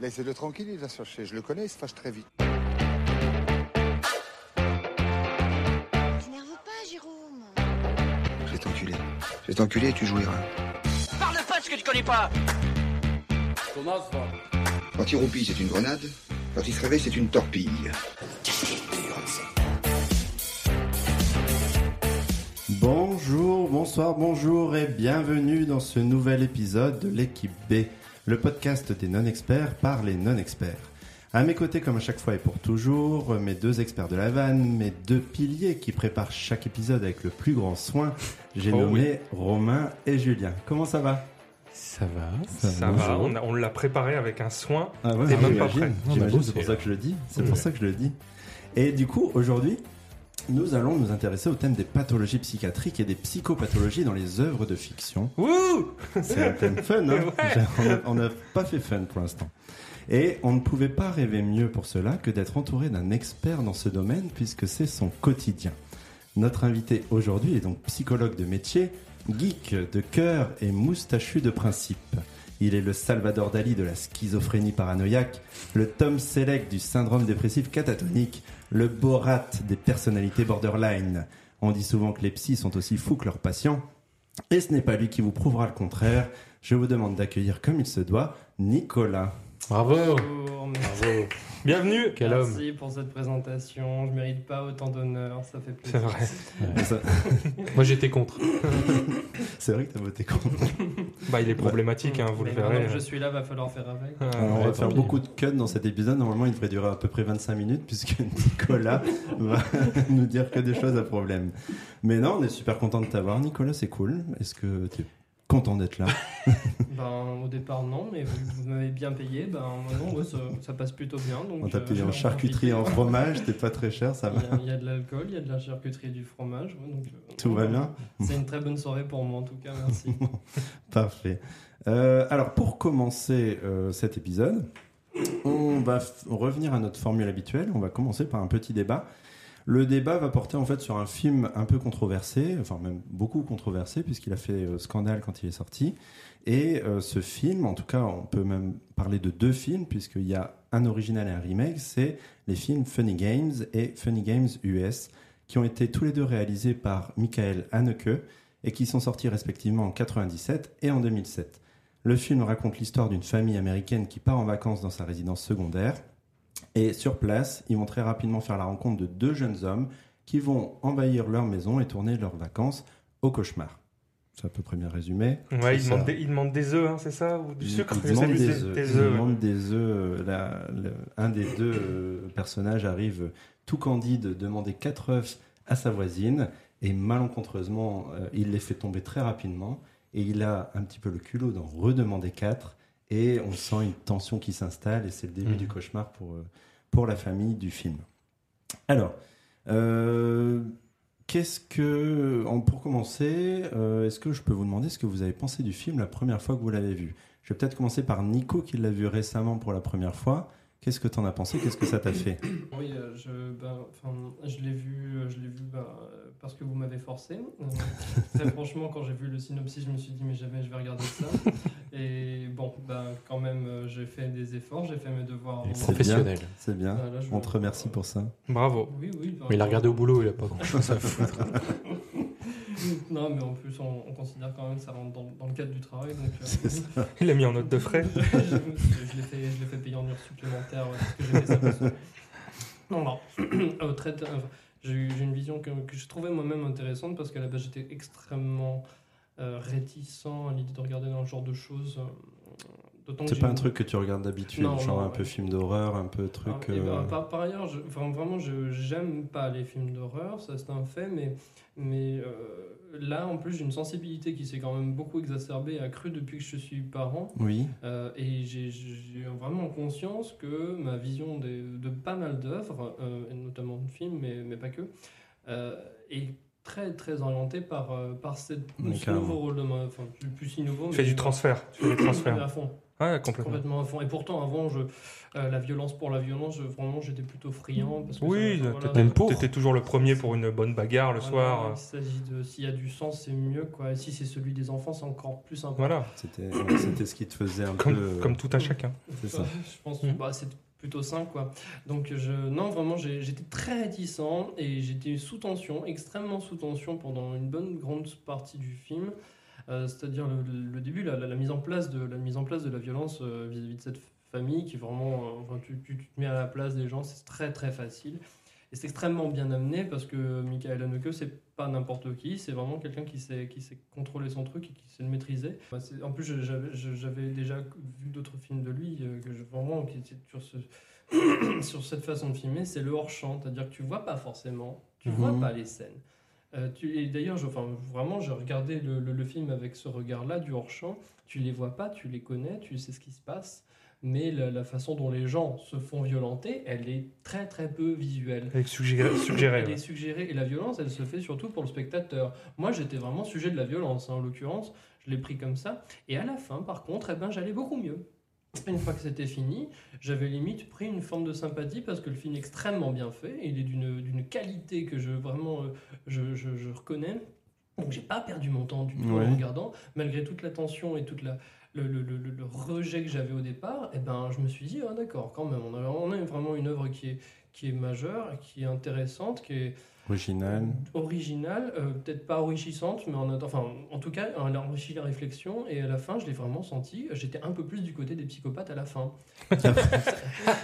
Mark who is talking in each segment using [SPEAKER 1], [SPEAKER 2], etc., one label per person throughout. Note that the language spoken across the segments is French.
[SPEAKER 1] Laissez-le tranquille, il va se fâcher. Je le connais, il se fâche très vite.
[SPEAKER 2] T'énerve pas, Jérôme.
[SPEAKER 3] Je vais t'enculer. Je vais t'enculer et tu jouiras.
[SPEAKER 4] Parle pas de ce que tu connais pas
[SPEAKER 3] Quand il roupille, c'est une grenade. Quand il se réveille, c'est une torpille.
[SPEAKER 5] Bonjour, bonsoir, bonjour et bienvenue dans ce nouvel épisode de l'équipe B, le podcast des non-experts par les non-experts. À mes côtés, comme à chaque fois et pour toujours, mes deux experts de la vanne, mes deux piliers qui préparent chaque épisode avec le plus grand soin, j'ai
[SPEAKER 6] Oh
[SPEAKER 5] nommé Romain et Julien. Comment ça va
[SPEAKER 6] Ça va.
[SPEAKER 5] Ça
[SPEAKER 6] Ça
[SPEAKER 5] va,
[SPEAKER 6] va,
[SPEAKER 5] bonjour.
[SPEAKER 6] on, a- on l'a préparé avec un soin.
[SPEAKER 5] Ah ouais,
[SPEAKER 6] T'es même pas
[SPEAKER 5] j'imagine,
[SPEAKER 6] prêt.
[SPEAKER 5] j'imagine,
[SPEAKER 6] Non, bah,
[SPEAKER 5] c'est pour
[SPEAKER 6] c'est-
[SPEAKER 5] ça que je le dis. C'est
[SPEAKER 6] Ouais.
[SPEAKER 5] pour ça que je le dis. Et du coup, aujourd'hui, nous allons nous intéresser au thème des pathologies psychiatriques et des psychopathologies dans les œuvres de fiction.
[SPEAKER 6] Wouh
[SPEAKER 5] C'est un thème fun, hein.
[SPEAKER 6] Ouais.
[SPEAKER 5] On n'a on n'a pas fait fun pour l'instant. Et on ne pouvait pas rêver mieux pour cela que d'être entouré d'un expert dans ce domaine puisque c'est son quotidien. Notre invité aujourd'hui est donc psychologue de métier, geek de cœur et moustachu de principe. Il est le Salvador Dali de la schizophrénie paranoïaque, le Tom Selleck du syndrome dépressif catatonique, le Borat des personnalités borderline. On dit souvent que les psys sont aussi fous que leurs patients, et ce n'est pas lui qui vous prouvera le contraire. Je vous demande d'accueillir comme il se doit Nicolas.
[SPEAKER 7] Bravo,
[SPEAKER 8] Bonjour, merci.
[SPEAKER 6] Bienvenue
[SPEAKER 7] quel homme.
[SPEAKER 8] Merci pour cette présentation. Je mérite pas autant d'honneur, ça fait
[SPEAKER 6] C'est
[SPEAKER 8] plaisir.
[SPEAKER 6] vrai.
[SPEAKER 5] Ça-
[SPEAKER 7] Moi j'étais contre.
[SPEAKER 5] C'est vrai que t'as voté contre.
[SPEAKER 6] Bah, il est problématique, hein, vous le
[SPEAKER 8] Mais maintenant
[SPEAKER 6] verrez.
[SPEAKER 8] que je suis là, va falloir faire avec.
[SPEAKER 6] Ah,
[SPEAKER 5] Alors, on
[SPEAKER 7] ouais,
[SPEAKER 5] va
[SPEAKER 7] tant
[SPEAKER 5] faire
[SPEAKER 7] pis.
[SPEAKER 5] beaucoup de cuts dans cet épisode. Normalement, il devrait durer à peu près 25 minutes puisque Nicolas va nous dire que des choses à problème. Mais non, on est super content de t'avoir. Nicolas, c'est cool. Est-ce que t'es content d'être là
[SPEAKER 8] Ben, au départ, non, mais vous, vous m'avez bien payé. Ben, non, ouais, ça, ça passe plutôt bien. Donc,
[SPEAKER 5] On t'a
[SPEAKER 8] euh,
[SPEAKER 5] payé
[SPEAKER 8] je
[SPEAKER 5] en
[SPEAKER 8] vais
[SPEAKER 5] charcuterie,
[SPEAKER 8] profiter.
[SPEAKER 5] en fromage. T'es pas très cher, ça va.
[SPEAKER 8] Il y a- Il y, a de l'alcool, il y a de la charcuterie, du fromage. ouais, donc, euh,
[SPEAKER 5] Tout va bien
[SPEAKER 8] C'est une très bonne soirée pour moi, en tout cas, merci.
[SPEAKER 5] Parfait. Euh, alors pour commencer euh, cet épisode, on va f- revenir à notre formule habituelle. On va commencer par un petit débat. Le débat va porter en fait sur un film un peu controversé, enfin même beaucoup controversé puisqu'il a fait euh, scandale quand il est sorti. Et euh, ce film, en tout cas, on peut même parler de deux films puisqu'il y a un original et un remake. C'est les films Funny Games et Funny Games US qui ont été tous les deux réalisés par Michael Haneke et qui sont sortis respectivement en 97 et en 2007. Le film raconte l'histoire d'une famille américaine qui part en vacances dans sa résidence secondaire et sur place, ils vont très rapidement faire la rencontre de deux jeunes hommes qui vont envahir leur maison et tourner leurs vacances au cauchemar. C'est à peu près bien résumé.
[SPEAKER 6] Ouais, il
[SPEAKER 5] C'est
[SPEAKER 6] demande,
[SPEAKER 5] ça.
[SPEAKER 6] des, il demande des œufs, hein, c'est ça Ou du
[SPEAKER 5] Il-
[SPEAKER 6] sucre
[SPEAKER 5] il
[SPEAKER 6] Je sais
[SPEAKER 5] demande
[SPEAKER 6] plus,
[SPEAKER 5] des
[SPEAKER 6] c'est-
[SPEAKER 5] œufs.
[SPEAKER 6] des
[SPEAKER 5] Il
[SPEAKER 6] œufs.
[SPEAKER 5] demande des œufs. euh, La- le- un des deux euh, personnages arrive euh, tout candide demander quatre œufs à sa voisine et malencontreusement, euh, il les fait tomber très rapidement et il a un petit peu le culot d'en redemander quatre et on sent une tension qui s'installe et c'est le
[SPEAKER 6] Mmh.
[SPEAKER 5] début
[SPEAKER 7] Mhm.
[SPEAKER 5] du cauchemar pour, euh, pour la famille du film. Alors, euh, qu'est-ce que, en- pour commencer, euh, est-ce que je peux vous demander ce que vous avez pensé du film la première fois que vous l'avez vu Je vais peut-être commencer par Nico qui l'a vu récemment pour la première fois. Qu'est-ce que t'en as pensé Qu'est-ce que ça t'a fait
[SPEAKER 8] Oui, euh, je, ben, enfin, je l'ai vu, euh, je l'ai vu ben, euh, parce que vous m'avez forcé. Euh, Très franchement, quand j'ai vu le synopsis, je me suis dit mais jamais je vais regarder ça. Et bon, ben, quand même, euh, j'ai fait des efforts, j'ai fait mes devoirs.
[SPEAKER 5] Et c'est
[SPEAKER 7] Professionnel.
[SPEAKER 5] C'est bien.
[SPEAKER 8] Ah, là, je-
[SPEAKER 5] On te remercie pour ça.
[SPEAKER 8] Euh,
[SPEAKER 6] Bravo.
[SPEAKER 8] Oui, oui. ben,
[SPEAKER 7] Mais il a regardé au boulot, il a pas grand chose à foutre.
[SPEAKER 8] Non, mais en plus, on, on considère quand même que ça rentre dans, dans le cadre du travail. Donc, euh,
[SPEAKER 5] C'est ça.
[SPEAKER 6] Il a mis en note de frais.
[SPEAKER 8] je je l'ai fait, je l'ai fait payer en heures supplémentaires euh, parce que j'ai fait ça pour ça. Non, non. Euh, Au traite, enfin, j'ai eu j'ai une vision que, que je trouvais moi-même intéressante parce qu'à la base j'étais extrêmement euh, réticent à l'idée de regarder un genre de choses. euh, d'autant que
[SPEAKER 5] C'est
[SPEAKER 8] j'ai
[SPEAKER 5] pas
[SPEAKER 8] une-
[SPEAKER 5] un truc que tu regardes d'habitude,
[SPEAKER 8] Non,
[SPEAKER 5] genre
[SPEAKER 8] non,
[SPEAKER 5] un peu
[SPEAKER 8] ouais.
[SPEAKER 5] film d'horreur, un peu truc.
[SPEAKER 8] Ah, et ben,
[SPEAKER 5] euh,
[SPEAKER 8] par, par ailleurs, je, enfin, vraiment, je j'aime pas les films d'horreur, ça c'est un fait, mais, mais euh, là en plus j'ai une sensibilité qui s'est quand même beaucoup exacerbée et accrue depuis que je suis parent.
[SPEAKER 5] Oui.
[SPEAKER 8] Euh, et j'ai- j'ai vraiment conscience que ma vision des- de pas mal d'œuvres, euh, et notamment de films, mais, mais pas que, euh, est très très orientée par, euh, par cette,
[SPEAKER 5] Oui,
[SPEAKER 8] ce
[SPEAKER 5] carrément.
[SPEAKER 8] nouveau rôle de main. Enfin, plus, plus si nouveau.
[SPEAKER 6] Tu
[SPEAKER 8] mais-
[SPEAKER 6] fais du transfert. Tu fais des
[SPEAKER 8] mais
[SPEAKER 6] transferts.
[SPEAKER 8] à fond.
[SPEAKER 6] Ouais, complètement.
[SPEAKER 8] complètement à fond. Et pourtant, avant, je, euh, la violence pour la violence, je- vraiment, j'étais plutôt friand. Parce que
[SPEAKER 6] Oui,
[SPEAKER 8] ça-
[SPEAKER 6] t'étais-
[SPEAKER 8] voilà,
[SPEAKER 7] même pour.
[SPEAKER 6] t'étais toujours le premier pour une bonne bagarre le
[SPEAKER 8] voilà,
[SPEAKER 6] soir. euh.
[SPEAKER 8] Il s'agit de s'il y a du sens, c'est mieux. Quoi. Et si c'est celui des enfants, c'est encore plus important.
[SPEAKER 6] Voilà,
[SPEAKER 5] C'était ouais, c'était ce qui te faisait un
[SPEAKER 6] comme,
[SPEAKER 5] peu.
[SPEAKER 6] comme tout un chacun.
[SPEAKER 5] C'est ça.
[SPEAKER 8] Je pense
[SPEAKER 6] Mhm.
[SPEAKER 8] bah, c'est plutôt sain, quoi. Donc, je, non, vraiment, j'ai- j'étais très réticent et j'étais sous tension, extrêmement sous tension pendant une bonne grande partie du film. Euh, C'est-à-dire le, le- le début, la, la- la mise en place de la mise en place de la violence euh, vis-à-vis de cette famille qui vraiment, euh, enfin, tu, tu- tu te mets à la place des gens, c'est très très facile. Et c'est extrêmement bien amené parce que Michael Haneke, c'est pas n'importe qui, c'est vraiment quelqu'un qui sait, qui sait contrôler son truc et qui sait le maîtriser. Bah, c'est- en plus, je- j'avais je- j'avais déjà vu d'autres films de lui, euh, que je, vraiment, qui étaient sur, ce- sur cette façon de filmer, c'est le hors-champ, c'est-à-dire que tu vois pas forcément, tu vois
[SPEAKER 7] Mhm.
[SPEAKER 8] pas les scènes. Euh, tu, et d'ailleurs, je- enfin, vraiment, j'ai regardé le, le- le film avec ce regard-là du hors-champ, tu les vois pas, tu les connais, tu sais ce qui se passe. Mais la, la façon dont les gens se font violenter, elle est très très peu visuelle.
[SPEAKER 6] Avec suggéré. suggéré,
[SPEAKER 8] Elle
[SPEAKER 6] ouais.
[SPEAKER 8] est suggérée et la violence, elle se fait surtout pour le spectateur. Moi, j'étais vraiment sujet de la violence, hein, en l'occurrence, je l'ai pris comme ça. Et à la fin, par contre, eh ben, j'allais beaucoup mieux. Une fois que c'était fini, j'avais limite pris une forme de sympathie parce que le film est extrêmement bien fait. et Il est d'une d'une qualité que je vraiment euh, je, je- je reconnais. Donc j'ai pas perdu mon temps du tout
[SPEAKER 5] Ouais.
[SPEAKER 8] en regardant, malgré toute la tension et toute la le, le- le- le- le rejet que j'avais au départ. Et ben je me suis dit ah, d'accord quand même on a, on a vraiment une œuvre qui est qui est majeure, qui est intéressante, qui est
[SPEAKER 5] Original.
[SPEAKER 8] originale, euh, peut-être pas enrichissante, mais en, atta- enfin, en tout cas, elle a enrichi la réflexion. Et à la fin, je l'ai vraiment senti. J'étais un peu plus du côté des psychopathes à la fin.
[SPEAKER 5] Ça,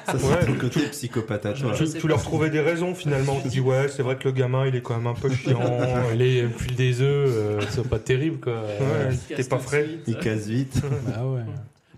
[SPEAKER 5] c'est
[SPEAKER 6] Ouais.
[SPEAKER 5] ton côté psychopathe à toi.
[SPEAKER 8] Ouais,
[SPEAKER 6] Tu,
[SPEAKER 8] je sais
[SPEAKER 6] tu
[SPEAKER 8] pas
[SPEAKER 6] leur
[SPEAKER 8] si-
[SPEAKER 6] trouvais des raisons finalement. Tu dis ouais, c'est vrai que le gamin il est quand même un peu chiant.
[SPEAKER 7] Non, il est pile des œufs, euh, c'est pas terrible quoi.
[SPEAKER 6] Ouais.
[SPEAKER 8] Il se
[SPEAKER 6] t'es
[SPEAKER 8] casse
[SPEAKER 6] pas
[SPEAKER 8] tout de
[SPEAKER 6] frais.
[SPEAKER 8] suite.
[SPEAKER 5] Il casse vite.
[SPEAKER 7] Bah ouais.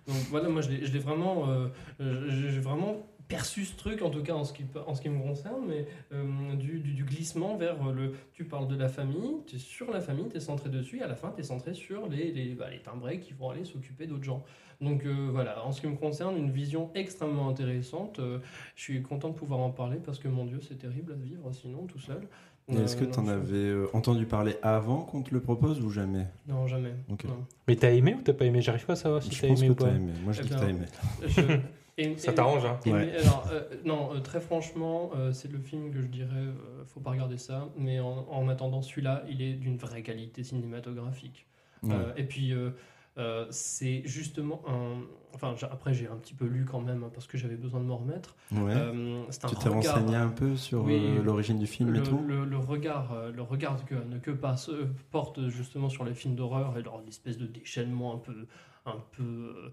[SPEAKER 8] Donc voilà, moi je l'ai je l'ai vraiment, euh, euh, j'ai vraiment perçu ce truc, en tout cas en ce qui, en ce qui me concerne, mais euh, du, du- du glissement vers le. Tu parles de la famille, tu es sur la famille, tu es centré dessus, et à la fin tu es centré sur les, les, bah, les timbrés qui vont aller s'occuper d'autres gens. Donc euh, voilà, en ce qui me concerne, une vision extrêmement intéressante. euh, je suis content de pouvoir en parler parce que mon Dieu, c'est terrible à vivre sinon tout seul.
[SPEAKER 5] Et Est-ce que
[SPEAKER 8] Euh,
[SPEAKER 5] tu en
[SPEAKER 8] non, je-
[SPEAKER 5] avais euh, entendu parler avant qu'on te le propose ou jamais
[SPEAKER 8] Non, jamais.
[SPEAKER 5] Ok.
[SPEAKER 8] Non.
[SPEAKER 7] Mais t'as aimé ou t'as pas aimé J'arrive pas à savoir si
[SPEAKER 5] Je
[SPEAKER 7] t'as
[SPEAKER 5] pense
[SPEAKER 7] aimé
[SPEAKER 5] que
[SPEAKER 7] ou pas.
[SPEAKER 5] t'as aimé. Moi, je
[SPEAKER 8] Eh
[SPEAKER 5] dis que
[SPEAKER 8] bien,
[SPEAKER 5] t'as aimé.
[SPEAKER 8] Je- et-
[SPEAKER 6] Ça
[SPEAKER 8] et-
[SPEAKER 6] t'arrange, hein
[SPEAKER 8] Et
[SPEAKER 5] Ouais.
[SPEAKER 8] mais- alors, euh, non, euh, très franchement, euh, c'est le film que je dirais, euh, faut pas regarder ça, mais en, en attendant celui-là, il est d'une vraie qualité cinématographique.
[SPEAKER 5] Ouais.
[SPEAKER 8] Euh, et puis, euh, euh, c'est justement un. Enfin, j'ai- après, j'ai un petit peu lu quand même, hein, parce que j'avais besoin de m'en remettre.
[SPEAKER 5] Ouais.
[SPEAKER 8] Euh, c'est un
[SPEAKER 5] tu t'es
[SPEAKER 8] regard-
[SPEAKER 5] renseigné un peu sur
[SPEAKER 8] Oui,
[SPEAKER 5] euh,
[SPEAKER 8] le-
[SPEAKER 5] l'origine du film
[SPEAKER 8] le,
[SPEAKER 5] et tout
[SPEAKER 8] le- le regard, euh, le regard que que passe, euh, porte justement sur les films d'horreur et leur espèce de déchaînement un peu, un peu, euh,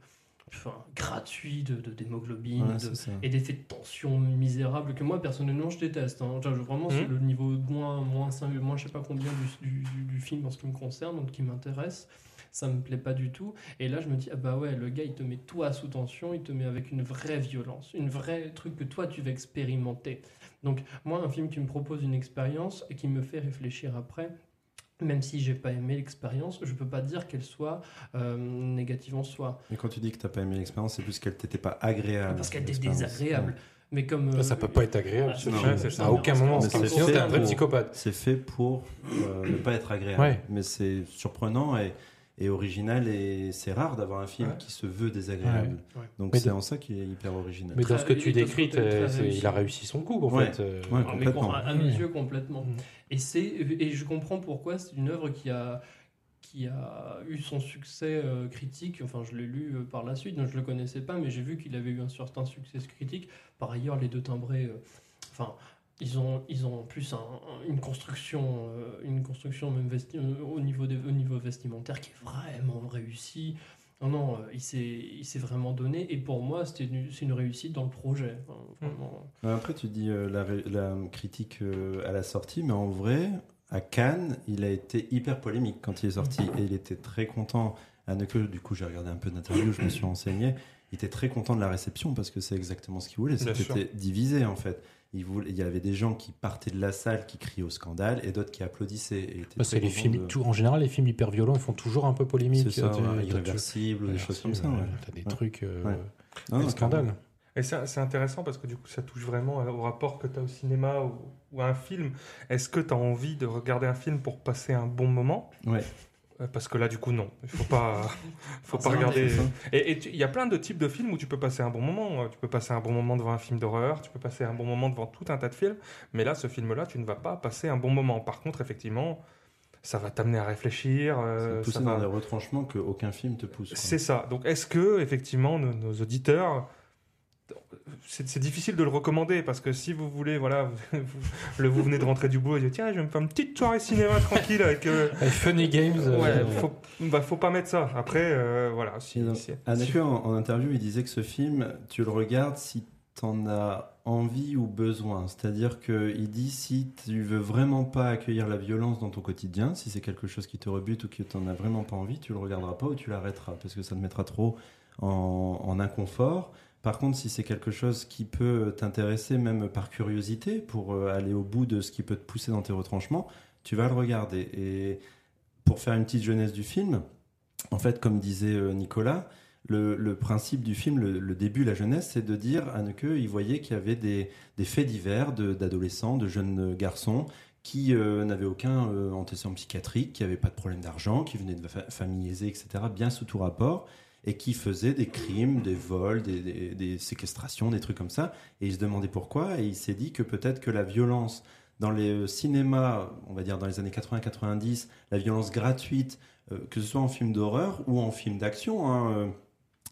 [SPEAKER 8] enfin, gratuit de, de d'hémoglobine,
[SPEAKER 5] Ouais,
[SPEAKER 8] de-
[SPEAKER 5] c'est ça.
[SPEAKER 8] et d'effets de tension misérables que moi personnellement je déteste. hein. Genre, je- vraiment,
[SPEAKER 7] Mmh.
[SPEAKER 8] c'est
[SPEAKER 6] Mhm.
[SPEAKER 8] le niveau moins, moins, cinq- moins je sais pas combien du, du- du- du film en ce qui me concerne, donc qui m'intéresse. Ça me plaît pas du tout. Et là, je me dis, ah bah ouais, le gars, il te met toi sous tension, il te met avec une vraie violence, une vraie truc que toi, tu vas expérimenter. Donc, moi, un film qui me propose une expérience et qui me fait réfléchir après, même si j'ai pas aimé l'expérience, je peux pas dire qu'elle soit euh, négative en soi.
[SPEAKER 5] Et quand tu dis que t'as pas aimé l'expérience, c'est plus qu'elle t'était pas agréable.
[SPEAKER 8] Parce qu'elle était
[SPEAKER 5] l'expérience.
[SPEAKER 8] désagréable.
[SPEAKER 5] Ouais.
[SPEAKER 8] Mais comme. euh,
[SPEAKER 7] Bah, Ça, ça peut pas être agréable.
[SPEAKER 8] Ah,
[SPEAKER 7] ce
[SPEAKER 8] non,
[SPEAKER 7] film.
[SPEAKER 6] c'est ça.
[SPEAKER 7] À aucun moment.
[SPEAKER 5] Mais c'est
[SPEAKER 7] Sinon,
[SPEAKER 5] fait
[SPEAKER 7] t'es un vrai
[SPEAKER 5] pour-
[SPEAKER 7] psychopathe.
[SPEAKER 5] C'est fait pour euh, ne pas être agréable.
[SPEAKER 7] Ouais.
[SPEAKER 5] Mais c'est surprenant et, et original et c'est rare d'avoir un film
[SPEAKER 6] Ouais.
[SPEAKER 5] qui se veut désagréable.
[SPEAKER 8] Ouais. Ouais.
[SPEAKER 5] Donc
[SPEAKER 7] Mais
[SPEAKER 5] c'est
[SPEAKER 7] de-
[SPEAKER 5] en ça qu'il est hyper original.
[SPEAKER 7] Mais dans
[SPEAKER 8] Très-
[SPEAKER 7] ce que
[SPEAKER 8] il est
[SPEAKER 7] tu décris,
[SPEAKER 8] très-
[SPEAKER 7] t'es-
[SPEAKER 8] très
[SPEAKER 7] c'est- il a réussi son coup en
[SPEAKER 5] Ouais.
[SPEAKER 7] fait. euh,
[SPEAKER 5] Ouais,
[SPEAKER 8] Ah, mais
[SPEAKER 5] complètement.
[SPEAKER 8] com- à, à mes
[SPEAKER 7] Mmh.
[SPEAKER 8] yeux, complètement.
[SPEAKER 7] Mmh.
[SPEAKER 8] Et, c'est, et je comprends pourquoi c'est une œuvre qui a, qui a eu son succès euh, critique. Enfin, je l'ai lu euh, par la suite, donc je ne le connaissais pas, mais j'ai vu qu'il avait eu un certain succès critique. Par ailleurs, les deux timbrés. euh, Enfin. ils ont, ils ont en plus un- un- une construction, euh, une construction même vesti- euh, au, niveau des- au niveau vestimentaire qui est vraiment réussie. Non, non, euh, il s'est il s'est vraiment donné. Et pour moi, c'était une- c'est une réussite dans le projet. Enfin, vraiment.
[SPEAKER 5] Euh, Après, tu dis euh, la, ré- la critique euh, à la sortie, mais en vrai, à Cannes, il a été hyper polémique quand il est sorti et il était très content. Haneke, du coup, j'ai regardé un peu d'interviews, je me suis renseigné. Il était très content de la réception parce que c'est exactement ce qu'il voulait.
[SPEAKER 6] Bien sûr.
[SPEAKER 5] C'était divisé en fait. Il, voulait, il y avait des gens qui partaient de la salle, qui criaient au scandale, et d'autres qui applaudissaient. Et étaient
[SPEAKER 7] Bah, c'est
[SPEAKER 5] très
[SPEAKER 7] les
[SPEAKER 5] contents
[SPEAKER 7] films,
[SPEAKER 5] de-
[SPEAKER 7] tout- euh, en général, les films hyper violents, ils font toujours un peu polémique.
[SPEAKER 5] euh, C'est ça,
[SPEAKER 7] T'as-
[SPEAKER 5] ouais,
[SPEAKER 7] t'as-
[SPEAKER 5] irréversible, ou des
[SPEAKER 7] t'as-
[SPEAKER 5] choses comme ça. Ouais.
[SPEAKER 7] T'as des
[SPEAKER 5] Ouais.
[SPEAKER 7] trucs, euh,
[SPEAKER 5] Ouais. Non,
[SPEAKER 7] des
[SPEAKER 5] non,
[SPEAKER 7] scandales.
[SPEAKER 6] Et ça, c'est intéressant parce que du coup, ça touche vraiment au rapport que tu as au cinéma ou, ou à un film. Est-ce que tu as envie de regarder un film pour passer un bon moment Euh,
[SPEAKER 5] Ouais.
[SPEAKER 6] Parce que là, du coup, non. Il faut pas, faut pas
[SPEAKER 5] Forcément,
[SPEAKER 6] regarder.
[SPEAKER 5] c'est ça.
[SPEAKER 6] Et et tu- il y a plein de types de films où tu peux passer un bon moment. hein. Tu peux passer un bon moment devant un film d'horreur, tu peux passer un bon moment devant tout un tas de films. Mais là, ce film-là, tu ne vas pas passer un bon moment. Par contre, effectivement, ça va t'amener à réfléchir. euh,
[SPEAKER 5] Pousser
[SPEAKER 6] ça va-
[SPEAKER 5] dans des retranchements qu'aucun film te pousse. quoi.
[SPEAKER 6] C'est ça. Donc, est-ce que, effectivement, nos, nos auditeurs. C'est c'est difficile de le recommander parce que si vous voulez, voilà, vous, vous- le, vous venez de rentrer du boulot et vous dites, tiens, je vais me faire une petite soirée cinéma tranquille avec. euh,
[SPEAKER 7] Funny Games. euh,
[SPEAKER 6] Ouais, faut, bah, faut pas mettre ça. Après, euh, voilà. Si,
[SPEAKER 5] Et donc,
[SPEAKER 6] si-
[SPEAKER 5] Ah,
[SPEAKER 6] si-
[SPEAKER 5] Naku, en, en interview, il disait que ce film, tu le regardes si t'en as envie ou besoin. C'est-à-dire qu'il dit si tu veux vraiment pas accueillir la violence dans ton quotidien, si c'est quelque chose qui te rebute ou que t'en as vraiment pas envie, tu le regarderas pas ou tu l'arrêteras parce que ça te mettra trop en, en inconfort. Par contre, si c'est quelque chose qui peut t'intéresser même par curiosité pour euh, aller au bout de ce qui peut te pousser dans tes retranchements, tu vas le regarder. Et pour faire une petite jeunesse du film, en fait, comme disait euh, Nicolas, le, le principe du film, le, le début, la jeunesse, c'est de dire à Neuqueux, il voyait qu'il y avait des, des faits divers de- d'adolescents, de, jeunes euh, garçons qui euh, n'avaient aucun euh, antécédent psychiatrique, qui n'avaient pas de problème d'argent, qui venaient de fa- familles aisées, etc., bien sous tout rapport, et qui faisaient des crimes, des vols, des, des- des séquestrations, des trucs comme ça. Et il se demandait pourquoi, et il s'est dit que peut-être que la violence dans les euh, cinémas, on va dire dans les années 80-90, la violence gratuite, euh, que ce soit en film d'horreur ou en film d'action, hein, euh,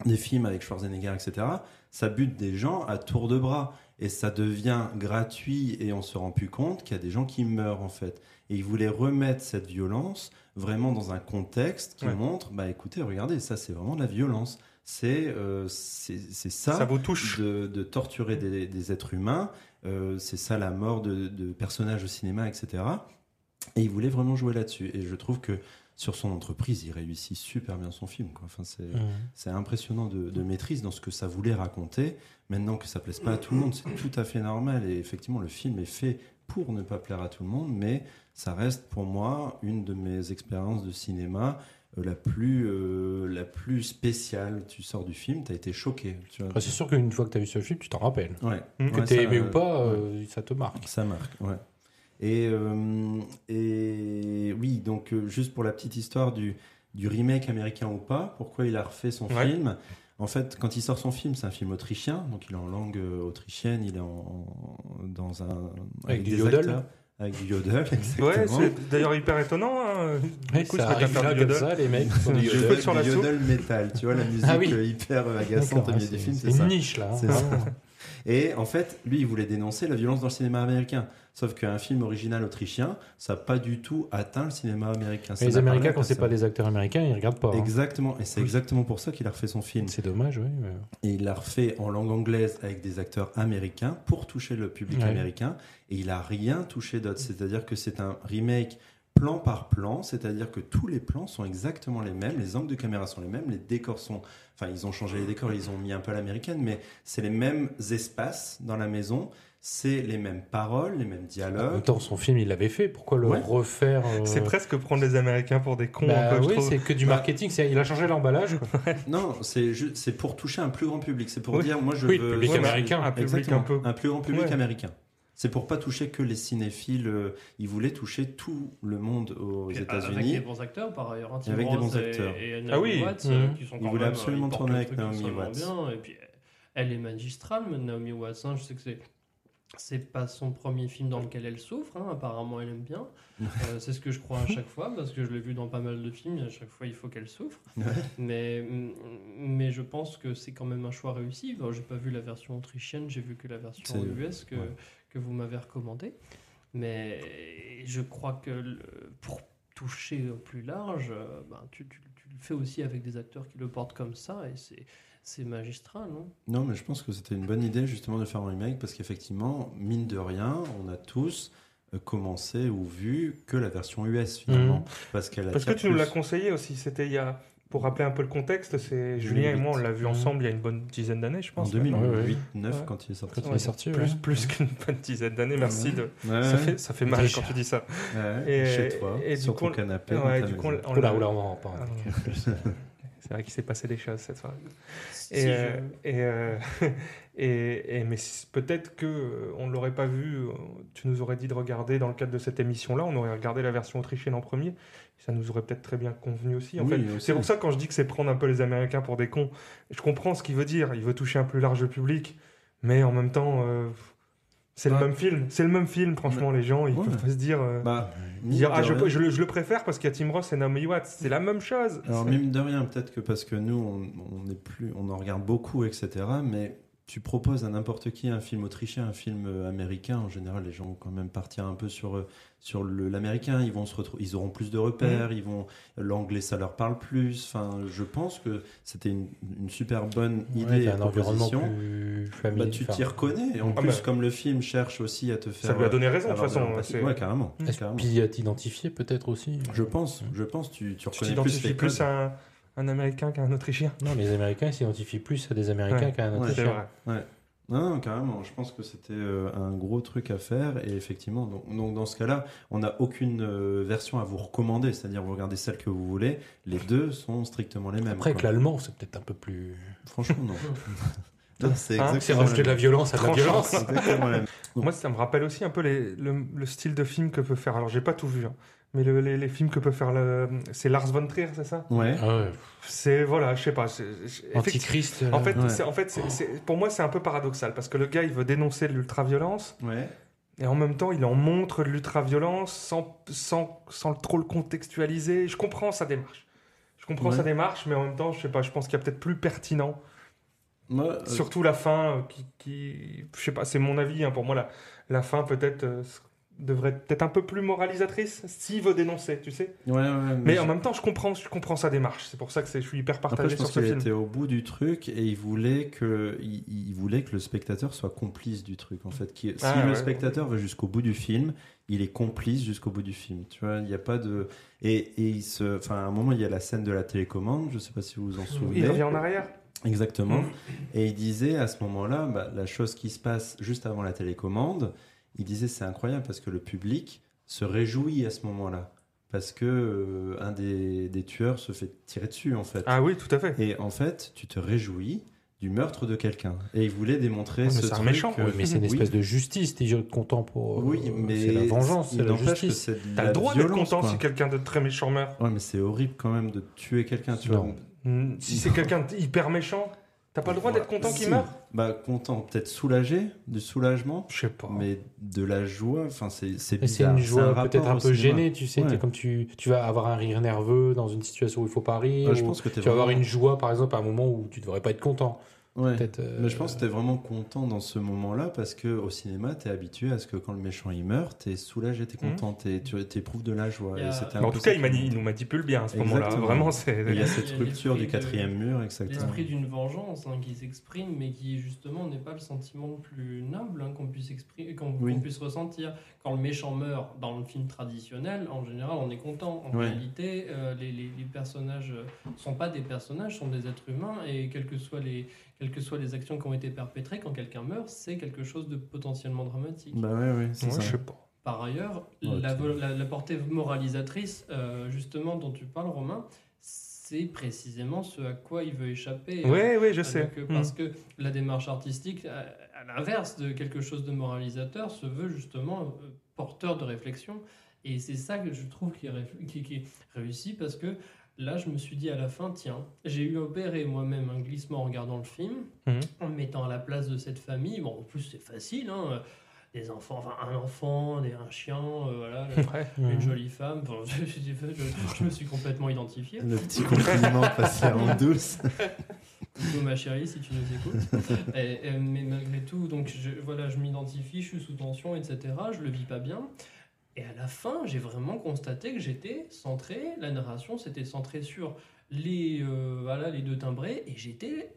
[SPEAKER 5] des films avec Schwarzenegger, etc., ça bute des gens à tour de bras. Et ça devient gratuit et on se rend plus compte qu'il y a des gens qui meurent en fait. Et ils voulaient remettre cette violence vraiment dans un contexte qui
[SPEAKER 6] Ouais.
[SPEAKER 5] montre, bah écoutez, regardez, ça c'est vraiment de la violence. C'est euh, c'est c'est ça,
[SPEAKER 6] ça vous touche.
[SPEAKER 5] de, de torturer des, des êtres humains. Euh, c'est ça la mort de, de personnages au cinéma, etc. Et il voulait vraiment jouer là-dessus. Et je trouve que sur son entreprise, il réussit super bien son film. Quoi. Enfin, c'est, c'est impressionnant de, de maîtrise dans ce que ça voulait raconter. Maintenant que ça plaise pas à tout le monde, c'est tout à fait normal. Et effectivement, le film est fait pour ne pas plaire à tout le monde, mais ça reste pour moi une de mes expériences de cinéma euh, la plus, euh, la plus spéciale. Tu sors du film, tu as été choqué. Tu vois.
[SPEAKER 7] Ah, c'est sûr qu'une fois que t'as vu ce film, tu t'en rappelles.
[SPEAKER 5] Ouais.
[SPEAKER 6] Mm.
[SPEAKER 7] Hmm. Que
[SPEAKER 5] Ouais,
[SPEAKER 7] t'aies
[SPEAKER 5] ça,
[SPEAKER 7] aimé
[SPEAKER 5] euh,
[SPEAKER 7] ou pas, euh, ça te marque.
[SPEAKER 5] Ça marque, ouais. Et, euh, et oui, donc euh, juste pour la petite histoire du, du remake américain ou pas, pourquoi il a refait son
[SPEAKER 6] Ouais.
[SPEAKER 5] film En fait, quand il sort son film, c'est un film autrichien, donc il est en langue euh, autrichienne, il est en, en- dans un.
[SPEAKER 7] du yodel.
[SPEAKER 5] avec du yodel, exactement.
[SPEAKER 6] Ouais, c'est d'ailleurs hyper étonnant. hein.
[SPEAKER 7] Ouais,
[SPEAKER 6] Du coup,
[SPEAKER 7] ça
[SPEAKER 6] se mettre à
[SPEAKER 7] arrive
[SPEAKER 6] faire
[SPEAKER 7] là
[SPEAKER 6] du
[SPEAKER 7] comme
[SPEAKER 6] yodel.
[SPEAKER 7] ça, les mecs. ils font du
[SPEAKER 5] Du
[SPEAKER 7] yodel.
[SPEAKER 5] yodel,
[SPEAKER 6] sur la
[SPEAKER 5] du
[SPEAKER 6] soupe.
[SPEAKER 5] yodel métal, tu vois, la musique
[SPEAKER 7] Ah oui.
[SPEAKER 5] euh, hyper euh, agaçante au
[SPEAKER 7] D'accord,
[SPEAKER 5] milieu
[SPEAKER 7] c'est-
[SPEAKER 5] du film, c'est
[SPEAKER 7] une
[SPEAKER 5] ça.
[SPEAKER 7] niche là. hein.
[SPEAKER 5] C'est ça. Et en fait, lui, il voulait dénoncer la violence dans le cinéma américain. Sauf qu'un film original autrichien, ça n'a pas du tout atteint le cinéma américain. Ça
[SPEAKER 7] Mais les
[SPEAKER 5] n'a parlé
[SPEAKER 7] Américains,
[SPEAKER 5] à
[SPEAKER 7] quand c'est pas
[SPEAKER 5] personne.
[SPEAKER 7] des acteurs américains, ils regardent pas. hein.
[SPEAKER 5] Exactement, et c'est exactement pour ça qu'il a refait son film.
[SPEAKER 7] C'est dommage, oui. mais-
[SPEAKER 5] Et il l'a refait en langue anglaise avec des acteurs américains pour toucher le public
[SPEAKER 7] Ouais.
[SPEAKER 5] américain. Et il a rien touché d'autre. C'est-à-dire que c'est un remake plan par plan, c'est-à-dire que tous les plans sont exactement les mêmes, les angles de caméra sont les mêmes, les décors sont... Enfin, ils ont changé les décors, ils ont mis un peu à l'américaine, mais c'est les mêmes espaces dans la maison, c'est les mêmes paroles, les mêmes
[SPEAKER 7] En même
[SPEAKER 5] dialogues.
[SPEAKER 7] temps, son film, il l'avait fait. Pourquoi le
[SPEAKER 5] Ah Ouais.
[SPEAKER 7] refaire euh,
[SPEAKER 6] C'est presque prendre les Américains pour des cons. un
[SPEAKER 7] Bah
[SPEAKER 6] peu, je
[SPEAKER 7] oui,
[SPEAKER 6] trouve.
[SPEAKER 7] c'est que du marketing. c'est- Il a changé l'emballage. quoi.
[SPEAKER 5] Non, c'est ju- c'est pour toucher un plus grand public, c'est pour
[SPEAKER 6] Oui.
[SPEAKER 5] dire, moi je
[SPEAKER 7] Oui, le
[SPEAKER 5] veux...
[SPEAKER 7] public
[SPEAKER 5] Ouais, mais-
[SPEAKER 7] américain.
[SPEAKER 6] Un public
[SPEAKER 5] Exactement.
[SPEAKER 6] un peu.
[SPEAKER 5] plus grand public
[SPEAKER 6] Ouais.
[SPEAKER 5] américain. C'est pour pas toucher que les cinéphiles. euh, Ils voulaient toucher tout le monde aux
[SPEAKER 8] Puis, Avec
[SPEAKER 5] États-Unis.
[SPEAKER 8] des bons acteurs, par ailleurs. hein, Tim
[SPEAKER 5] Avec des
[SPEAKER 8] Roth
[SPEAKER 5] bons
[SPEAKER 8] et-
[SPEAKER 5] acteurs.
[SPEAKER 8] Et,
[SPEAKER 6] Ah
[SPEAKER 8] ah
[SPEAKER 6] oui,
[SPEAKER 8] oui.
[SPEAKER 6] mhm.
[SPEAKER 5] Ils voulaient
[SPEAKER 8] euh,
[SPEAKER 5] absolument tourner avec Naomi Watts.
[SPEAKER 8] et puis, elle est magistrale, mais Naomi Watts. hein, je sais que c'est. C'est pas son premier film dans lequel elle souffre, hein, apparemment elle aime bien. Euh, c'est ce que je crois à chaque fois, parce que je l'ai vu dans pas mal de films, et à chaque fois il faut qu'elle souffre.
[SPEAKER 5] Ouais.
[SPEAKER 8] Mais, mais je pense que c'est quand même un choix réussi. Bon, j'ai pas vu la version autrichienne, j'ai vu que la version
[SPEAKER 5] C'est-
[SPEAKER 8] US que,
[SPEAKER 5] ouais.
[SPEAKER 8] que vous m'avez recommandée. Mais je crois que le- pour toucher au plus large, euh, ben, tu, tu- tu le fais aussi avec des acteurs qui le portent comme ça, et c'est, c'est magistral, non
[SPEAKER 5] Non, mais je pense que c'était une bonne idée justement de faire un remake parce qu'effectivement, mine de rien, on a tous euh, commencé ou vu que la version US finalement
[SPEAKER 7] Mhm.
[SPEAKER 5] parce qu'elle
[SPEAKER 6] Parce que
[SPEAKER 5] attire
[SPEAKER 6] tu nous
[SPEAKER 5] plus.
[SPEAKER 6] l'as conseillé aussi. C'était il y a. Pour rappeler un peu le contexte, c'est Julien et moi, on l'a vu ensemble il y a une bonne dizaine d'années, je
[SPEAKER 5] Mmh. en
[SPEAKER 6] pense. maintenant.
[SPEAKER 5] 2008 9
[SPEAKER 6] Ouais.
[SPEAKER 5] quand il est sorti.
[SPEAKER 7] Quand il est sorti, ouais.
[SPEAKER 6] Plus, plus qu'une bonne dizaine d'années, merci. De...
[SPEAKER 5] Ah Ouais,
[SPEAKER 6] Ça, fait, ça fait mal
[SPEAKER 7] Déjà.
[SPEAKER 6] quand tu dis ça.
[SPEAKER 5] ouais,
[SPEAKER 6] Et-
[SPEAKER 5] chez toi,
[SPEAKER 6] et du
[SPEAKER 5] sur
[SPEAKER 6] coup,
[SPEAKER 5] ton
[SPEAKER 6] on-
[SPEAKER 5] canapé. dans
[SPEAKER 6] Ouais,
[SPEAKER 5] ta
[SPEAKER 6] du coup, on,
[SPEAKER 5] maison.
[SPEAKER 6] on
[SPEAKER 7] Oula,
[SPEAKER 6] l'a-
[SPEAKER 7] oula, oh on en reparle.
[SPEAKER 6] Ah, non. C'est vrai qu'il s'est passé des choses cette soirée.
[SPEAKER 8] Si
[SPEAKER 6] Et,
[SPEAKER 8] je-
[SPEAKER 6] euh, et, euh, Et, et- mais c- peut-être que euh, on l'aurait pas vu. euh, Tu nous aurais dit de regarder dans le cadre de cette émission-là. On aurait regardé la version autrichienne en premier. Ça nous aurait peut-être très bien convenu aussi. En
[SPEAKER 5] Oui,
[SPEAKER 6] fait,
[SPEAKER 5] aussi.
[SPEAKER 6] c'est pour ça quand je dis que c'est prendre un peu les Américains pour des cons. Je comprends ce qu'il veut dire. Il veut toucher un plus large public, mais en même temps, euh, c'est
[SPEAKER 5] Ouais.
[SPEAKER 6] le même film. C'est le même film. Franchement, les gens, ils
[SPEAKER 5] Bah. Ouais.
[SPEAKER 6] peuvent pas se dire. euh,
[SPEAKER 5] Bah, mine
[SPEAKER 6] Dire,
[SPEAKER 5] de
[SPEAKER 6] ah, je,
[SPEAKER 5] rien-
[SPEAKER 6] peux- je le, je le préfère parce qu'il y a Tim Ross et Naomi Watts. C'est la même chose.
[SPEAKER 5] Alors,
[SPEAKER 6] C'est-
[SPEAKER 5] mine de rien, peut-être que parce que nous, on, on est plus, on en regarde beaucoup, etc. Mais tu proposes à n'importe qui un film autrichien, un film euh, américain. En général, les gens vont quand même partir un peu sur, euh, sur le- l'américain. Ils vont se retrouver, ils auront plus de repères.
[SPEAKER 6] Mmh.
[SPEAKER 5] Ils vont, l'anglais, ça leur parle plus. Enfin, je pense que c'était une, une super bonne
[SPEAKER 7] Ouais,
[SPEAKER 5] idée. et
[SPEAKER 7] t'as un environnement
[SPEAKER 5] proposition.
[SPEAKER 7] plus
[SPEAKER 5] Bah,
[SPEAKER 7] familier.
[SPEAKER 5] tu
[SPEAKER 7] enfin,
[SPEAKER 5] t'y reconnais. Et en
[SPEAKER 6] Ah
[SPEAKER 5] plus,
[SPEAKER 6] bah.
[SPEAKER 5] comme le film cherche aussi à te faire. euh,
[SPEAKER 6] Ça lui a donné raison de
[SPEAKER 5] avoir
[SPEAKER 6] toute façon.
[SPEAKER 5] l'empathie.
[SPEAKER 6] c'est-
[SPEAKER 5] Ouais, carrément.
[SPEAKER 6] Mm.
[SPEAKER 5] carrément.
[SPEAKER 7] Puis à t'identifier peut-être aussi.
[SPEAKER 5] Je pense, je pense, tu, tu
[SPEAKER 6] Tu
[SPEAKER 5] reconnais plus
[SPEAKER 6] t'identifies
[SPEAKER 5] les
[SPEAKER 6] plus
[SPEAKER 5] codes.
[SPEAKER 6] à un, un Américain qu'à un Autrichien.
[SPEAKER 7] Non, les Américains ils s'identifient plus à des Américains
[SPEAKER 6] Ouais.
[SPEAKER 7] qu'à un
[SPEAKER 5] Ouais.
[SPEAKER 6] C'est
[SPEAKER 7] Autrichien.
[SPEAKER 6] vrai.
[SPEAKER 5] Non, non, carrément. Je pense que c'était euh, un gros truc à faire. Et effectivement, donc, donc dans ce cas-là, on n'a aucune euh, version à vous recommander. C'est-à-dire, vous regardez celle que vous voulez. Les deux sont strictement les mêmes.
[SPEAKER 7] Après, avec
[SPEAKER 5] quoi.
[SPEAKER 7] l'allemand, c'est peut-être un peu plus.
[SPEAKER 5] Franchement, non. Là, c'est
[SPEAKER 6] Hein,
[SPEAKER 5] exactement
[SPEAKER 7] C'est
[SPEAKER 5] la
[SPEAKER 7] rajouter de la
[SPEAKER 5] même.
[SPEAKER 7] violence à de la
[SPEAKER 6] Tranchant.
[SPEAKER 7] violence.
[SPEAKER 5] C'est exactement la même.
[SPEAKER 6] Moi, ça me rappelle aussi un peu les- le, le style de film que peut faire. Alors, j'ai pas tout vu, hein, mais le- les, les films que peut faire le- c'est Lars von Trier, c'est ça
[SPEAKER 5] Ouais.
[SPEAKER 7] Ah ouais,
[SPEAKER 6] C'est voilà, je sais pas. c'est- c'est- effectivement-
[SPEAKER 7] Antichrist. là.
[SPEAKER 6] En fait,
[SPEAKER 5] Ouais.
[SPEAKER 6] c'est- en fait c'est- c'est- pour moi, c'est un peu paradoxal parce que le gars, il veut dénoncer l'ultra-violence
[SPEAKER 5] Ouais.
[SPEAKER 6] et en même temps, il en montre de l'ultra-violence sans, sans, sans trop le contextualiser. Je comprends sa démarche. Je comprends
[SPEAKER 5] Ouais.
[SPEAKER 6] sa démarche, mais en même temps, je sais pas, je pense qu'il y a peut-être plus pertinent.
[SPEAKER 5] Moi, euh,
[SPEAKER 6] Surtout la fin, euh, qui, qui- je sais pas, c'est mon avis. hein, pour moi, la, la fin peut-être euh, s- devrait être peut-être un peu plus moralisatrice s'il veut dénoncer, tu sais.
[SPEAKER 5] ouais, ouais, mais
[SPEAKER 6] Mais
[SPEAKER 5] je-
[SPEAKER 6] en même temps, je comprends, je comprends sa démarche. C'est pour ça que c'est- je suis hyper
[SPEAKER 5] Après,
[SPEAKER 6] partagé
[SPEAKER 5] je
[SPEAKER 6] sur
[SPEAKER 5] pense
[SPEAKER 6] ce
[SPEAKER 5] qu'il
[SPEAKER 6] film.
[SPEAKER 5] était au bout du truc et il voulait que, il, il voulait que le spectateur soit complice du truc, en fait. Qui, si
[SPEAKER 6] Ah,
[SPEAKER 5] le
[SPEAKER 6] ouais.
[SPEAKER 5] spectateur va jusqu'au bout du film, il est complice jusqu'au bout du film. Tu vois, il n'y a pas de. Et, et il se. Enfin, à un moment, il y a la scène de la télécommande, je ne sais pas si vous vous en souvenez.
[SPEAKER 6] Il revient en arrière. Mm.
[SPEAKER 5] Exactement. Et il disait à ce moment-là, bah, la chose qui se passe juste avant la télécommande, il disait c'est incroyable parce que le public se réjouit à ce moment-là. Parce que euh, un des, des tueurs se fait tirer dessus, en fait.
[SPEAKER 6] Ah oui, tout à fait.
[SPEAKER 5] Et en fait, tu te réjouis du meurtre de quelqu'un. Et il voulait démontrer
[SPEAKER 6] Ouais, mais
[SPEAKER 5] ce
[SPEAKER 6] c'est un
[SPEAKER 5] truc.
[SPEAKER 6] méchant.
[SPEAKER 5] euh,
[SPEAKER 7] Oui, mais Ah, c'est une
[SPEAKER 5] oui.
[SPEAKER 7] espèce de justice, t'es content pour.
[SPEAKER 5] Oui, mais
[SPEAKER 7] C'est la vengeance,
[SPEAKER 5] il
[SPEAKER 7] c'est la
[SPEAKER 5] n'empêche que
[SPEAKER 7] justice.
[SPEAKER 5] c'est de
[SPEAKER 6] T'as
[SPEAKER 5] la
[SPEAKER 6] le droit d'être
[SPEAKER 5] violence,
[SPEAKER 6] content
[SPEAKER 5] quoi.
[SPEAKER 6] si quelqu'un de très méchant meurt.
[SPEAKER 5] Ouais, mais c'est horrible quand même de tuer quelqu'un. Tu vois.
[SPEAKER 7] Non.
[SPEAKER 6] Mm, Si c'est quelqu'un de hyper méchant, t'as pas le droit d'être content
[SPEAKER 5] Si.
[SPEAKER 6] qu'il meurt.
[SPEAKER 5] Bah content, peut-être soulagé, du soulagement,
[SPEAKER 6] Je sais pas.
[SPEAKER 5] mais de la joie. Enfin, c'est c'est
[SPEAKER 7] Et Bah. C'est
[SPEAKER 5] bizarre.
[SPEAKER 7] une
[SPEAKER 5] un
[SPEAKER 7] joie
[SPEAKER 5] rapport
[SPEAKER 7] peut-être un
[SPEAKER 5] au
[SPEAKER 7] peu
[SPEAKER 5] cinéma.
[SPEAKER 7] gênée, tu sais.
[SPEAKER 5] Ouais.
[SPEAKER 7] t'es Comme tu, tu vas avoir un rire nerveux dans une situation où il faut pas rire.
[SPEAKER 5] Ouais, je
[SPEAKER 7] ou
[SPEAKER 5] pense que t'es
[SPEAKER 7] tu vas avoir
[SPEAKER 5] vraiment-
[SPEAKER 7] une joie, par exemple, à un moment où tu devrais pas être content.
[SPEAKER 5] Ouais.
[SPEAKER 7] Peut-être. euh,
[SPEAKER 5] Mais je pense que t'es vraiment content dans ce moment-là parce que au cinéma, t'es habitué à ce que quand le méchant il meurt, t'es soulagé, t'es
[SPEAKER 6] Mhm.
[SPEAKER 5] content, t'es- tu éprouves de la joie.
[SPEAKER 8] Il y a-
[SPEAKER 5] Et c'était un
[SPEAKER 6] Mais en
[SPEAKER 5] peu
[SPEAKER 6] tout cas,
[SPEAKER 5] Ah, ça
[SPEAKER 6] il,
[SPEAKER 5] qui-
[SPEAKER 6] mani- il nous manipule bien à ce moment-là.
[SPEAKER 5] Exactement.
[SPEAKER 6] Vraiment, c'est.
[SPEAKER 5] Il y a
[SPEAKER 8] Il
[SPEAKER 5] cette
[SPEAKER 8] y a
[SPEAKER 5] rupture du
[SPEAKER 8] l'esprit de-
[SPEAKER 5] quatrième mur, exactement.
[SPEAKER 8] L'esprit d'une vengeance hein, qui s'exprime, mais qui justement n'est pas le sentiment le plus noble hein, qu'on puisse, exprimer- qu'on
[SPEAKER 5] Oui.
[SPEAKER 8] qu'on puisse ressentir. Quand le méchant meurt dans le film traditionnel, en général, on est content. En
[SPEAKER 5] Ouais.
[SPEAKER 8] réalité, euh, les, les- les personnages ne sont pas des personnages, sont des êtres humains, et quelles que soient les, quelles que soient les actions qui ont été perpétrées, quand quelqu'un meurt, c'est quelque chose de potentiellement dramatique.
[SPEAKER 5] Bah ouais, ouais, c'est
[SPEAKER 6] Ouais,
[SPEAKER 5] ça.
[SPEAKER 6] je sais pas.
[SPEAKER 8] Par ailleurs,
[SPEAKER 5] Ouais,
[SPEAKER 8] la,
[SPEAKER 5] tout à
[SPEAKER 8] vo- la- la portée moralisatrice, euh, justement, dont tu parles, Romain, c'est précisément ce à quoi il veut échapper.
[SPEAKER 6] Ouais, ouais, je
[SPEAKER 8] Avec,
[SPEAKER 6] sais.
[SPEAKER 8] euh,
[SPEAKER 6] Mm.
[SPEAKER 8] Parce que la démarche artistique, à, à l'inverse de quelque chose de moralisateur, se veut justement euh, porteur de réflexion. Et c'est ça que je trouve qui est, réf- qui- qui est réussi parce que là, je me suis dit à la fin, tiens, j'ai eu opéré moi-même un glissement en regardant le film,
[SPEAKER 6] Mhm.
[SPEAKER 8] en me mettant à la place de cette famille. Bon, en plus, c'est facile, hein, euh, des enfants, enfin, un enfant, des- un chien, euh, voilà,
[SPEAKER 6] Hmm.
[SPEAKER 8] une jolie femme. Enfin, je, je- je- je me suis complètement identifié.
[SPEAKER 5] Le petit compliment passé en douce.
[SPEAKER 8] Coucou ma chérie, si tu nous écoutes. Et- et- mais malgré tout, donc je, voilà, je m'identifie, je suis sous tension, etc. Je le vis pas bien. Et à la fin, j'ai vraiment constaté que j'étais centré. La narration, c'était centré sur les, euh, voilà, les deux timbrés, et j'étais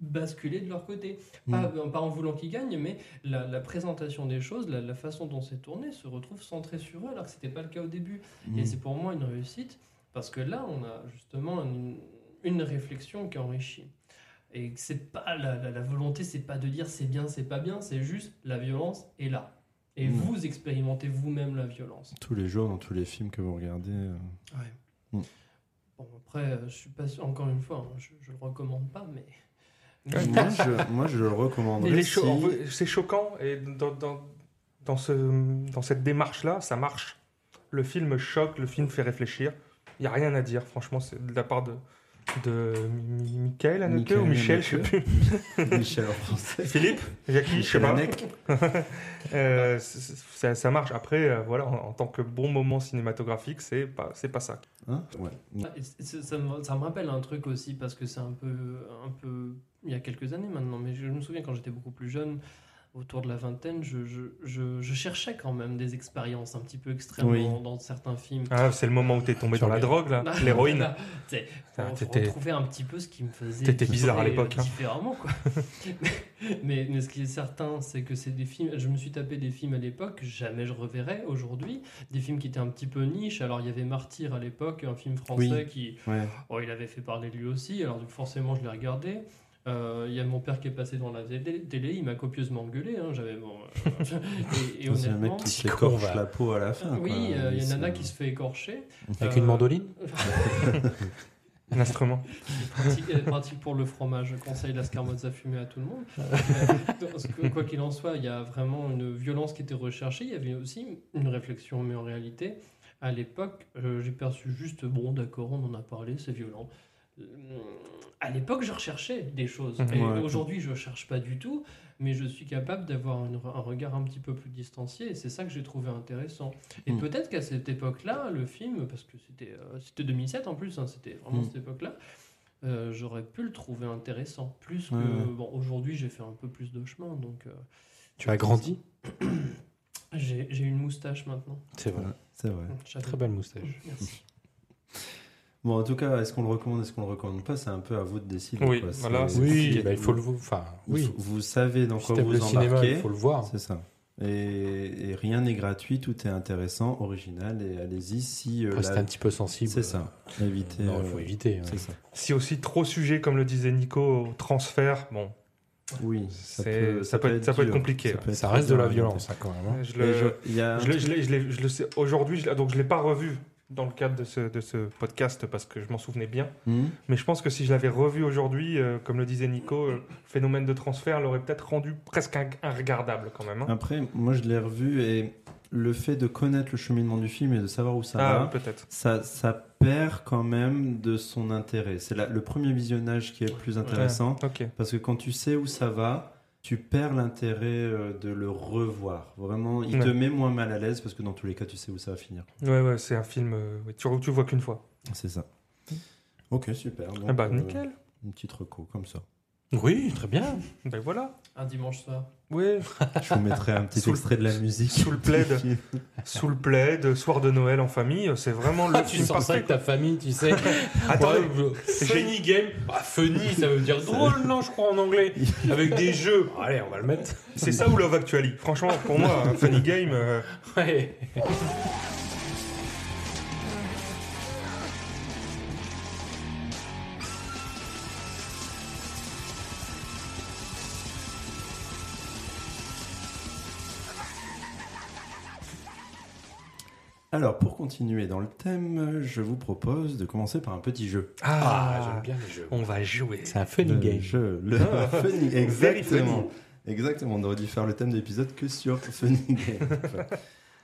[SPEAKER 8] basculé de leur côté. Pas, euh, pas en voulant qu'ils gagnent, mais la, la présentation des choses, la, la façon dont c'est tourné, se retrouve centrée sur eux, alors que c'était pas le cas au début.
[SPEAKER 5] Mm.
[SPEAKER 8] Et c'est pour moi une réussite parce que là, on a justement une, une réflexion qui enrichit. Et que c'est pas la, la- la volonté, c'est pas de dire c'est bien, c'est pas bien, c'est juste la violence est là. Et
[SPEAKER 5] Mm.
[SPEAKER 8] vous expérimentez vous-même la violence.
[SPEAKER 5] Tous les jours, dans tous les films que vous regardez. euh, Mm.
[SPEAKER 8] Bon, après, euh, je suis pas sûr, encore une fois, hein, je, je le recommande pas, mais.
[SPEAKER 5] moi, je, moi, je le recommanderais.
[SPEAKER 6] Mm. Il est cho-
[SPEAKER 5] si-
[SPEAKER 6] on veut- C'est choquant et dans, dans, dans, ce, dans cette démarche-là, ça marche. Le film choque, le film fait réfléchir. Il n'y a rien à dire, franchement, c'est de la part de, de Mi- Mi- Michael Haneke
[SPEAKER 5] Michael
[SPEAKER 6] ou Michel, je sais
[SPEAKER 5] Haneke.
[SPEAKER 6] plus.
[SPEAKER 5] Michel en français.
[SPEAKER 6] Philippe, Jackie, je sais
[SPEAKER 5] Michel
[SPEAKER 6] pas.
[SPEAKER 5] Haneke.
[SPEAKER 6] Euh, c- c- ça, ça marche. Après, euh, voilà, en, en tant que bon moment cinématographique, c'est pas, c'est pas ça.
[SPEAKER 5] Hein ouais.
[SPEAKER 8] Ah, Et c- c- Ça me, ça me rappelle un truc aussi parce que c'est un peu, un peu il y a quelques années maintenant, mais je me souviens quand j'étais beaucoup plus jeune, autour de la vingtaine, je, je, je- je cherchais quand même des expériences un petit peu extrêmes
[SPEAKER 5] Oui.
[SPEAKER 8] dans, dans certains films.
[SPEAKER 6] Ah, c'est le moment où t'es tombé
[SPEAKER 7] Sur
[SPEAKER 6] dans la
[SPEAKER 7] les-
[SPEAKER 6] drogue, là, l'héroïne.
[SPEAKER 8] Tu sais,
[SPEAKER 6] Ah,
[SPEAKER 8] pour- pour
[SPEAKER 6] t'étais-
[SPEAKER 8] retrouver un petit peu ce qui me faisait.
[SPEAKER 6] t'étais
[SPEAKER 8] vibrer
[SPEAKER 6] bizarre à l'époque, hein.
[SPEAKER 8] Différemment, quoi. mais, mais ce qui est certain, c'est que c'est des films. Je me suis tapé des films à l'époque, que jamais je reverrai aujourd'hui. Des films qui étaient un petit peu niche. Alors, il y avait Martyr à l'époque, un film français qui.
[SPEAKER 5] Ouais.
[SPEAKER 8] Oh, il avait fait parler de lui aussi, alors donc forcément je l'ai regardé. Euh, Il y a mon père qui est passé dans la télé, télé, il m'a copieusement engueulé. hein, J'avais bon. euh, et, et
[SPEAKER 5] C'est un mec
[SPEAKER 8] honnêtement.
[SPEAKER 5] qui
[SPEAKER 7] petit con,
[SPEAKER 5] s'écorche
[SPEAKER 7] va.
[SPEAKER 5] la peau à la fin.
[SPEAKER 8] Oui,
[SPEAKER 5] quoi.
[SPEAKER 8] euh, il y a
[SPEAKER 5] C'est-
[SPEAKER 8] Nana qui se fait écorcher.
[SPEAKER 7] Avec
[SPEAKER 8] Euh,
[SPEAKER 7] une mandoline
[SPEAKER 6] Un instrument.
[SPEAKER 8] pratique, elle est pratique pour le fromage. Je conseille la scarmozza fumée à tout le monde. Euh, parce que, quoi qu'il en soit, il y a vraiment une violence qui était recherchée. Il y avait aussi une réflexion, mais en réalité, à l'époque, euh, j'ai perçu juste bon, d'accord, on en a parlé, c'est violent. Euh, À l'époque, je recherchais des choses.
[SPEAKER 6] Mhm.
[SPEAKER 8] Et
[SPEAKER 5] Ouais.
[SPEAKER 8] Aujourd'hui, je ne cherche pas du tout, mais je suis capable d'avoir une- un regard un petit peu plus distancié. Et c'est ça que j'ai trouvé intéressant. Et
[SPEAKER 5] Mm.
[SPEAKER 8] peut-être qu'à cette époque-là, le film, parce que c'était euh, c'était 2007 en plus, hein, c'était vraiment
[SPEAKER 5] Mm.
[SPEAKER 8] cette époque-là, euh, j'aurais pu le trouver intéressant. Plus que.
[SPEAKER 5] Ouais, ouais.
[SPEAKER 8] Bon, aujourd'hui, j'ai fait un peu plus de chemin, donc. euh,
[SPEAKER 7] Tu as grandi
[SPEAKER 8] j'ai j'ai une moustache maintenant. Hum,
[SPEAKER 7] C'est vrai.
[SPEAKER 5] C'est vrai.
[SPEAKER 8] J'avais-
[SPEAKER 7] Très belle moustache.
[SPEAKER 8] Merci.
[SPEAKER 5] Bon, en tout cas, est-ce qu'on le recommande, est-ce qu'on le recommande pas C'est un peu à vous de décider.
[SPEAKER 6] Oui,
[SPEAKER 5] quoi. C'est-
[SPEAKER 6] voilà,
[SPEAKER 5] c'est-
[SPEAKER 7] Oui,
[SPEAKER 5] c'est-
[SPEAKER 7] bah, il faut le voir. Enfin,
[SPEAKER 5] vous-
[SPEAKER 7] oui.
[SPEAKER 5] Vous, savez dans
[SPEAKER 7] Si
[SPEAKER 5] quoi
[SPEAKER 7] t'aimes
[SPEAKER 5] vous
[SPEAKER 7] le cinéma, il
[SPEAKER 5] embarquez.
[SPEAKER 7] faut le voir.
[SPEAKER 5] C'est ça. Et, et rien n'est gratuit, tout est intéressant, original, et allez-y si. euh,
[SPEAKER 7] Après, c'est
[SPEAKER 5] la-
[SPEAKER 7] un petit peu sensible.
[SPEAKER 5] C'est ça. Évitez.
[SPEAKER 7] Non, il faut
[SPEAKER 5] euh,
[SPEAKER 7] éviter. hein.
[SPEAKER 5] C'est ça.
[SPEAKER 6] Si aussi trop sujet, comme le disait Nico, au transfert, bon,
[SPEAKER 5] Oui, ça
[SPEAKER 6] C'est-
[SPEAKER 5] peut,
[SPEAKER 6] ça peut être- ça peut être
[SPEAKER 5] dur.
[SPEAKER 6] compliqué, ouais.
[SPEAKER 5] peut être
[SPEAKER 7] Ça reste de
[SPEAKER 5] dur
[SPEAKER 7] la
[SPEAKER 5] à
[SPEAKER 7] violence, hein, quand même. hein.
[SPEAKER 6] je
[SPEAKER 5] Et
[SPEAKER 6] le.
[SPEAKER 5] je- il y a un
[SPEAKER 6] Je l'ai- je l'ai- je l'ai- je le sais. Aujourd'hui, je l'ai- donc je l'ai pas revu dans le cadre de ce, de ce podcast parce que je m'en souvenais bien.
[SPEAKER 5] Hmm
[SPEAKER 6] Mais je pense que si je l'avais revu aujourd'hui, euh, comme le disait Nico, euh, le phénomène de transfert l'aurait peut-être rendu presque un, regardable quand même. hein.
[SPEAKER 5] Après, moi je l'ai revu et le fait de connaître le cheminement du film et de savoir où ça
[SPEAKER 6] Ah,
[SPEAKER 5] va,
[SPEAKER 6] peut-être.
[SPEAKER 5] ça, ça perd quand même de son intérêt. C'est la- le premier visionnage qui est le plus intéressant
[SPEAKER 6] Ok.
[SPEAKER 5] parce que quand tu sais où ça va, tu perds l'intérêt euh, de le revoir. Vraiment, il te
[SPEAKER 6] Ouais.
[SPEAKER 5] met moins mal à l'aise parce que dans tous les cas, tu sais où ça va finir.
[SPEAKER 6] Ouais, ouais, c'est un film. euh, ouais, tu, tu le vois qu'une fois.
[SPEAKER 5] C'est ça. Mm. Ok, super. Donc,
[SPEAKER 6] ah bah
[SPEAKER 5] euh,
[SPEAKER 6] nickel.
[SPEAKER 5] Une petite reco comme ça.
[SPEAKER 7] Oui, très bien.
[SPEAKER 6] Ben voilà.
[SPEAKER 8] Un dimanche soir.
[SPEAKER 6] Oui.
[SPEAKER 5] Je vous mettrai un petit
[SPEAKER 6] Sous le-
[SPEAKER 5] extrait de la musique.
[SPEAKER 6] sous le plaid. Sous le plaid, euh, soir de Noël en famille, euh, c'est vraiment
[SPEAKER 5] Ah,
[SPEAKER 6] le
[SPEAKER 7] Ah, tu
[SPEAKER 6] film
[SPEAKER 7] sors ça
[SPEAKER 6] parfait.
[SPEAKER 7] avec ta famille, tu sais.
[SPEAKER 6] Attendez.
[SPEAKER 7] Ouais, funny game. Bah, funny, ça veut dire drôle, non, je crois, en anglais. Avec des jeux. Allez, on va le mettre.
[SPEAKER 6] C'est ça ou Love Actually Franchement, pour moi, un Funny Game. euh,
[SPEAKER 7] Ouais.
[SPEAKER 5] Alors, pour continuer dans le thème, je vous propose de commencer par un petit jeu.
[SPEAKER 7] Ah, Euh, j'aime bien les jeux.
[SPEAKER 6] On va jouer.
[SPEAKER 7] C'est un funny
[SPEAKER 5] le
[SPEAKER 7] game.
[SPEAKER 5] jeu, le funny, exactement. Exactement, on aurait dû faire le thème d'épisode que sur funny game. Enfin.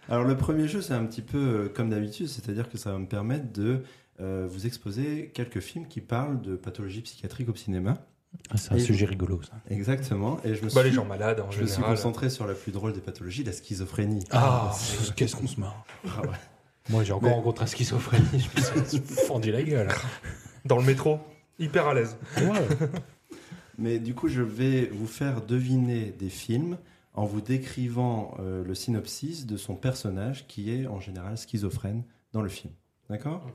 [SPEAKER 5] Alors, le premier jeu, c'est un petit peu euh, comme d'habitude, c'est-à-dire que ça va me permettre de euh, vous exposer quelques films qui parlent de pathologie psychiatrique au cinéma.
[SPEAKER 7] Ah, c'est un
[SPEAKER 5] Et-
[SPEAKER 7] sujet rigolo, ça.
[SPEAKER 5] Exactement, et je me suis,
[SPEAKER 6] Bah, les gens malades en
[SPEAKER 5] je me suis
[SPEAKER 6] général.
[SPEAKER 5] concentré sur la plus drôle des pathologies, la schizophrénie.
[SPEAKER 7] Ah, qu'est-ce qu'on se marre.
[SPEAKER 5] Ah ouais.
[SPEAKER 7] Moi, j'ai encore
[SPEAKER 5] Mais-
[SPEAKER 7] rencontré un schizophrénie, je me suis fendu la gueule.
[SPEAKER 6] euh, Dans le métro, hyper à l'aise.
[SPEAKER 5] Mais du coup, je vais vous faire deviner des films en vous décrivant euh, le synopsis de son personnage qui est en général schizophrène dans le film. D'accord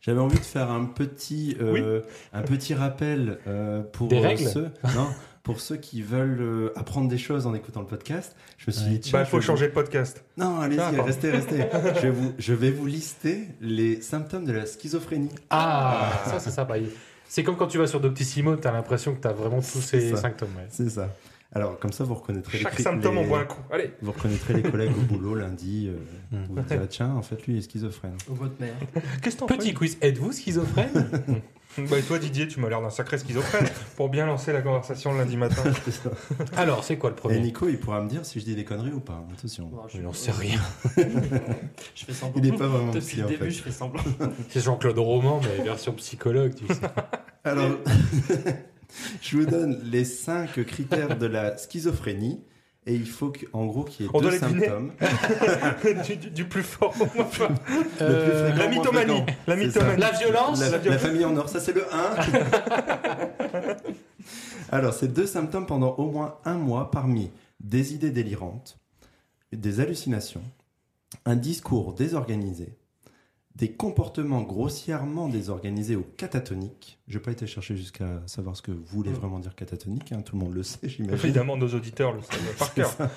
[SPEAKER 5] J'avais envie de faire un petit, euh, un petit rappel euh, pour,
[SPEAKER 7] Des
[SPEAKER 5] euh,
[SPEAKER 7] règles
[SPEAKER 5] ceux, non, pour ceux qui veulent euh, apprendre des choses en écoutant le podcast. Je me suis
[SPEAKER 7] Ouais.
[SPEAKER 5] dit, tiens,
[SPEAKER 6] Bah,
[SPEAKER 5] je
[SPEAKER 6] faut
[SPEAKER 5] vais vous-
[SPEAKER 6] changer de podcast.
[SPEAKER 5] Non, allez-y,
[SPEAKER 6] Ah, pardon.
[SPEAKER 5] restez, restez. je, vais vous- je vais vous lister les symptômes de la schizophrénie.
[SPEAKER 7] Ah, ça, c'est sympa. C'est comme quand tu vas sur Doctissimo, t'as l'impression que t'as vraiment tous ces
[SPEAKER 5] C'est ça.
[SPEAKER 7] symptômes. ouais.
[SPEAKER 5] C'est ça. Alors, comme ça, vous reconnaîtrez
[SPEAKER 6] Chaque
[SPEAKER 5] cri-
[SPEAKER 6] symptôme,
[SPEAKER 5] les-
[SPEAKER 6] on voit un coup. Allez,
[SPEAKER 5] Vous reconnaîtrez les collègues au boulot lundi. euh,
[SPEAKER 7] Mm.
[SPEAKER 5] Vous vous direz, tiens, en fait, lui, il est schizophrène.
[SPEAKER 8] Au vote mère.
[SPEAKER 6] qu'est-ce que t'en
[SPEAKER 7] Petit quiz, êtes-vous schizophrène
[SPEAKER 6] Bah, et toi, Didier, tu m'as l'air d'un sacré schizophrène pour bien lancer la conversation le lundi matin.
[SPEAKER 5] C'est ça.
[SPEAKER 7] Alors, c'est quoi le
[SPEAKER 5] Et
[SPEAKER 7] premier
[SPEAKER 5] Nico, il pourra me dire si je dis des conneries ou pas. Attention.
[SPEAKER 8] Non, je-
[SPEAKER 7] Eh, Je n'en sais rien.
[SPEAKER 8] Je fais semblant.
[SPEAKER 5] Il n'est pas vraiment
[SPEAKER 8] Depuis
[SPEAKER 5] psy,
[SPEAKER 8] le
[SPEAKER 5] en
[SPEAKER 8] début,
[SPEAKER 5] fait.
[SPEAKER 8] je fais semblant.
[SPEAKER 7] C'est Jean-Claude Roman, mais version psychologue, tu sais.
[SPEAKER 5] Alors, je vous donne les cinq critères de la schizophrénie. Et il faut que- en gros qu'il y ait
[SPEAKER 6] On
[SPEAKER 5] deux
[SPEAKER 6] doit les deviner.
[SPEAKER 5] symptômes.
[SPEAKER 6] du, du- du plus fort au moins fort.
[SPEAKER 5] Le plus
[SPEAKER 7] Euh,
[SPEAKER 5] fréquent,
[SPEAKER 6] la
[SPEAKER 5] moins
[SPEAKER 6] mythomanie.
[SPEAKER 5] fréquent.
[SPEAKER 6] La
[SPEAKER 5] C'est ça.
[SPEAKER 6] mythomanie.
[SPEAKER 7] La violence
[SPEAKER 5] La,
[SPEAKER 6] La
[SPEAKER 5] la famille en or, ça c'est le 1. Alors, c'est deux symptômes pendant au moins un mois parmi des idées délirantes, des hallucinations, un discours désorganisé, des comportements grossièrement désorganisés ou catatoniques. Je n'ai pas été chercher jusqu'à savoir ce que
[SPEAKER 7] Mm.
[SPEAKER 5] voulait vraiment dire catatonique, hein, tout le monde le sait, j'imagine.
[SPEAKER 6] Évidemment, nos auditeurs le savent par
[SPEAKER 5] C'est
[SPEAKER 6] cœur.
[SPEAKER 5] ça.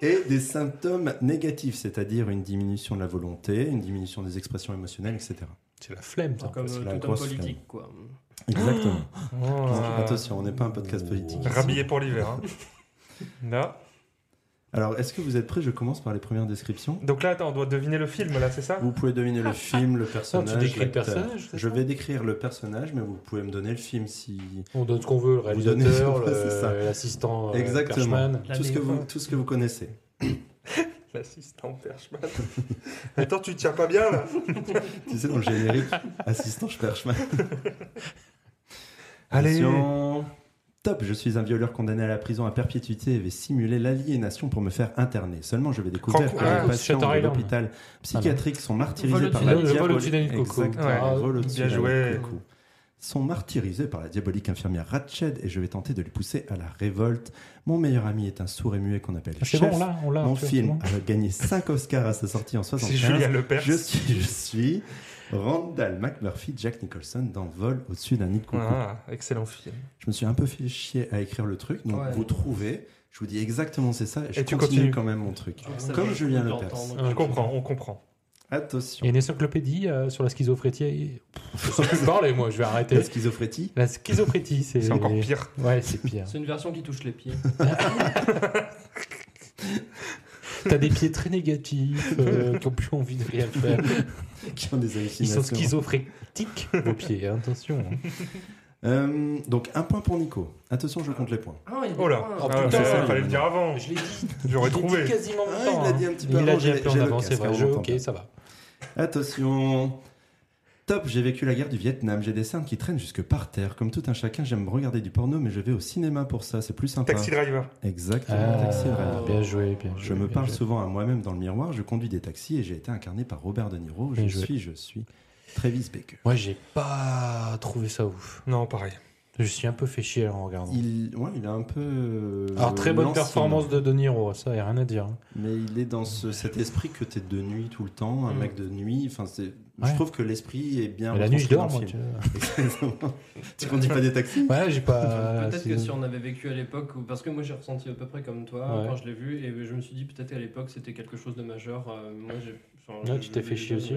[SPEAKER 5] Et des symptômes négatifs, c'est-à-dire une diminution de la volonté, une diminution des expressions émotionnelles, etc.
[SPEAKER 7] C'est la flemme, ça.
[SPEAKER 8] Comme
[SPEAKER 5] c'est la
[SPEAKER 8] euh, tout homme
[SPEAKER 5] grosse
[SPEAKER 8] politique, quoi.
[SPEAKER 5] Exactement.
[SPEAKER 6] Oh, euh,
[SPEAKER 5] Attention, on n'est pas un podcast politique. ici.
[SPEAKER 6] Rhabillé pour l'hiver. hein. Là.
[SPEAKER 5] Alors, est-ce que vous êtes prêts Je commence par les premières descriptions.
[SPEAKER 6] Donc là, attends, on doit deviner le film, là, c'est ça
[SPEAKER 5] Vous pouvez deviner le film, le personnage.
[SPEAKER 7] tu décris le
[SPEAKER 5] l'acteur.
[SPEAKER 7] personnage, c'est
[SPEAKER 5] Je
[SPEAKER 7] ça
[SPEAKER 5] vais décrire le personnage, mais vous pouvez me donner le film si.
[SPEAKER 7] On donne ce qu'on veut, le
[SPEAKER 5] Vous donnez-
[SPEAKER 7] réalisateur,
[SPEAKER 5] Ouais, c'est ça.
[SPEAKER 7] le- l'assistant euh,
[SPEAKER 5] Exactement.
[SPEAKER 7] Perchman.
[SPEAKER 8] La
[SPEAKER 5] Tout ce, que vous,
[SPEAKER 8] défense.
[SPEAKER 5] tout ce que vous connaissez.
[SPEAKER 6] L'assistant Perchman. Attends, tu tiens pas bien, là
[SPEAKER 5] Tu sais, dans le générique, assistant Sperchman.
[SPEAKER 6] Allez.
[SPEAKER 5] Attention. Top, je suis un violeur condamné à la prison à perpétuité et vais simuler l'aliénation pour me faire interner. Seulement, je vais découvrir
[SPEAKER 6] Franco-
[SPEAKER 5] que
[SPEAKER 6] ah,
[SPEAKER 5] les patients
[SPEAKER 7] Shutter
[SPEAKER 5] de
[SPEAKER 7] Island.
[SPEAKER 5] l'hôpital psychiatrique sont martyrisés
[SPEAKER 8] Vol
[SPEAKER 5] par
[SPEAKER 8] au-dessus
[SPEAKER 5] la
[SPEAKER 7] d'un- le vol au-dessus d'un nid
[SPEAKER 5] diabolique.
[SPEAKER 7] de coco.
[SPEAKER 5] Exactement,
[SPEAKER 7] Ouais.
[SPEAKER 5] le vol au-dessus
[SPEAKER 6] Bien
[SPEAKER 5] d'un nid
[SPEAKER 6] joué.
[SPEAKER 5] de coco. Sont martyrisés par la diabolique infirmière Ratched et je vais tenter de les pousser à la révolte. Mon meilleur ami est un sourd et muet qu'on appelle
[SPEAKER 7] Ah, C'est
[SPEAKER 5] chef.
[SPEAKER 7] bon, on l'a, on l'a.
[SPEAKER 5] Mon
[SPEAKER 7] tu vois,
[SPEAKER 5] film
[SPEAKER 7] c'est
[SPEAKER 5] a gagné 5 Oscars à sa sortie en
[SPEAKER 6] C'est
[SPEAKER 5] 75.
[SPEAKER 6] Julien Lepers.
[SPEAKER 5] Je suis, je suis Randall McMurphy, Jack Nicholson dans Vol au-dessus d'un nid de coucou.
[SPEAKER 6] Ah, excellent film.
[SPEAKER 5] Je me suis un peu fait chier à écrire le truc, donc
[SPEAKER 8] Ouais.
[SPEAKER 5] vous trouvez, je vous dis exactement c'est ça, et je
[SPEAKER 6] Et tu
[SPEAKER 5] continue,
[SPEAKER 6] continues.
[SPEAKER 5] quand même mon truc.
[SPEAKER 8] Donc, ça,
[SPEAKER 5] Comme
[SPEAKER 8] je-
[SPEAKER 5] Julien
[SPEAKER 8] je
[SPEAKER 5] Lepers.
[SPEAKER 8] l'entends, donc.
[SPEAKER 7] Ah,
[SPEAKER 6] Je comprends, on comprend.
[SPEAKER 7] bon. Il y a
[SPEAKER 5] Attention.
[SPEAKER 7] une encyclopédie euh, sur la schizophrénie. Je sais plus parler, moi, je vais
[SPEAKER 5] La
[SPEAKER 7] arrêter.
[SPEAKER 5] schizophrénie.
[SPEAKER 7] La schizophrénie, c'est.
[SPEAKER 6] C'est encore pire.
[SPEAKER 7] Ouais, c'est pire.
[SPEAKER 8] C'est une version qui touche les pieds.
[SPEAKER 7] T'as des pieds très négatifs, euh, qui ont plus envie de rien faire.
[SPEAKER 5] qui ont des
[SPEAKER 7] Ils
[SPEAKER 5] hallucinations.
[SPEAKER 7] sont schizophrétiques, vos pieds, hein, attention.
[SPEAKER 5] Euh, donc un point pour Nico. Attention, je compte les points.
[SPEAKER 8] Ah, il y a des
[SPEAKER 6] Oh là,
[SPEAKER 8] points.
[SPEAKER 7] Oh,
[SPEAKER 6] Ah,
[SPEAKER 7] putain.
[SPEAKER 6] ça, fallait le dire avant.
[SPEAKER 7] Je l'ai dit,
[SPEAKER 6] J'aurais trouvé.
[SPEAKER 7] quasiment
[SPEAKER 5] en Ah, même temps, il l'a hein. dit un petit peu
[SPEAKER 7] Il l'a
[SPEAKER 5] avant,
[SPEAKER 7] dit un
[SPEAKER 5] j'ai-
[SPEAKER 7] peu en
[SPEAKER 5] j'ai le
[SPEAKER 7] avant, c'est
[SPEAKER 5] casque,
[SPEAKER 7] vrai.
[SPEAKER 5] on
[SPEAKER 7] Je-
[SPEAKER 5] l'entend
[SPEAKER 7] ok,
[SPEAKER 5] pas.
[SPEAKER 7] ça va.
[SPEAKER 5] Attention. Top, j'ai vécu la guerre du Vietnam, j'ai des cernes qui traînent jusque par terre. Comme tout un chacun, j'aime regarder du porno, mais je vais au cinéma pour ça, c'est plus sympa.
[SPEAKER 6] Taxi Driver.
[SPEAKER 5] Exactement, Taxi Driver.
[SPEAKER 7] Ah, bien joué, bien joué.
[SPEAKER 5] Je me
[SPEAKER 7] bien
[SPEAKER 5] parle
[SPEAKER 7] joué.
[SPEAKER 5] souvent à moi-même dans le miroir, je conduis des taxis et j'ai été incarné par Robert De Niro. Je
[SPEAKER 7] Bien joué.
[SPEAKER 5] suis, je suis Travis Baker.
[SPEAKER 7] Moi, j'ai pas trouvé ça ouf.
[SPEAKER 6] Non, pareil.
[SPEAKER 7] Je suis un peu fait chier en regardant.
[SPEAKER 5] Il, ouais, il a un peu. euh,
[SPEAKER 7] Alors, très bonne
[SPEAKER 5] l'ancien,
[SPEAKER 7] performance de De Niro, ça, y a rien à dire. hein.
[SPEAKER 5] Mais il est dans ce- cet esprit que t'es de nuit tout le temps, un
[SPEAKER 8] Mm.
[SPEAKER 5] mec de nuit. Enfin, c'est.
[SPEAKER 7] Ouais.
[SPEAKER 5] Je trouve que l'esprit est bien.
[SPEAKER 7] Mais la nuit, je
[SPEAKER 5] retranscrit
[SPEAKER 7] dors,
[SPEAKER 5] dans
[SPEAKER 7] moi.
[SPEAKER 5] le
[SPEAKER 7] Tu
[SPEAKER 5] film.
[SPEAKER 7] vois.
[SPEAKER 5] Exactement. tu conduis pas des taxis
[SPEAKER 7] Ouais, j'ai pas.
[SPEAKER 8] Peut-être
[SPEAKER 7] Ah, c'est-
[SPEAKER 8] que si on avait vécu à l'époque, où- parce que moi j'ai ressenti à peu près comme toi
[SPEAKER 7] Ouais.
[SPEAKER 8] quand je l'ai vu, et je me suis dit peut-être qu'à l'époque c'était quelque chose de majeur. euh, moi j'ai. enfin,
[SPEAKER 7] Ouais,
[SPEAKER 8] je-
[SPEAKER 7] tu t'es
[SPEAKER 8] je-
[SPEAKER 7] fait
[SPEAKER 8] je-
[SPEAKER 7] chier aussi.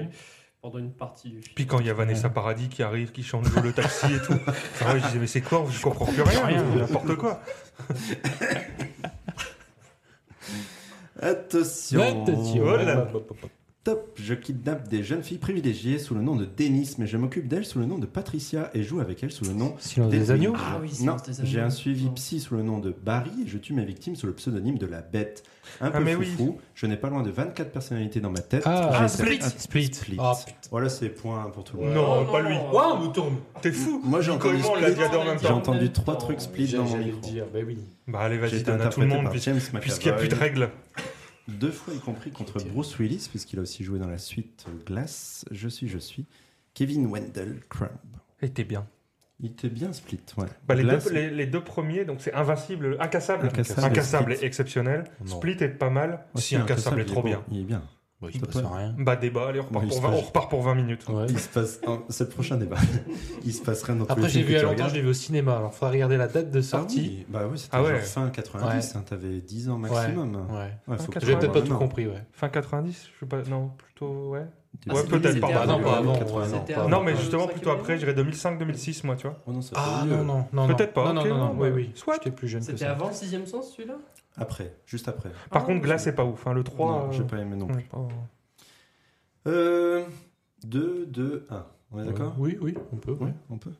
[SPEAKER 8] Pendant une partie du film.
[SPEAKER 6] Puis quand il y a Vanessa Paradis qui arrive, qui chante le taxi et tout. Ah ouais, je disais, mais c'est quoi Je comprends plus rien.
[SPEAKER 7] rien.
[SPEAKER 6] N'importe quoi.
[SPEAKER 5] Attention.
[SPEAKER 7] Ouais, t'as dit,
[SPEAKER 5] Oh
[SPEAKER 7] ouais,
[SPEAKER 6] Voilà.
[SPEAKER 7] ouais, ouais, ouais, ouais.
[SPEAKER 5] Top, je kidnappe des jeunes filles privilégiées sous le nom de Dennis, mais je m'occupe d'elles sous le nom de Patricia et joue avec elles sous le nom
[SPEAKER 7] Silence des
[SPEAKER 5] Des-
[SPEAKER 7] agneaux
[SPEAKER 8] Ah oui, c'est
[SPEAKER 5] Non,
[SPEAKER 8] des animaux.
[SPEAKER 5] j'ai un suivi
[SPEAKER 8] Non.
[SPEAKER 5] psy sous le nom de Barry et je tue mes victimes sous le pseudonyme de la bête. Un
[SPEAKER 6] Ah,
[SPEAKER 5] peu
[SPEAKER 6] mais
[SPEAKER 5] foufou, je n'ai pas loin de 24 personnalités dans ma tête.
[SPEAKER 7] Ah,
[SPEAKER 5] J'essaie-
[SPEAKER 7] Split Split.
[SPEAKER 5] Split.
[SPEAKER 7] Ah, putain.
[SPEAKER 5] Voilà, c'est point pour tout le monde.
[SPEAKER 6] Non,
[SPEAKER 8] non,
[SPEAKER 6] pas lui.
[SPEAKER 8] non.
[SPEAKER 7] Ouah, mouton
[SPEAKER 6] T'es fou.
[SPEAKER 5] Moi j'ai entendu,
[SPEAKER 6] Comment on l'a
[SPEAKER 5] Split.
[SPEAKER 6] dit à deux en même
[SPEAKER 5] J'ai
[SPEAKER 6] temps
[SPEAKER 5] entendu
[SPEAKER 8] Attends,
[SPEAKER 5] trois trucs split dans mon
[SPEAKER 7] J'allais le
[SPEAKER 5] micro.
[SPEAKER 7] dire, bah oui.
[SPEAKER 6] Bah allez,
[SPEAKER 5] J'ai Ah
[SPEAKER 6] vas-y,
[SPEAKER 5] été
[SPEAKER 6] donne à tout le
[SPEAKER 5] interprété
[SPEAKER 6] monde.
[SPEAKER 5] par
[SPEAKER 6] puis-
[SPEAKER 5] James
[SPEAKER 6] Puisqu'il n'y a plus de
[SPEAKER 5] McAvoy.
[SPEAKER 6] règles.
[SPEAKER 5] Deux fois y compris contre
[SPEAKER 7] Putain.
[SPEAKER 5] Bruce Willis, puisqu'il a aussi joué dans la suite euh, Glass. Je suis, je suis. Kevin Wendell Crumb.
[SPEAKER 6] Et t'es bien.
[SPEAKER 5] Il était bien split, ouais.
[SPEAKER 6] Bah, les,
[SPEAKER 5] Glass,
[SPEAKER 6] deux, les, les deux premiers, donc c'est invincible, incassable.
[SPEAKER 5] Incassable
[SPEAKER 6] Incassable,
[SPEAKER 5] et
[SPEAKER 6] est
[SPEAKER 5] Split.
[SPEAKER 6] exceptionnel.
[SPEAKER 7] Non.
[SPEAKER 6] Split est pas mal.
[SPEAKER 5] aussi,
[SPEAKER 6] si, incassable est
[SPEAKER 5] il
[SPEAKER 6] trop
[SPEAKER 5] beau,
[SPEAKER 6] bien.
[SPEAKER 5] Il est bien.
[SPEAKER 7] Bah,
[SPEAKER 5] il
[SPEAKER 7] il
[SPEAKER 5] passe
[SPEAKER 7] passe rien.
[SPEAKER 6] Bah débat, allez, on repart,
[SPEAKER 5] Bon, il
[SPEAKER 6] pour,
[SPEAKER 5] se
[SPEAKER 6] 20,
[SPEAKER 5] passe-
[SPEAKER 6] on repart pour 20 minutes.
[SPEAKER 7] Ouais.
[SPEAKER 5] Il se passe. un- C'est le prochain débat. Il se passe rien dans tous
[SPEAKER 7] Après,
[SPEAKER 5] les
[SPEAKER 7] j'ai
[SPEAKER 5] films
[SPEAKER 7] vu
[SPEAKER 5] que
[SPEAKER 7] à
[SPEAKER 5] tu
[SPEAKER 7] longtemps,
[SPEAKER 5] regardes.
[SPEAKER 7] je l'ai vu au cinéma. Alors, faudra regarder la date de sortie.
[SPEAKER 5] Ah oui, bah oui, c'était
[SPEAKER 6] Ah ouais.
[SPEAKER 5] genre fin 90, hein, t'avais 10 ans maximum. Ouais,
[SPEAKER 7] Ouais.
[SPEAKER 6] Ah,
[SPEAKER 5] faut que
[SPEAKER 7] J'ai
[SPEAKER 5] tu
[SPEAKER 7] peut-être pas
[SPEAKER 5] vois
[SPEAKER 7] tout
[SPEAKER 5] maintenant.
[SPEAKER 7] compris, ouais.
[SPEAKER 6] Fin 90, je sais pas, non, plutôt, ouais.
[SPEAKER 5] Des-
[SPEAKER 6] Ouais,
[SPEAKER 5] c'est
[SPEAKER 6] peut-être
[SPEAKER 5] des-
[SPEAKER 6] pas.
[SPEAKER 5] des-
[SPEAKER 6] Bah non,
[SPEAKER 5] des-
[SPEAKER 6] pas
[SPEAKER 5] des-
[SPEAKER 7] avant,
[SPEAKER 5] des-
[SPEAKER 7] ouais, non,
[SPEAKER 5] des-
[SPEAKER 7] pas Ah,
[SPEAKER 6] non,
[SPEAKER 7] bon,
[SPEAKER 6] mais
[SPEAKER 7] euh,
[SPEAKER 6] justement, plutôt après, j'irai 2005-2006, moi, tu vois.
[SPEAKER 5] Oh non, ça
[SPEAKER 7] Ah
[SPEAKER 5] fait mieux.
[SPEAKER 7] non, non, non.
[SPEAKER 6] Peut-être pas,
[SPEAKER 7] Non, non,
[SPEAKER 6] ok,
[SPEAKER 7] non, non,
[SPEAKER 6] non,
[SPEAKER 7] oui,
[SPEAKER 6] bah,
[SPEAKER 7] oui.
[SPEAKER 6] soit.
[SPEAKER 7] J'étais plus jeune que
[SPEAKER 8] C'était
[SPEAKER 7] ça.
[SPEAKER 8] avant 6ème sens celui-là
[SPEAKER 5] Après, juste après.
[SPEAKER 6] Par
[SPEAKER 8] Ah,
[SPEAKER 6] contre,
[SPEAKER 8] ouais.
[SPEAKER 6] Glace, c'est pas ouf, hein, le oh. 3.
[SPEAKER 7] euh,
[SPEAKER 5] non, j'ai pas aimé non plus.
[SPEAKER 6] ouais, pas-
[SPEAKER 5] 2, 2, 1. On est d'accord
[SPEAKER 7] Oui, oui, on peut. ouais.
[SPEAKER 5] Ouais, on peut.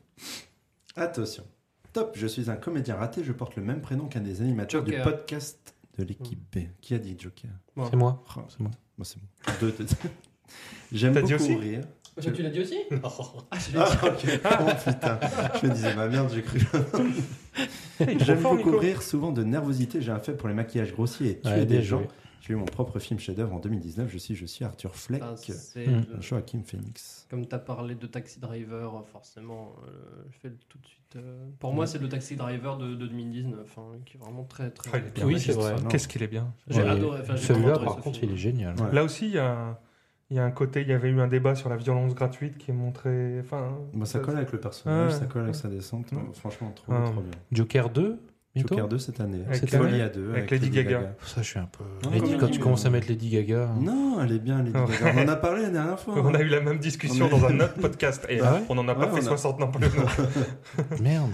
[SPEAKER 5] Attention. Top, je suis un comédien raté, je porte le même prénom qu'un des animateurs
[SPEAKER 8] Joker.
[SPEAKER 5] du podcast de l'équipe B. Qui a dit Joker
[SPEAKER 7] C'est moi.
[SPEAKER 5] Oh,
[SPEAKER 7] C'est moi.
[SPEAKER 5] Moi, c'est bon. Deux, deux, deux. J'aime
[SPEAKER 6] T'as
[SPEAKER 5] beaucoup
[SPEAKER 6] dit aussi
[SPEAKER 5] rire.
[SPEAKER 8] Tu tu l'as dit aussi Ah, je l'ai
[SPEAKER 5] Ah,
[SPEAKER 8] dit.
[SPEAKER 5] ok. Oh putain, je me disais ma merde, j'ai cru.
[SPEAKER 7] Il est trop
[SPEAKER 5] J'aime
[SPEAKER 7] fort,
[SPEAKER 5] beaucoup
[SPEAKER 7] Nico.
[SPEAKER 5] rire, souvent de nervosité. J'ai un fait pour les maquillages grossiers et tuer
[SPEAKER 7] Ouais,
[SPEAKER 5] des
[SPEAKER 7] bien
[SPEAKER 5] gens.
[SPEAKER 7] joué.
[SPEAKER 5] J'ai eu mon propre film chef-d'œuvre en 2019. Je suis, je suis Arthur Fleck,
[SPEAKER 8] Enfin,
[SPEAKER 5] un
[SPEAKER 8] Ah, c'est
[SPEAKER 6] Hum,
[SPEAKER 7] Hmm.
[SPEAKER 8] le-
[SPEAKER 5] Joachim Phoenix.
[SPEAKER 8] Comme tu as parlé de Taxi Driver, forcément, euh, je fais le- tout de suite. euh, Pour moi, c'est le Taxi Driver de, de 2019, hein, qui est vraiment très très.
[SPEAKER 6] Ah, il est bien
[SPEAKER 7] Oui,
[SPEAKER 6] magique,
[SPEAKER 7] c'est vrai.
[SPEAKER 6] ça. Qu'est-ce qu'il est bien.
[SPEAKER 8] J'ai
[SPEAKER 7] Ouais,
[SPEAKER 8] adoré. enfin, j'ai
[SPEAKER 7] Celui-là,
[SPEAKER 8] adoré
[SPEAKER 7] par
[SPEAKER 8] ce
[SPEAKER 7] contre,
[SPEAKER 8] film.
[SPEAKER 7] il est génial.
[SPEAKER 5] Ouais.
[SPEAKER 6] Là aussi, il y a un. Il y a un côté, il y avait eu un débat sur la violence gratuite qui est montré. Enfin,
[SPEAKER 5] Moi, Bah, ça colle avec le personnage,
[SPEAKER 6] Ouais.
[SPEAKER 5] ça colle avec sa descente.
[SPEAKER 6] Ouais.
[SPEAKER 5] Bon, Franchement, trop,
[SPEAKER 6] Ouais.
[SPEAKER 5] trop bien.
[SPEAKER 7] Joker 2 bientôt
[SPEAKER 5] Joker 2 cette année.
[SPEAKER 6] Ah. Avec
[SPEAKER 5] Cette
[SPEAKER 6] la-
[SPEAKER 5] folie à deux.
[SPEAKER 6] avec Lady Gaga.
[SPEAKER 7] Ça, je suis un peu.
[SPEAKER 5] Non,
[SPEAKER 7] Lady-
[SPEAKER 5] comédie,
[SPEAKER 7] quand tu
[SPEAKER 5] mais-
[SPEAKER 7] commences à mettre Lady Gaga. hein.
[SPEAKER 5] Non, elle est bien, Lady Gaga. On en a parlé la dernière fois.
[SPEAKER 6] Ah.
[SPEAKER 5] hein.
[SPEAKER 6] On a eu la même discussion
[SPEAKER 5] On a-
[SPEAKER 6] dans un autre podcast et
[SPEAKER 7] Ah ouais
[SPEAKER 6] on n'en a pas
[SPEAKER 5] Ouais,
[SPEAKER 6] fait
[SPEAKER 5] on a-
[SPEAKER 6] 60 non plus.
[SPEAKER 7] Merde.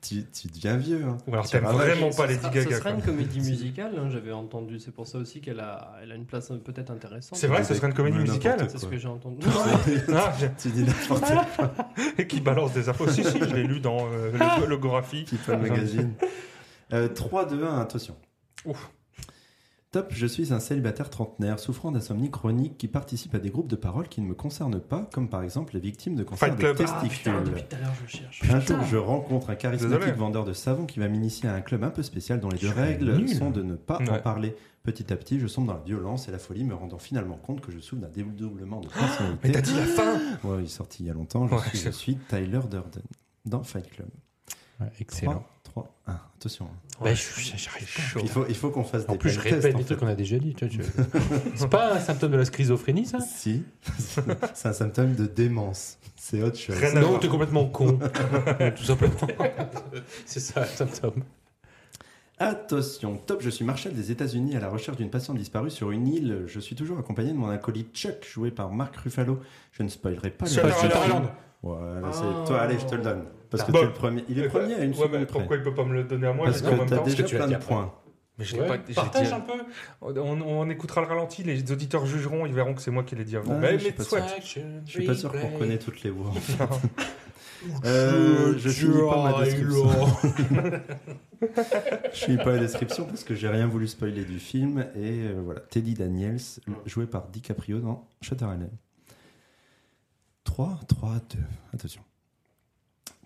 [SPEAKER 5] Tu, tu deviens vieux. hein.
[SPEAKER 6] Ou alors
[SPEAKER 5] Tu
[SPEAKER 6] t'aimes
[SPEAKER 5] ravages.
[SPEAKER 6] vraiment pas
[SPEAKER 8] Ce
[SPEAKER 6] Lady
[SPEAKER 8] sera-
[SPEAKER 6] Gaga.
[SPEAKER 8] Ce sera
[SPEAKER 6] quoi.
[SPEAKER 8] une comédie musicale, hein, j'avais entendu. C'est pour ça aussi qu'elle a, elle a une place euh, peut-être intéressante.
[SPEAKER 6] C'est vrai, ce serait une comédie
[SPEAKER 5] Mais n'importe
[SPEAKER 6] musicale.
[SPEAKER 5] quoi.
[SPEAKER 8] C'est ce que j'ai entendu.
[SPEAKER 6] Ah, j'ai-
[SPEAKER 5] Tu dis n'importe quoi.
[SPEAKER 6] Et qui balance des infos. si, si, je l'ai lu dans euh,
[SPEAKER 5] Ah
[SPEAKER 6] le, le Gorafi.
[SPEAKER 5] People Magazine. Euh, 3, 2, 1, attention.
[SPEAKER 6] Ouf.
[SPEAKER 5] Top, je suis un célibataire trentenaire souffrant d'insomnie chronique qui participe à des groupes de paroles qui ne me concernent pas, comme par exemple les victimes de cancer
[SPEAKER 6] Fight
[SPEAKER 5] des
[SPEAKER 6] Club.
[SPEAKER 8] Ah,
[SPEAKER 5] testicules.
[SPEAKER 8] putain, depuis tout à l'heure, je cherche.
[SPEAKER 5] un jour, je rencontre un charismatique
[SPEAKER 6] Désolé.
[SPEAKER 5] vendeur de savon qui va m'initier à un club un peu spécial dont les deux
[SPEAKER 7] Je suis
[SPEAKER 5] règles
[SPEAKER 7] nul.
[SPEAKER 5] sont de ne pas en
[SPEAKER 6] Ouais.
[SPEAKER 5] parler. Petit à petit, je sombre dans la violence et la folie, me rendant finalement compte que je souffre d'un dédoublement de
[SPEAKER 6] Mais
[SPEAKER 5] personnalité.
[SPEAKER 6] t'as dit la fin
[SPEAKER 5] Ouais, il est sorti il y a longtemps. Je,
[SPEAKER 6] Ouais,
[SPEAKER 5] suis, je
[SPEAKER 6] c'est-
[SPEAKER 5] suis Tyler Durden dans Fight Club.
[SPEAKER 7] Ouais, excellent.
[SPEAKER 5] 3, 3, 1. Attention. hein.
[SPEAKER 7] Bah, je- j'arrive pas.
[SPEAKER 5] Il faut, il faut qu'on fasse
[SPEAKER 7] En
[SPEAKER 5] des
[SPEAKER 7] plus, je
[SPEAKER 5] blind tests,
[SPEAKER 7] répète
[SPEAKER 5] en
[SPEAKER 7] des
[SPEAKER 5] fait.
[SPEAKER 7] trucs qu'on a déjà dit. tu vois, je- C'est pas un symptôme de la schizophrénie, ça
[SPEAKER 5] Si, c'est un symptôme de démence. C'est autre chose.
[SPEAKER 6] Rien à
[SPEAKER 7] Non,
[SPEAKER 6] voir.
[SPEAKER 7] t'es complètement con. Tout simplement. C'est ça, le symptôme.
[SPEAKER 5] Attention, top, je suis marshal des États-Unis à la recherche d'une patiente disparue sur une île. Je suis toujours accompagné de mon acolyte Chuck, joué par Marc Ruffalo. Je ne spoilerai pas le
[SPEAKER 6] Shutter
[SPEAKER 5] reste du film.
[SPEAKER 6] Island.
[SPEAKER 5] Voilà, c'est
[SPEAKER 8] Ah.
[SPEAKER 5] toi, allez, je te le donne. Parce que
[SPEAKER 6] Bon.
[SPEAKER 5] t'es le premier. Il est premier à
[SPEAKER 6] Ouais,
[SPEAKER 5] une
[SPEAKER 6] mais
[SPEAKER 5] seconde près.
[SPEAKER 6] pourquoi il peut pas me le donner à moi
[SPEAKER 5] Parce
[SPEAKER 6] je le dis en
[SPEAKER 5] que
[SPEAKER 6] même
[SPEAKER 5] t'as
[SPEAKER 6] temps
[SPEAKER 5] déjà
[SPEAKER 7] que tu l'as
[SPEAKER 5] plein
[SPEAKER 7] dit
[SPEAKER 5] de
[SPEAKER 7] après.
[SPEAKER 5] points.
[SPEAKER 6] Mais je
[SPEAKER 7] Ouais.
[SPEAKER 6] l'ai pas j'ai
[SPEAKER 7] Partage
[SPEAKER 6] dit-
[SPEAKER 7] un peu.
[SPEAKER 6] On, on écoutera le ralenti, les auditeurs jugeront, ils verront que c'est moi qui l'ai dit avant.
[SPEAKER 5] Ah,
[SPEAKER 6] mais
[SPEAKER 5] je
[SPEAKER 6] mais
[SPEAKER 5] sais pas
[SPEAKER 6] soit.
[SPEAKER 5] Je suis pas sûr qu'on connaît toutes les voix. en fait.
[SPEAKER 6] Non.
[SPEAKER 5] Euh, je finis pas ma description. Je finis pas la description parce que j'ai rien voulu spoiler du film. Et euh, voilà, Teddy Daniels, joué par DiCaprio dans Shutter Island. 3, 3, 2, attention.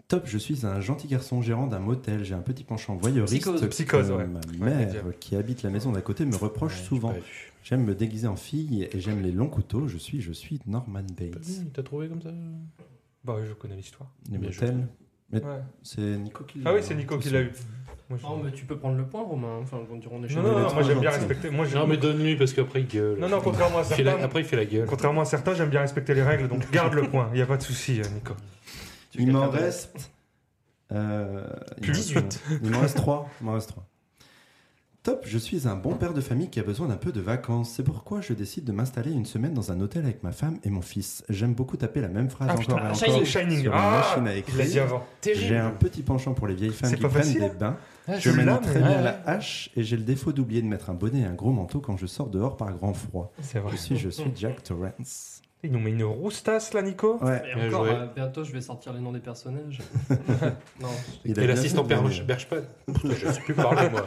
[SPEAKER 5] Top, je suis un gentil garçon gérant d'un motel. J'ai un petit penchant voyeuriste.
[SPEAKER 8] Psychose.
[SPEAKER 6] Psychose,
[SPEAKER 5] que
[SPEAKER 6] ouais.
[SPEAKER 5] Ma
[SPEAKER 6] Ouais,
[SPEAKER 5] mère,
[SPEAKER 6] bien
[SPEAKER 5] qui habite la maison d'à côté, me reproche souvent. J'aime me déguiser en fille et j'aime les longs couteaux. Je suis, je suis Norman Bates.
[SPEAKER 7] T'as trouvé comme ça
[SPEAKER 6] Bah, je connais l'histoire.
[SPEAKER 5] Le
[SPEAKER 7] Mais je
[SPEAKER 5] motel,
[SPEAKER 6] Ouais.
[SPEAKER 5] c'est Nico qui l'a
[SPEAKER 6] Ah oui, c'est Nico qui l'a eu. Moi, je-
[SPEAKER 8] Non, Oh, mais tu peux prendre le point, Romain. hein. Enfin, quand on est chez
[SPEAKER 6] Non,
[SPEAKER 8] nous,
[SPEAKER 6] non,
[SPEAKER 8] on est
[SPEAKER 6] non, moi
[SPEAKER 8] trois.
[SPEAKER 6] j'aime bien
[SPEAKER 5] gentil.
[SPEAKER 6] respecter. Moi, j'ai-
[SPEAKER 7] Non, mais donne-lui parce qu'après il gueule.
[SPEAKER 6] non, non, contrairement à
[SPEAKER 7] Il fait la-
[SPEAKER 6] certains,
[SPEAKER 7] Après il fait la gueule.
[SPEAKER 6] contrairement à certains, j'aime bien respecter les règles, donc garde le point. Il y a pas de souci, euh, Nico.
[SPEAKER 8] Tu es
[SPEAKER 5] Il m'en
[SPEAKER 8] quelqu'un de-
[SPEAKER 5] reste. euh, il m'en-
[SPEAKER 6] 18.
[SPEAKER 5] Il m'en reste 3. Il m'en reste 3. Top, je suis un bon père de famille qui a besoin d'un peu de vacances. C'est pourquoi je décide de m'installer une semaine dans un hôtel avec ma femme et mon fils. J'aime beaucoup taper la même phrase
[SPEAKER 6] Ah
[SPEAKER 5] encore
[SPEAKER 6] putain,
[SPEAKER 5] et encore
[SPEAKER 6] Shining, Shining.
[SPEAKER 5] sur une
[SPEAKER 6] Ah,
[SPEAKER 5] machine à
[SPEAKER 6] il l'a dit
[SPEAKER 5] écrire.
[SPEAKER 6] avant.
[SPEAKER 5] J'ai un petit penchant pour les vieilles femmes
[SPEAKER 6] C'est
[SPEAKER 5] qui
[SPEAKER 6] pas
[SPEAKER 5] prennent
[SPEAKER 6] facile,
[SPEAKER 5] des
[SPEAKER 6] hein.
[SPEAKER 5] bains.
[SPEAKER 7] Ah,
[SPEAKER 5] Je mène
[SPEAKER 6] l'as,
[SPEAKER 5] très
[SPEAKER 6] mais-
[SPEAKER 5] bien
[SPEAKER 7] ouais,
[SPEAKER 5] la
[SPEAKER 7] ouais.
[SPEAKER 5] hache et j'ai le défaut d'oublier de mettre un bonnet et un gros manteau quand je sors dehors par grand froid.
[SPEAKER 6] C'est vrai.
[SPEAKER 5] Je suis, je suis Jack Torrance.
[SPEAKER 6] Il nous met une roustasse là, Nico.
[SPEAKER 5] Ouais,
[SPEAKER 8] Et
[SPEAKER 7] Bien
[SPEAKER 8] encore,
[SPEAKER 7] joué.
[SPEAKER 8] euh, bientôt, je vais sortir les noms des personnages. non, je
[SPEAKER 5] il a
[SPEAKER 7] Et
[SPEAKER 5] bien
[SPEAKER 7] l'assistant
[SPEAKER 5] fait de
[SPEAKER 7] Berge-
[SPEAKER 5] venir.
[SPEAKER 7] Berchpad. Putain, Je sais plus parler moi.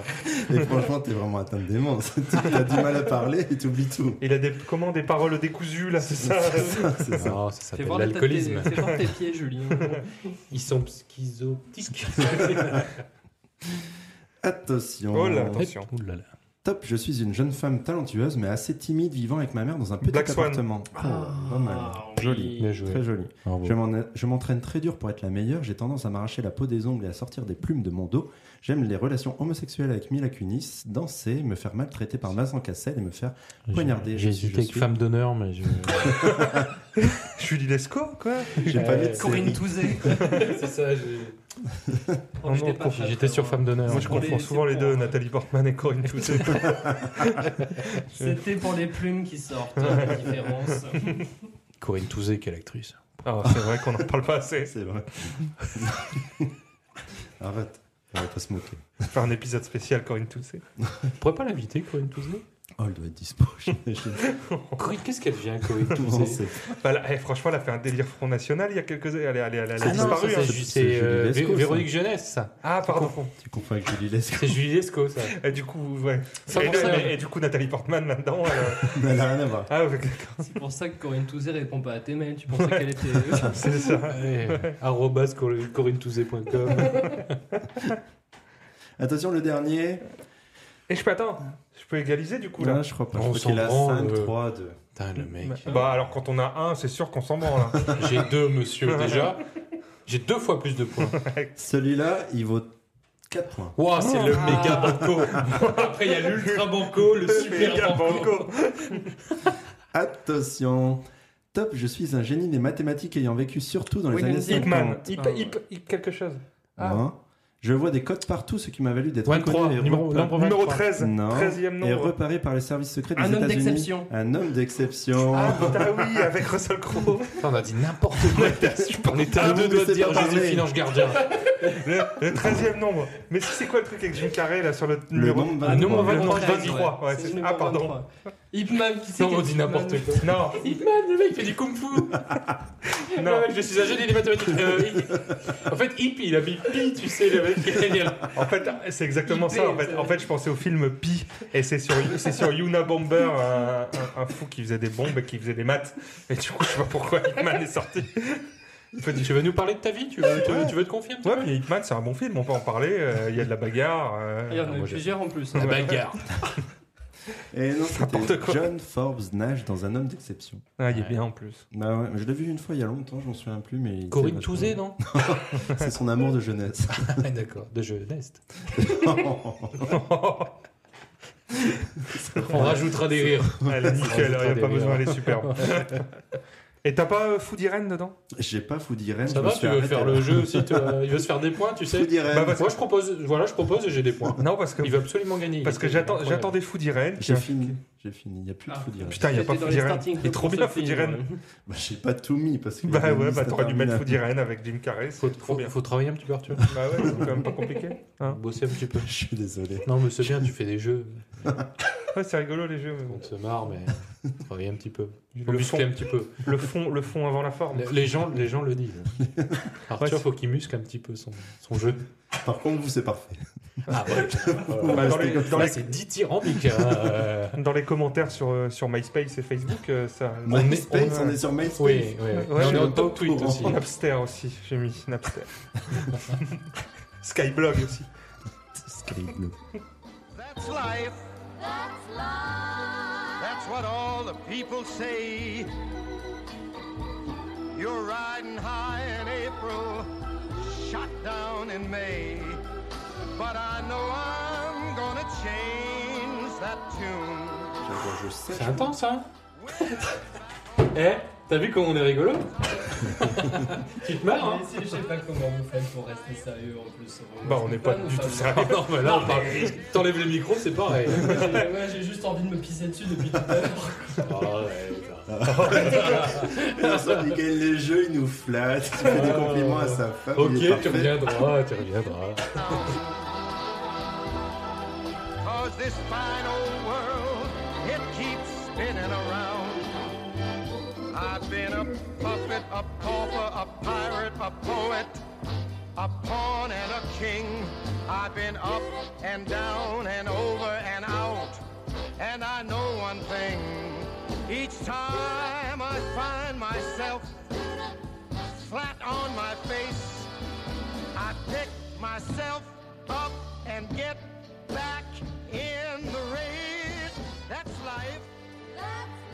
[SPEAKER 5] Et franchement, t'es vraiment atteint de démence. T'as du mal à parler et t'oublies tout.
[SPEAKER 6] Il a des, comment, des paroles décousues là, c'est ça
[SPEAKER 5] C'est ça, c'est ça.
[SPEAKER 7] Non, Ah, ça
[SPEAKER 8] fais
[SPEAKER 7] s'appelle
[SPEAKER 8] voir les têtes des-
[SPEAKER 7] l'alcoolisme.
[SPEAKER 8] Fais voir tes pieds, Julien.
[SPEAKER 7] Ils sont schizoptiques.
[SPEAKER 5] Attention.
[SPEAKER 6] Oh là, attends. Attention.
[SPEAKER 7] Ouh là là.
[SPEAKER 5] Top, je suis une jeune femme talentueuse mais assez timide vivant avec ma mère dans un petit
[SPEAKER 6] Black Swan.
[SPEAKER 5] appartement. Oh, pas mal.
[SPEAKER 8] Ah, oui.
[SPEAKER 5] Joli.
[SPEAKER 7] Bien joué.
[SPEAKER 5] Très joli.
[SPEAKER 7] Bravo.
[SPEAKER 5] Je m'en- Je m'entraîne très dur pour être la meilleure. J'ai tendance à m'arracher la peau des ongles et à sortir des plumes de mon dos. J'aime les relations homosexuelles avec Mila Kunis, danser, me faire maltraiter par Vincent Cassel et me faire poignarder.
[SPEAKER 7] J'ai
[SPEAKER 5] Je suis-
[SPEAKER 7] hésité
[SPEAKER 5] je
[SPEAKER 7] avec
[SPEAKER 5] suis-
[SPEAKER 7] femme d'honneur, mais je.
[SPEAKER 6] Julie Lescaut, quoi
[SPEAKER 5] J'ai pas mis de
[SPEAKER 7] Euh,
[SPEAKER 5] série.
[SPEAKER 8] Touzé.
[SPEAKER 7] C'est ça, j'ai.
[SPEAKER 8] Oh, j'étais
[SPEAKER 6] non,
[SPEAKER 8] pas
[SPEAKER 6] confie,
[SPEAKER 8] très,
[SPEAKER 7] J'étais
[SPEAKER 8] très
[SPEAKER 7] sur
[SPEAKER 8] loin.
[SPEAKER 7] femme d'honneur. hein,
[SPEAKER 6] Moi, je
[SPEAKER 8] pour les-
[SPEAKER 6] confonds
[SPEAKER 8] c'est
[SPEAKER 6] souvent les
[SPEAKER 8] pour-
[SPEAKER 6] deux, Nathalie Portman et Corinne Touzé.
[SPEAKER 8] C'était pour les plumes qui sortent, la différence.
[SPEAKER 7] Corinne Touzé, quelle actrice.
[SPEAKER 6] Ah, c'est vrai qu'on n'en parle pas assez.
[SPEAKER 5] C'est vrai. Arrête. On va pas se moquer.
[SPEAKER 6] Faire un épisode spécial Corinne Touzé.
[SPEAKER 7] On pourrait pas l'inviter, Corinne Touzé
[SPEAKER 5] Oh, elle doit être dispo, j'imagine.
[SPEAKER 7] Corinne, qu'est-ce qu'elle vient, Corinne
[SPEAKER 5] Tout
[SPEAKER 7] tous
[SPEAKER 5] le monde
[SPEAKER 7] ces-
[SPEAKER 5] sait.
[SPEAKER 6] Bah, là, eh, franchement, elle a fait un délire Front National il y a quelques années. Elle, est- elle est- elle est- elle a
[SPEAKER 7] Ah non, ça,
[SPEAKER 6] disparu.
[SPEAKER 7] c'est
[SPEAKER 6] hein.
[SPEAKER 7] Ju-
[SPEAKER 5] C'est Julie
[SPEAKER 7] c'est euh,
[SPEAKER 5] Lescaut,
[SPEAKER 7] Vé-
[SPEAKER 5] ça.
[SPEAKER 7] Véronique Jeunesse, ça.
[SPEAKER 6] Ah, pardon.
[SPEAKER 5] Tu confonds avec Julie Lescaut.
[SPEAKER 7] C'est Julie Lescaut, ça.
[SPEAKER 6] Et du coup, ouais.
[SPEAKER 7] C'est
[SPEAKER 6] Et,
[SPEAKER 7] pour ça.
[SPEAKER 6] et- et du coup, Nathalie Portman là-dedans. elle, euh,
[SPEAKER 5] Elle a rien à voir.
[SPEAKER 6] ah, ouais,
[SPEAKER 8] C'est pour ça que Corinne Touzé répond pas à tes mails. Tu pensais qu'elle était. euh,
[SPEAKER 6] c'est ça.
[SPEAKER 7] Ouais. Arrobas cor- corinne-touzé.com.
[SPEAKER 5] Attention, le dernier.
[SPEAKER 6] Et je peux attendre. Je peux égaliser du coup là.
[SPEAKER 5] Là, je crois pas.
[SPEAKER 7] On
[SPEAKER 5] Je crois qu'il a
[SPEAKER 7] s'en branle,
[SPEAKER 5] 5,
[SPEAKER 7] euh.
[SPEAKER 5] 3, 2.
[SPEAKER 7] Putain, le mec.
[SPEAKER 6] Bah alors quand on a un, c'est sûr qu'on s'en branle. hein.
[SPEAKER 7] J'ai deux, monsieur, déjà. J'ai deux fois plus de points.
[SPEAKER 5] Celui-là, il vaut 4 points.
[SPEAKER 7] Waouh, c'est le
[SPEAKER 8] Ah.
[SPEAKER 7] méga banco. Après, il y a l'ultra banco, le
[SPEAKER 6] Méga
[SPEAKER 7] super banco.
[SPEAKER 6] banco.
[SPEAKER 5] Attention. Top, je suis un génie des mathématiques ayant vécu surtout dans les
[SPEAKER 8] William
[SPEAKER 5] années
[SPEAKER 6] Hitman.
[SPEAKER 5] 50.
[SPEAKER 6] Hip,
[SPEAKER 8] Ah, ouais.
[SPEAKER 6] hip, hip quelque chose. Ah.
[SPEAKER 5] Hein. Je vois des codes partout, ce qui m'a valu d'être
[SPEAKER 7] 23,
[SPEAKER 5] reconnu et
[SPEAKER 7] numéro,
[SPEAKER 5] repa-
[SPEAKER 7] nombre 23.
[SPEAKER 6] Numéro 13.
[SPEAKER 5] Non.
[SPEAKER 6] 13e
[SPEAKER 5] et
[SPEAKER 6] nombre.
[SPEAKER 5] reparé par les services secrets des
[SPEAKER 8] Un homme
[SPEAKER 5] États-Unis.
[SPEAKER 8] d'exception.
[SPEAKER 5] Un homme d'exception.
[SPEAKER 6] Ah putain oui, avec Russell Crowe.
[SPEAKER 7] Putain, on a dit n'importe quoi. on était
[SPEAKER 5] Ah,
[SPEAKER 7] à
[SPEAKER 5] vous
[SPEAKER 7] deux doigts de
[SPEAKER 5] laissez
[SPEAKER 7] dire
[SPEAKER 5] pas parler.
[SPEAKER 7] Joséphine Ange Gardien.
[SPEAKER 6] Le, le 13e nombre. Mais si c'est quoi le truc avec Jim Carrey là sur le,
[SPEAKER 5] Le
[SPEAKER 6] numéro
[SPEAKER 5] nombre
[SPEAKER 7] Ah, nombre
[SPEAKER 5] 23.
[SPEAKER 6] Le nombre
[SPEAKER 8] 13,
[SPEAKER 6] 23, ouais, c'est-
[SPEAKER 8] le
[SPEAKER 6] ah,
[SPEAKER 8] numéro
[SPEAKER 6] pardon.
[SPEAKER 8] 23. Hipman, qui c'est
[SPEAKER 7] Non,
[SPEAKER 8] qui
[SPEAKER 7] on
[SPEAKER 8] est
[SPEAKER 7] dit
[SPEAKER 8] Hipman
[SPEAKER 7] n'importe quoi.
[SPEAKER 6] Non,
[SPEAKER 7] Hitman, le mec fait du kung fu. Ah
[SPEAKER 6] non.
[SPEAKER 7] Ouais, je suis un génie des mathématiques. Euh, il- en fait, hippie, il a mis pi, tu sais, le mec.
[SPEAKER 6] En fait, c'est exactement
[SPEAKER 8] IP,
[SPEAKER 6] ça. En fait,
[SPEAKER 8] ça.
[SPEAKER 6] en fait, je pensais au film Pi, et c'est sur, c'est sur Yuna Bomber, un, un- un fou qui faisait des bombes et qui faisait des maths. Et du coup, je sais pas pourquoi Hitman est sorti.
[SPEAKER 7] tu veux nous parler de ta vie tu veux, tu, veux, tu veux te confier un petit
[SPEAKER 6] Ouais,
[SPEAKER 7] peu
[SPEAKER 6] mais Hitman, c'est un bon film, on peut en parler. euh, Il y a de la bagarre. euh,
[SPEAKER 8] Il y en a
[SPEAKER 7] moi, j'ai-
[SPEAKER 8] plusieurs en plus.
[SPEAKER 7] La
[SPEAKER 8] hein.
[SPEAKER 7] bagarre.
[SPEAKER 5] Et non, c'était
[SPEAKER 6] N'importe quoi.
[SPEAKER 5] John Forbes Nage dans un homme d'exception.
[SPEAKER 6] ah, il est
[SPEAKER 7] Ouais.
[SPEAKER 6] bien en plus.
[SPEAKER 5] Bah ouais, mais je l'ai vu une fois il y a longtemps, je m'en souviens plus, mais. il
[SPEAKER 7] Corinne
[SPEAKER 5] était vachement
[SPEAKER 7] Touzé,
[SPEAKER 5] bien.
[SPEAKER 7] non
[SPEAKER 5] C'est son amour de jeunesse.
[SPEAKER 7] Ah, D'accord, de jeu Nest. On rajoutera des rires.
[SPEAKER 6] Elle est nickel, il n'y a
[SPEAKER 7] Des
[SPEAKER 6] pas
[SPEAKER 7] rires.
[SPEAKER 6] besoin, elle est superbe. Et t'as pas euh, Foodie Ren dedans
[SPEAKER 5] J'ai pas Foodie Rennes.
[SPEAKER 7] Ça va, tu veux faire le jeu aussi toi Il veut se faire des points, tu sais
[SPEAKER 5] Foodie Rennes.
[SPEAKER 6] Bah, parce-
[SPEAKER 7] Moi, je propose, voilà, je propose et j'ai des points.
[SPEAKER 6] Non, parce que,
[SPEAKER 7] Il veut absolument gagner.
[SPEAKER 6] parce que
[SPEAKER 7] Il est
[SPEAKER 6] j'attends,
[SPEAKER 7] incroyable.
[SPEAKER 6] j'attendais Foodie Ren.
[SPEAKER 5] J'ai fini. J'ai fini. Il n'y a plus de
[SPEAKER 8] Ah.
[SPEAKER 5] Foodie Rennes.
[SPEAKER 6] Putain, il n'y a
[SPEAKER 8] J'étais
[SPEAKER 6] pas
[SPEAKER 8] dans
[SPEAKER 6] Foodie
[SPEAKER 8] les
[SPEAKER 6] Ren.
[SPEAKER 8] starting
[SPEAKER 6] Il est trop
[SPEAKER 8] pour
[SPEAKER 6] bien,
[SPEAKER 8] ce
[SPEAKER 6] Foodie
[SPEAKER 8] film,
[SPEAKER 6] Ren.
[SPEAKER 8] ouais.
[SPEAKER 5] Bah, j'ai pas tout mis parce que.
[SPEAKER 6] Bah
[SPEAKER 5] la
[SPEAKER 6] ouais,
[SPEAKER 5] liste
[SPEAKER 6] bah t'aurais dû mettre
[SPEAKER 5] interminable.
[SPEAKER 6] Foodie Ren avec Jim Carrey,
[SPEAKER 7] Faut,
[SPEAKER 6] c'est trop
[SPEAKER 7] faut,
[SPEAKER 6] bien.
[SPEAKER 7] faut travailler un petit peu, Arthur.
[SPEAKER 6] Bah ouais, c'est quand même pas compliqué. Hein.
[SPEAKER 7] Bosser un petit peu.
[SPEAKER 5] Je suis désolé.
[SPEAKER 7] Non, mais c'est bien, tu fais des jeux.
[SPEAKER 6] Ouais, c'est rigolo les jeux, mais bon.
[SPEAKER 7] On se marre, mais travailler un petit peu. Faut
[SPEAKER 6] Le
[SPEAKER 7] muscler
[SPEAKER 6] fond,
[SPEAKER 7] un petit peu.
[SPEAKER 6] le fond, le fond avant la forme.
[SPEAKER 7] Les- Les gens, les gens le disent. Arthur,
[SPEAKER 6] Ouais, c'est-
[SPEAKER 7] faut qu'il muscle un petit peu son, son jeu.
[SPEAKER 5] Par contre, vous, c'est parfait.
[SPEAKER 7] Ah ouais.
[SPEAKER 6] Bah, dans, les, dans,
[SPEAKER 7] Là,
[SPEAKER 6] les,
[SPEAKER 7] c'est dithyrambique. hein. Euh,
[SPEAKER 6] dans les commentaires sur, euh, sur MySpace et Facebook, euh, ça.
[SPEAKER 7] est-
[SPEAKER 5] MySpace, on,
[SPEAKER 7] on-
[SPEAKER 5] est sur MySpace.
[SPEAKER 7] Oui, oui. Mais
[SPEAKER 6] je
[SPEAKER 7] on
[SPEAKER 6] suis
[SPEAKER 7] est
[SPEAKER 5] même
[SPEAKER 7] en
[SPEAKER 5] pas au
[SPEAKER 7] top tweet
[SPEAKER 5] courant.
[SPEAKER 7] aussi.
[SPEAKER 6] Napster aussi, j'ai mis Napster. Skyblog aussi.
[SPEAKER 5] Skype, le-
[SPEAKER 4] That's life. That's what all the people say. You're riding high in April, shot down in May. But I know I'm gonna change that tune.
[SPEAKER 5] Je sais.
[SPEAKER 7] C'est intense, hein Eh, t'as vu comment on est rigolo Tu te marres, hein
[SPEAKER 8] Mais si, Je sais pas comment vous faites pour rester sérieux en plus.
[SPEAKER 6] Bah, on n'est pas
[SPEAKER 8] nous,
[SPEAKER 6] du
[SPEAKER 8] ça
[SPEAKER 6] tout
[SPEAKER 8] me-
[SPEAKER 6] sérieux.
[SPEAKER 7] Ah Non, mais là, on parle. T'enlèves le micro, c'est pareil.
[SPEAKER 8] Ouais, ouais, j'ai juste envie de me pisser dessus depuis tout à l'heure.
[SPEAKER 7] Ah ouais, putain.
[SPEAKER 5] Personne qui gagne les jeux, il nous flatte. Il fait des compliments à sa femme.
[SPEAKER 7] ok,
[SPEAKER 5] il est
[SPEAKER 7] tu
[SPEAKER 5] parfait.
[SPEAKER 7] reviendras, tu reviendras.
[SPEAKER 4] Cause this fine old world, it keeps spinning around. I've been a puppet, a pauper, a pirate, a poet, a pawn and a king. I've been up and down and over and out. And I know one thing. Each time I find myself flat on my face, I pick myself up and get back in the race. That's life.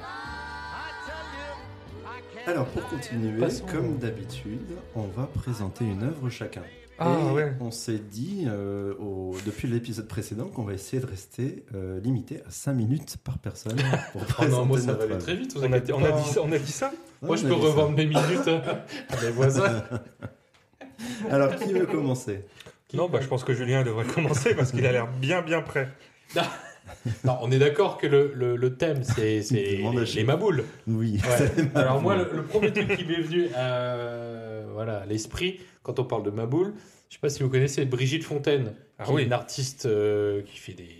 [SPEAKER 4] I tell you, I can't
[SPEAKER 5] Alors, pour
[SPEAKER 4] deny it.
[SPEAKER 5] continuer,
[SPEAKER 7] Passons.
[SPEAKER 5] comme d'habitude, on va présenter une œuvre chacun.
[SPEAKER 6] Ah,
[SPEAKER 5] Et
[SPEAKER 6] ouais.
[SPEAKER 5] On s'est dit, euh, au- depuis l'épisode précédent, qu'on va essayer de rester euh, limité à 5 minutes par personne pour
[SPEAKER 7] Oh
[SPEAKER 5] présenter
[SPEAKER 7] non, moi, ça
[SPEAKER 5] notre
[SPEAKER 7] va aller
[SPEAKER 5] œuvre.
[SPEAKER 7] très vite. vous
[SPEAKER 6] On a,
[SPEAKER 7] inquiétez
[SPEAKER 6] on a
[SPEAKER 7] pas.
[SPEAKER 6] dit ça, on a dit ça
[SPEAKER 5] Ouais,
[SPEAKER 7] Moi, je
[SPEAKER 5] on
[SPEAKER 7] peux
[SPEAKER 5] a dit ça.
[SPEAKER 7] revendre mes minutes hein. à mes voisins.
[SPEAKER 5] Alors, qui veut commencer
[SPEAKER 6] Non, bah je pense que Julien devrait commencer parce qu'il a l'air bien bien prêt.
[SPEAKER 7] Non, on est d'accord que le, le- le thème, c'est c'est les,
[SPEAKER 5] Demande à
[SPEAKER 7] les
[SPEAKER 5] Gilles.
[SPEAKER 7] maboules.
[SPEAKER 5] Oui.
[SPEAKER 7] Alors moi, le, le premier truc qui m'est venu euh, voilà, à l'esprit, quand on parle de Maboule, je ne sais pas si vous connaissez Brigitte Fontaine,
[SPEAKER 6] Ah
[SPEAKER 7] qui
[SPEAKER 6] oui.
[SPEAKER 7] est une artiste euh, qui fait des...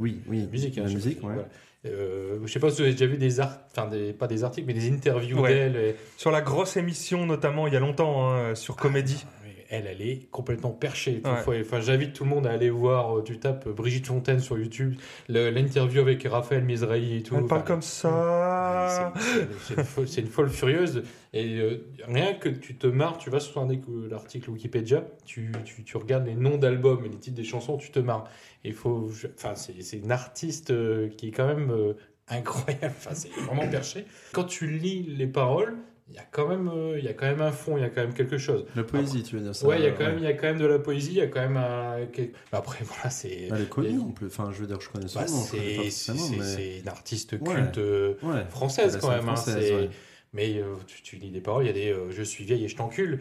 [SPEAKER 5] Oui, oui.
[SPEAKER 7] musique. hein,
[SPEAKER 5] la
[SPEAKER 7] je sais
[SPEAKER 5] musique,
[SPEAKER 7] pas,
[SPEAKER 5] ouais.
[SPEAKER 7] voilà. Euh, je sais pas si vous avez déjà vu des art, enfin des, pas des articles, mais des interviews
[SPEAKER 6] Ouais.
[SPEAKER 7] d'elle. et-
[SPEAKER 6] Sur la grosse émission, notamment, il y a longtemps, hein, sur Comédie.
[SPEAKER 7] Ah, Elle, elle est complètement perchée.
[SPEAKER 6] Ouais.
[SPEAKER 7] Faut- Enfin, j'invite tout le monde à aller voir. euh, Tu tapes euh, Brigitte Fontaine sur YouTube, le- l'interview avec Raphaël Mizrahi et tout. Ah,
[SPEAKER 6] Elle parle
[SPEAKER 7] Enfin,
[SPEAKER 6] comme ça.
[SPEAKER 7] c'est- c'est- C'est une, folle- c'est une folle furieuse. Et euh, rien que tu te marres, tu vas sur un éco- l'article Wikipédia, tu, tu, tu regardes les noms d'albums et les titres des chansons, tu te marres. Et faut, je- enfin, c'est c'est une artiste euh, qui est quand même euh, incroyable. Enfin, c'est vraiment perché. Quand tu lis les paroles, il y a quand même, euh, il y a quand même un fond, il y a quand même quelque chose.
[SPEAKER 5] La poésie, tu veux dire ça
[SPEAKER 7] ouais, il y a quand même, il y a quand même de la poésie, il y a quand même un. quel- Mais Après, voilà, c'est.
[SPEAKER 5] Elle est connue
[SPEAKER 7] il y a-
[SPEAKER 5] Bah, en plus. Enfin, je veux dire, je connais son
[SPEAKER 7] bah,
[SPEAKER 5] nom, je connais pas
[SPEAKER 7] c'est c'est-
[SPEAKER 5] forcément,
[SPEAKER 7] c'est-
[SPEAKER 5] mais.
[SPEAKER 7] c'est une artiste
[SPEAKER 5] Ouais.
[SPEAKER 7] culte. euh,
[SPEAKER 5] Ouais.
[SPEAKER 7] française
[SPEAKER 5] La
[SPEAKER 7] quand
[SPEAKER 5] scène
[SPEAKER 7] même. hein,
[SPEAKER 5] française,
[SPEAKER 7] c'est-
[SPEAKER 5] ouais.
[SPEAKER 7] Mais euh, tu, tu lis des paroles, il y a des euh, je suis vieille et je t'encule.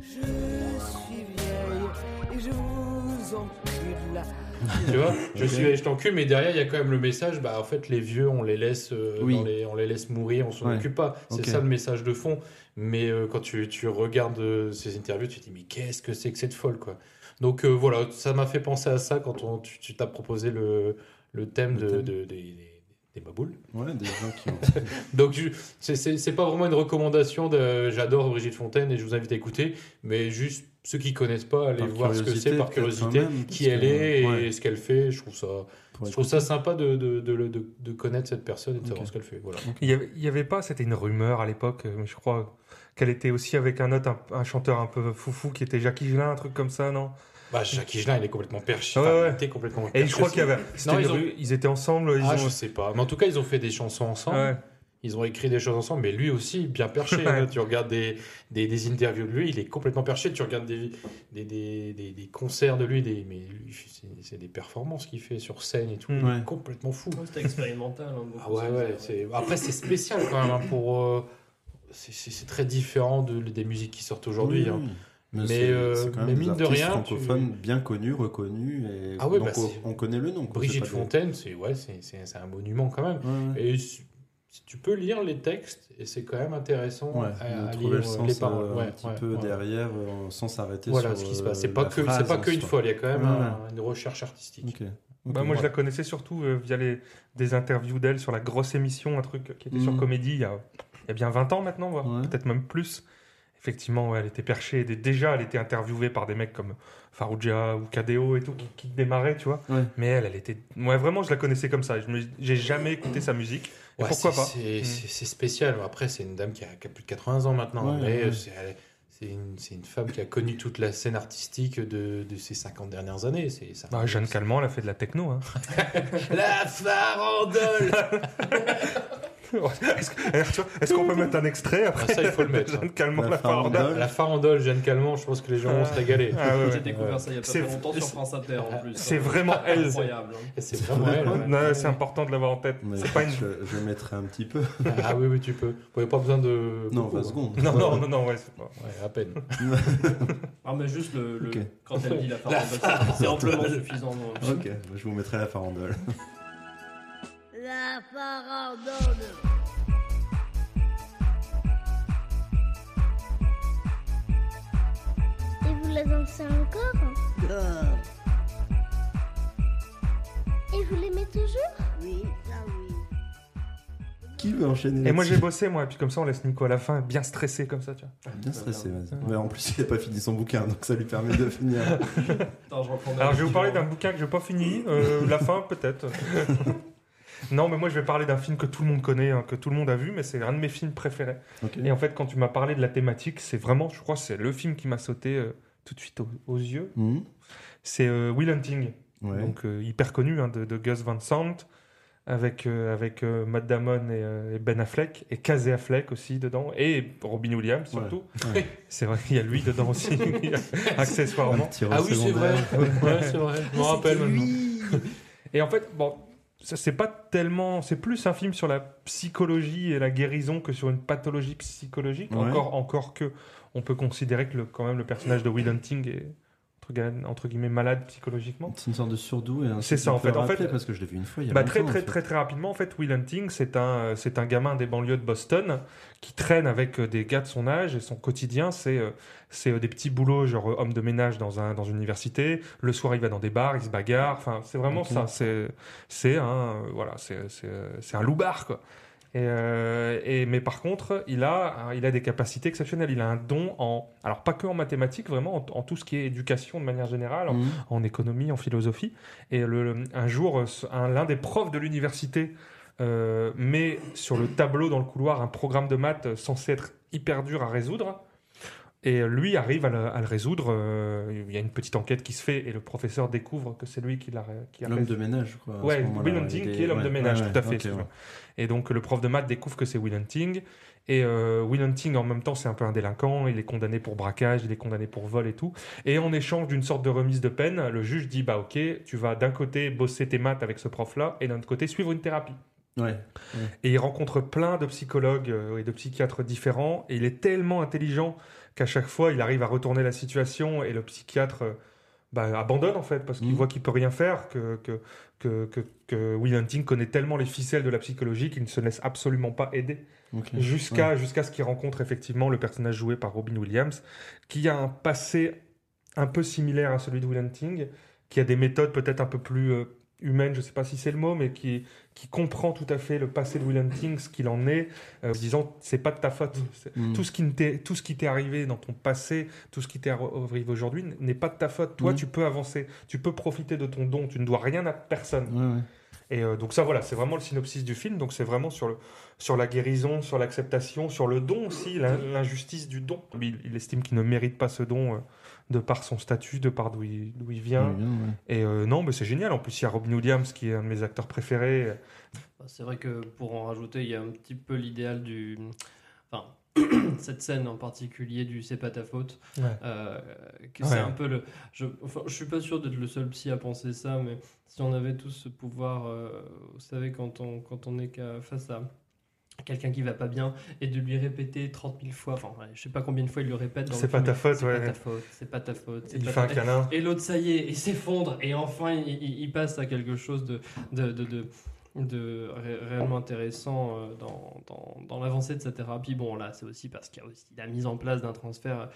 [SPEAKER 2] Je suis vieille et je vous encule.
[SPEAKER 7] Tu vois, je
[SPEAKER 5] Ok.
[SPEAKER 7] suis vieille et je t'encule, mais derrière il y a quand même le message bah en fait les vieux on les laisse euh,
[SPEAKER 5] Oui.
[SPEAKER 7] dans les, on les laisse mourir, on s'en
[SPEAKER 5] Ouais.
[SPEAKER 7] occupe pas. C'est
[SPEAKER 5] Ok.
[SPEAKER 7] ça le message de fond. Mais euh, quand tu, tu regardes euh, ces interviews, tu te dis mais qu'est-ce que c'est que cette folle quoi. Donc euh, voilà, ça m'a fait penser à ça quand on, tu tu t'as proposé le, le thème
[SPEAKER 5] Le
[SPEAKER 7] de,
[SPEAKER 5] thème.
[SPEAKER 7] de- des- des- des baboules.
[SPEAKER 5] Ouais, des gens qui ont.
[SPEAKER 7] Donc, je- c'est- c'est c'est pas vraiment une recommandation. de- J'adore Brigitte Fontaine et je vous invite à écouter, mais juste ceux qui connaissent pas, allez
[SPEAKER 5] Par
[SPEAKER 7] voir ce que
[SPEAKER 5] curiosité,
[SPEAKER 7] c'est par
[SPEAKER 5] peut-être
[SPEAKER 7] curiosité,
[SPEAKER 5] quand même,
[SPEAKER 7] qui
[SPEAKER 5] parce
[SPEAKER 7] elle
[SPEAKER 5] que-
[SPEAKER 7] est et
[SPEAKER 5] ouais.
[SPEAKER 7] ce qu'elle fait. Je trouve ça,
[SPEAKER 5] pour
[SPEAKER 7] je trouve ça sympa de, de, de, le- de- de connaître cette personne et de savoir
[SPEAKER 5] Ok.
[SPEAKER 7] ce qu'elle fait. Voilà.
[SPEAKER 6] Il y avait, il y avait pas, c'était une rumeur à l'époque, euh, mais je crois qu'elle était aussi avec un autre, un, un chanteur un peu foufou qui était Jackie Gelin, un truc comme ça, non
[SPEAKER 7] Bah, Jacques Higelin, il est complètement perché.
[SPEAKER 6] Ouais,
[SPEAKER 7] Enfin,
[SPEAKER 6] ouais.
[SPEAKER 7] il était complètement
[SPEAKER 6] Et
[SPEAKER 7] perché.
[SPEAKER 6] je crois qu'il y avait. c'était
[SPEAKER 7] Non,
[SPEAKER 6] une
[SPEAKER 7] ils ont-
[SPEAKER 6] ru- ils étaient ensemble, ils
[SPEAKER 7] Ah,
[SPEAKER 6] ont.
[SPEAKER 7] je sais pas. Mais en tout cas, ils ont fait des chansons ensemble.
[SPEAKER 6] Ouais.
[SPEAKER 7] Ils ont écrit des choses ensemble, mais lui aussi, bien perché. hein.
[SPEAKER 6] Ouais.
[SPEAKER 7] Tu regardes des, des, des interviews de lui, il est complètement perché. Tu regardes des, des, des, des- des concerts de lui, des, mais lui, c'est- c'est des performances qu'il fait sur scène et tout.
[SPEAKER 6] Mm.
[SPEAKER 7] Il est
[SPEAKER 5] Ouais.
[SPEAKER 7] complètement fou.
[SPEAKER 8] C'était expérimental. hein, beaucoup,
[SPEAKER 7] Ah ouais,
[SPEAKER 8] ça,
[SPEAKER 7] ouais. c'est- Après, c'est spécial quand même. hein, pour, euh, c'est- c'est c'est très différent de, des musiques qui sortent aujourd'hui.
[SPEAKER 5] Oui,
[SPEAKER 7] hein.
[SPEAKER 5] oui.
[SPEAKER 7] Mais,
[SPEAKER 5] c'est-
[SPEAKER 7] euh,
[SPEAKER 5] c'est quand même
[SPEAKER 7] mais
[SPEAKER 5] des
[SPEAKER 7] mine de
[SPEAKER 5] artistes
[SPEAKER 7] rien,
[SPEAKER 5] francophones bien connus, reconnus. Et
[SPEAKER 7] Ah ouais,
[SPEAKER 5] donc
[SPEAKER 7] bah,
[SPEAKER 5] on,
[SPEAKER 7] c'est-
[SPEAKER 5] on connaît le nom. quoi,
[SPEAKER 7] Brigitte
[SPEAKER 5] c'est pas
[SPEAKER 7] Fontaine, c'est ouais, c'est- c'est- c'est un monument quand même.
[SPEAKER 5] des- Ouais, ouais.
[SPEAKER 7] Et si si tu peux lire les textes, et c'est quand même intéressant
[SPEAKER 5] Ouais,
[SPEAKER 7] à,
[SPEAKER 5] de
[SPEAKER 7] à
[SPEAKER 5] trouver
[SPEAKER 7] lire
[SPEAKER 5] le
[SPEAKER 7] euh, les
[SPEAKER 5] sens
[SPEAKER 7] paroles.
[SPEAKER 5] euh,
[SPEAKER 7] Ouais,
[SPEAKER 5] un petit
[SPEAKER 7] ouais,
[SPEAKER 5] peu
[SPEAKER 7] ouais.
[SPEAKER 5] derrière euh, sans s'arrêter
[SPEAKER 7] Voilà
[SPEAKER 5] sur,
[SPEAKER 7] ce qui se
[SPEAKER 5] euh,
[SPEAKER 7] passe. C'est pas
[SPEAKER 5] la
[SPEAKER 7] que c'est
[SPEAKER 5] phrase
[SPEAKER 7] pas
[SPEAKER 5] en
[SPEAKER 7] que une
[SPEAKER 5] soi.
[SPEAKER 7] fois. Il y a quand même
[SPEAKER 5] Ouais,
[SPEAKER 7] un- une recherche artistique.
[SPEAKER 5] Ok.
[SPEAKER 6] Bah,
[SPEAKER 5] Ok.
[SPEAKER 6] moi, je la connaissais surtout euh, via les, des interviews d'elle sur la grosse émission, un truc qui était sur
[SPEAKER 5] Mhm.
[SPEAKER 6] Comédie il y, a, il y a bien 20 ans maintenant, voire
[SPEAKER 5] Ouais.
[SPEAKER 6] peut-être même plus. Effectivement, ouais, elle était perchée. Et déjà, elle était interviewée par des mecs comme Farouja ou Kadeo et tout, qui, qui démarraient, tu vois.
[SPEAKER 5] Ouais.
[SPEAKER 6] Mais elle, elle était. Moi, vraiment, je la connaissais comme ça. Je me- J'ai jamais écouté sa musique. Et
[SPEAKER 7] Ouais,
[SPEAKER 6] pourquoi
[SPEAKER 7] c'est-
[SPEAKER 6] pas
[SPEAKER 7] C'est
[SPEAKER 6] Mm.
[SPEAKER 7] c'est- c'est spécial. Après, c'est une dame qui a, qui a plus de 80 ans maintenant.
[SPEAKER 5] Ouais,
[SPEAKER 7] mais
[SPEAKER 5] ouais.
[SPEAKER 7] euh, c'est- elle- c'est une, c'est une femme qui a connu toute la scène artistique de, de ces 50 dernières années. C'est ça.
[SPEAKER 6] Bah, Jeanne Calment, elle a fait de la techno. Hein.
[SPEAKER 7] La farandole
[SPEAKER 6] Est-ce que- Arthur, est-ce qu'on peut mettre un extrait après
[SPEAKER 7] Ah, ça, il faut le mettre,
[SPEAKER 6] Jeanne Calment,
[SPEAKER 5] La
[SPEAKER 6] la
[SPEAKER 5] farandole.
[SPEAKER 6] farandole.
[SPEAKER 7] La farandole, Jeanne Calment, je pense que les gens vont se régaler.
[SPEAKER 6] Ah, ouais,
[SPEAKER 8] J'ai
[SPEAKER 6] ouais.
[SPEAKER 8] découvert ça il y a pas
[SPEAKER 6] C'est-
[SPEAKER 8] très longtemps sur
[SPEAKER 6] c'est-
[SPEAKER 8] France Inter en plus.
[SPEAKER 6] c'est
[SPEAKER 8] hein.
[SPEAKER 6] vraiment elle.
[SPEAKER 8] Incroyable. hein.
[SPEAKER 7] Et C'est vraiment elle. ouais.
[SPEAKER 6] Non, C'est important de l'avoir en tête.
[SPEAKER 5] Mais
[SPEAKER 6] C'est pas une
[SPEAKER 5] je, je mettrai un petit peu.
[SPEAKER 7] Ah oui, oui, tu peux. Vous n'avez pas besoin de.
[SPEAKER 5] Non,
[SPEAKER 7] beaucoup,
[SPEAKER 5] 20
[SPEAKER 7] hein.
[SPEAKER 5] secondes.
[SPEAKER 6] Non, non, non, non, ouais, c'est pas.
[SPEAKER 7] Ouais, à peine.
[SPEAKER 8] Ah, mais juste le, le-
[SPEAKER 5] Ok.
[SPEAKER 8] quand elle dit la farandole, c'est- c'est amplement suffisant. hein. non.
[SPEAKER 5] Ok, bah, je vous mettrai la farandole.
[SPEAKER 2] La farandole.
[SPEAKER 9] Et vous la dansez encore
[SPEAKER 2] Ah,
[SPEAKER 9] Et vous l'aimez toujours
[SPEAKER 2] oui, ça oui.
[SPEAKER 5] Qui veut enchaîner
[SPEAKER 6] Et moi j'ai
[SPEAKER 5] là-dessus
[SPEAKER 6] bossé moi, et puis comme ça on laisse Nico à la fin, bien stressé comme ça, tu vois.
[SPEAKER 5] Bien stressé, vas-y. Mais en plus, il n'a pas fini son bouquin, donc ça lui permet de finir.
[SPEAKER 8] Attends, je reprends ma
[SPEAKER 6] Alors je vais vous
[SPEAKER 8] petite
[SPEAKER 6] parler d'un
[SPEAKER 8] vidéo.
[SPEAKER 6] bouquin que j'ai pas fini, euh, la fin peut-être. non mais moi je vais parler d'un film que tout le monde connaît, hein, que tout le monde a vu, mais c'est un de mes films préférés.
[SPEAKER 5] Ok.
[SPEAKER 6] Et en fait quand tu m'as parlé de la thématique, c'est vraiment, je crois, c'est le film qui m'a sauté euh, tout de suite aux, aux yeux.
[SPEAKER 7] Hmm.
[SPEAKER 5] Mhm.
[SPEAKER 6] C'est euh, Will Hunting,
[SPEAKER 5] Ouais.
[SPEAKER 6] donc euh, hyper connu hein, de, de Gus Van Sant, avec, euh, avec euh, Matt Damon et, euh, et Ben Affleck, et Casey Affleck aussi dedans, et Robin Williams
[SPEAKER 5] Ouais.
[SPEAKER 6] surtout.
[SPEAKER 5] Ouais.
[SPEAKER 6] C'est vrai, il y a lui dedans aussi,
[SPEAKER 5] Un
[SPEAKER 6] accessoirement.
[SPEAKER 5] petit rôle
[SPEAKER 7] Ah oui, c'est vrai.
[SPEAKER 5] secondaire.
[SPEAKER 7] Ouais, c'est vrai. Je me rappelle maintenant.
[SPEAKER 6] Et en fait, bon, ça, c'est pas tellement. C'est plus un film sur la psychologie et la guérison que sur une pathologie psychologique.
[SPEAKER 5] Ouais.
[SPEAKER 6] Encore, encore que on peut considérer que le, quand même le personnage de Will Hunting est entre entre, gu- entre guillemets malade psychologiquement
[SPEAKER 5] C'est une sorte de hein, surdou et un
[SPEAKER 6] C'est
[SPEAKER 5] truc
[SPEAKER 6] ça,
[SPEAKER 5] qu'on
[SPEAKER 6] en
[SPEAKER 5] peut
[SPEAKER 6] fait. En
[SPEAKER 5] rappeler
[SPEAKER 6] fait-
[SPEAKER 5] parce que je l'ai vu une fois. Il y a
[SPEAKER 6] Bah, très,
[SPEAKER 5] longtemps, en
[SPEAKER 6] très,
[SPEAKER 5] fait.
[SPEAKER 6] très, très rapidement, en fait, Will Hunting, c'est un, euh, c'est un gamin des banlieues de Boston qui traîne avec euh, des gars de son âge et son quotidien, c'est euh, c'est euh, des petits boulots, genre euh, homme de ménage dans, un, dans une université. Le soir, il va dans des bars, il se bagarre. Enfin, c'est vraiment
[SPEAKER 5] Ok.
[SPEAKER 6] ça. C'est c'est un, euh, voilà, c'est- c'est, euh, c'est un loupard, quoi. Et, euh, et- mais par contre, il a, hein, il a des capacités exceptionnelles. Il a un don en, alors pas que en mathématiques, vraiment en, en tout ce qui est éducation de manière générale, en-
[SPEAKER 5] Mhm.
[SPEAKER 6] en économie, en philosophie. Et le, le- un jour, euh, ce- un- l'un des profs de l'université euh, met sur le tableau dans le couloir un programme de maths euh, censé être hyper dur à résoudre. Et lui arrive à le, à le résoudre. euh, Il y a une petite enquête qui se fait et le professeur découvre que c'est lui qui l'a ré- qui a
[SPEAKER 5] L'homme
[SPEAKER 6] rés-
[SPEAKER 5] de ménage, quoi. à
[SPEAKER 6] Ouais,
[SPEAKER 5] ce moment-là,
[SPEAKER 6] Will
[SPEAKER 5] ouais,
[SPEAKER 6] Hunting
[SPEAKER 5] il est-
[SPEAKER 6] qui est l'homme de
[SPEAKER 5] ouais,
[SPEAKER 6] ménage,
[SPEAKER 5] ouais,
[SPEAKER 6] tout à fait.
[SPEAKER 5] ok,
[SPEAKER 6] excuse-moi.
[SPEAKER 5] ouais.
[SPEAKER 6] Et donc le prof de maths découvre que c'est Will Hunting. Et euh, Will Hunting, en même temps, c'est un peu un délinquant. Il est condamné pour braquage, il est condamné pour vol et tout. Et en échange d'une sorte de remise de peine, le juge dit Bah, ok, tu vas d'un côté bosser tes maths avec ce prof-là, et d'un autre côté suivre une thérapie.
[SPEAKER 5] Ouais.
[SPEAKER 6] Et il rencontre plein de psychologues euh, et de psychiatres différents. Et il est tellement intelligent qu'à chaque fois, il arrive à retourner la situation et le psychiatre euh, bah, abandonne en fait parce qu'il
[SPEAKER 5] Mhm.
[SPEAKER 6] voit qu'il peut rien faire, que, que, que, que, que Will Hunting connaît tellement les ficelles de la psychologie qu'il ne se laisse absolument pas aider
[SPEAKER 5] ok.
[SPEAKER 6] jusqu'à jusqu'à ce qu'il rencontre effectivement le personnage joué par Robin Williams, qui a un passé un peu similaire à celui de Will Hunting, qui a des méthodes peut-être un peu plus euh, humaines, je ne sais pas si c'est le mot, mais qui, qui comprend tout à fait le passé de Will Hunting, ce qu'il en est, euh, en se disant c'est pas de ta faute. C'est-
[SPEAKER 5] Mm.
[SPEAKER 6] Tout ce qui ne t'est- tout ce qui t'est arrivé dans ton passé, tout ce qui t'est arrivé aujourd'hui n- n'est pas de ta faute. Toi,
[SPEAKER 5] Mm.
[SPEAKER 6] tu peux avancer, tu peux profiter de ton don, tu ne dois rien à personne.
[SPEAKER 5] Ouais, ouais.
[SPEAKER 6] Et euh, donc ça, voilà, c'est vraiment le synopsis du film. Donc c'est vraiment sur, le, sur la guérison, sur l'acceptation, sur le don aussi, l'in- l'injustice du don. Il, il estime qu'il ne mérite pas ce don euh, de par son statut, de par d'où il, d'où il vient.
[SPEAKER 5] Ouais, bien, ouais.
[SPEAKER 6] Et euh, non, mais c'est génial. En plus, il y a Robin Williams qui est un de mes acteurs préférés.
[SPEAKER 8] Bah, C'est vrai que pour en rajouter, il y a un petit peu l'idéal du. Enfin, cette scène en particulier du c'est pas ta faute.
[SPEAKER 6] Ouais.
[SPEAKER 8] Euh, que
[SPEAKER 6] Ouais.
[SPEAKER 8] C'est un peu le. Je, enfin, je suis pas sûr d'être le seul psy à penser ça, mais si on avait tous ce pouvoir, euh, vous savez, quand on, quand on est qu'à- face à quelqu'un qui va pas bien et de lui répéter 30 000 fois, enfin, ouais, je sais pas combien de fois il le répète. dans le
[SPEAKER 6] C'est pas
[SPEAKER 8] film,
[SPEAKER 6] ta faute,
[SPEAKER 8] C'est
[SPEAKER 6] ouais.
[SPEAKER 8] pas ta faute, c'est pas ta faute. c'est
[SPEAKER 6] Il
[SPEAKER 8] pas
[SPEAKER 6] fait un
[SPEAKER 8] ta-
[SPEAKER 6] câlin.
[SPEAKER 8] et l'autre, ça y est, il s'effondre. Et enfin, il, il- il passe à quelque chose de, de, de, de- de ré- réellement intéressant euh, dans, dans, dans l'avancée de sa thérapie. Bon, là, c'est aussi parce qu'il y a aussi la mise en place d'un transfert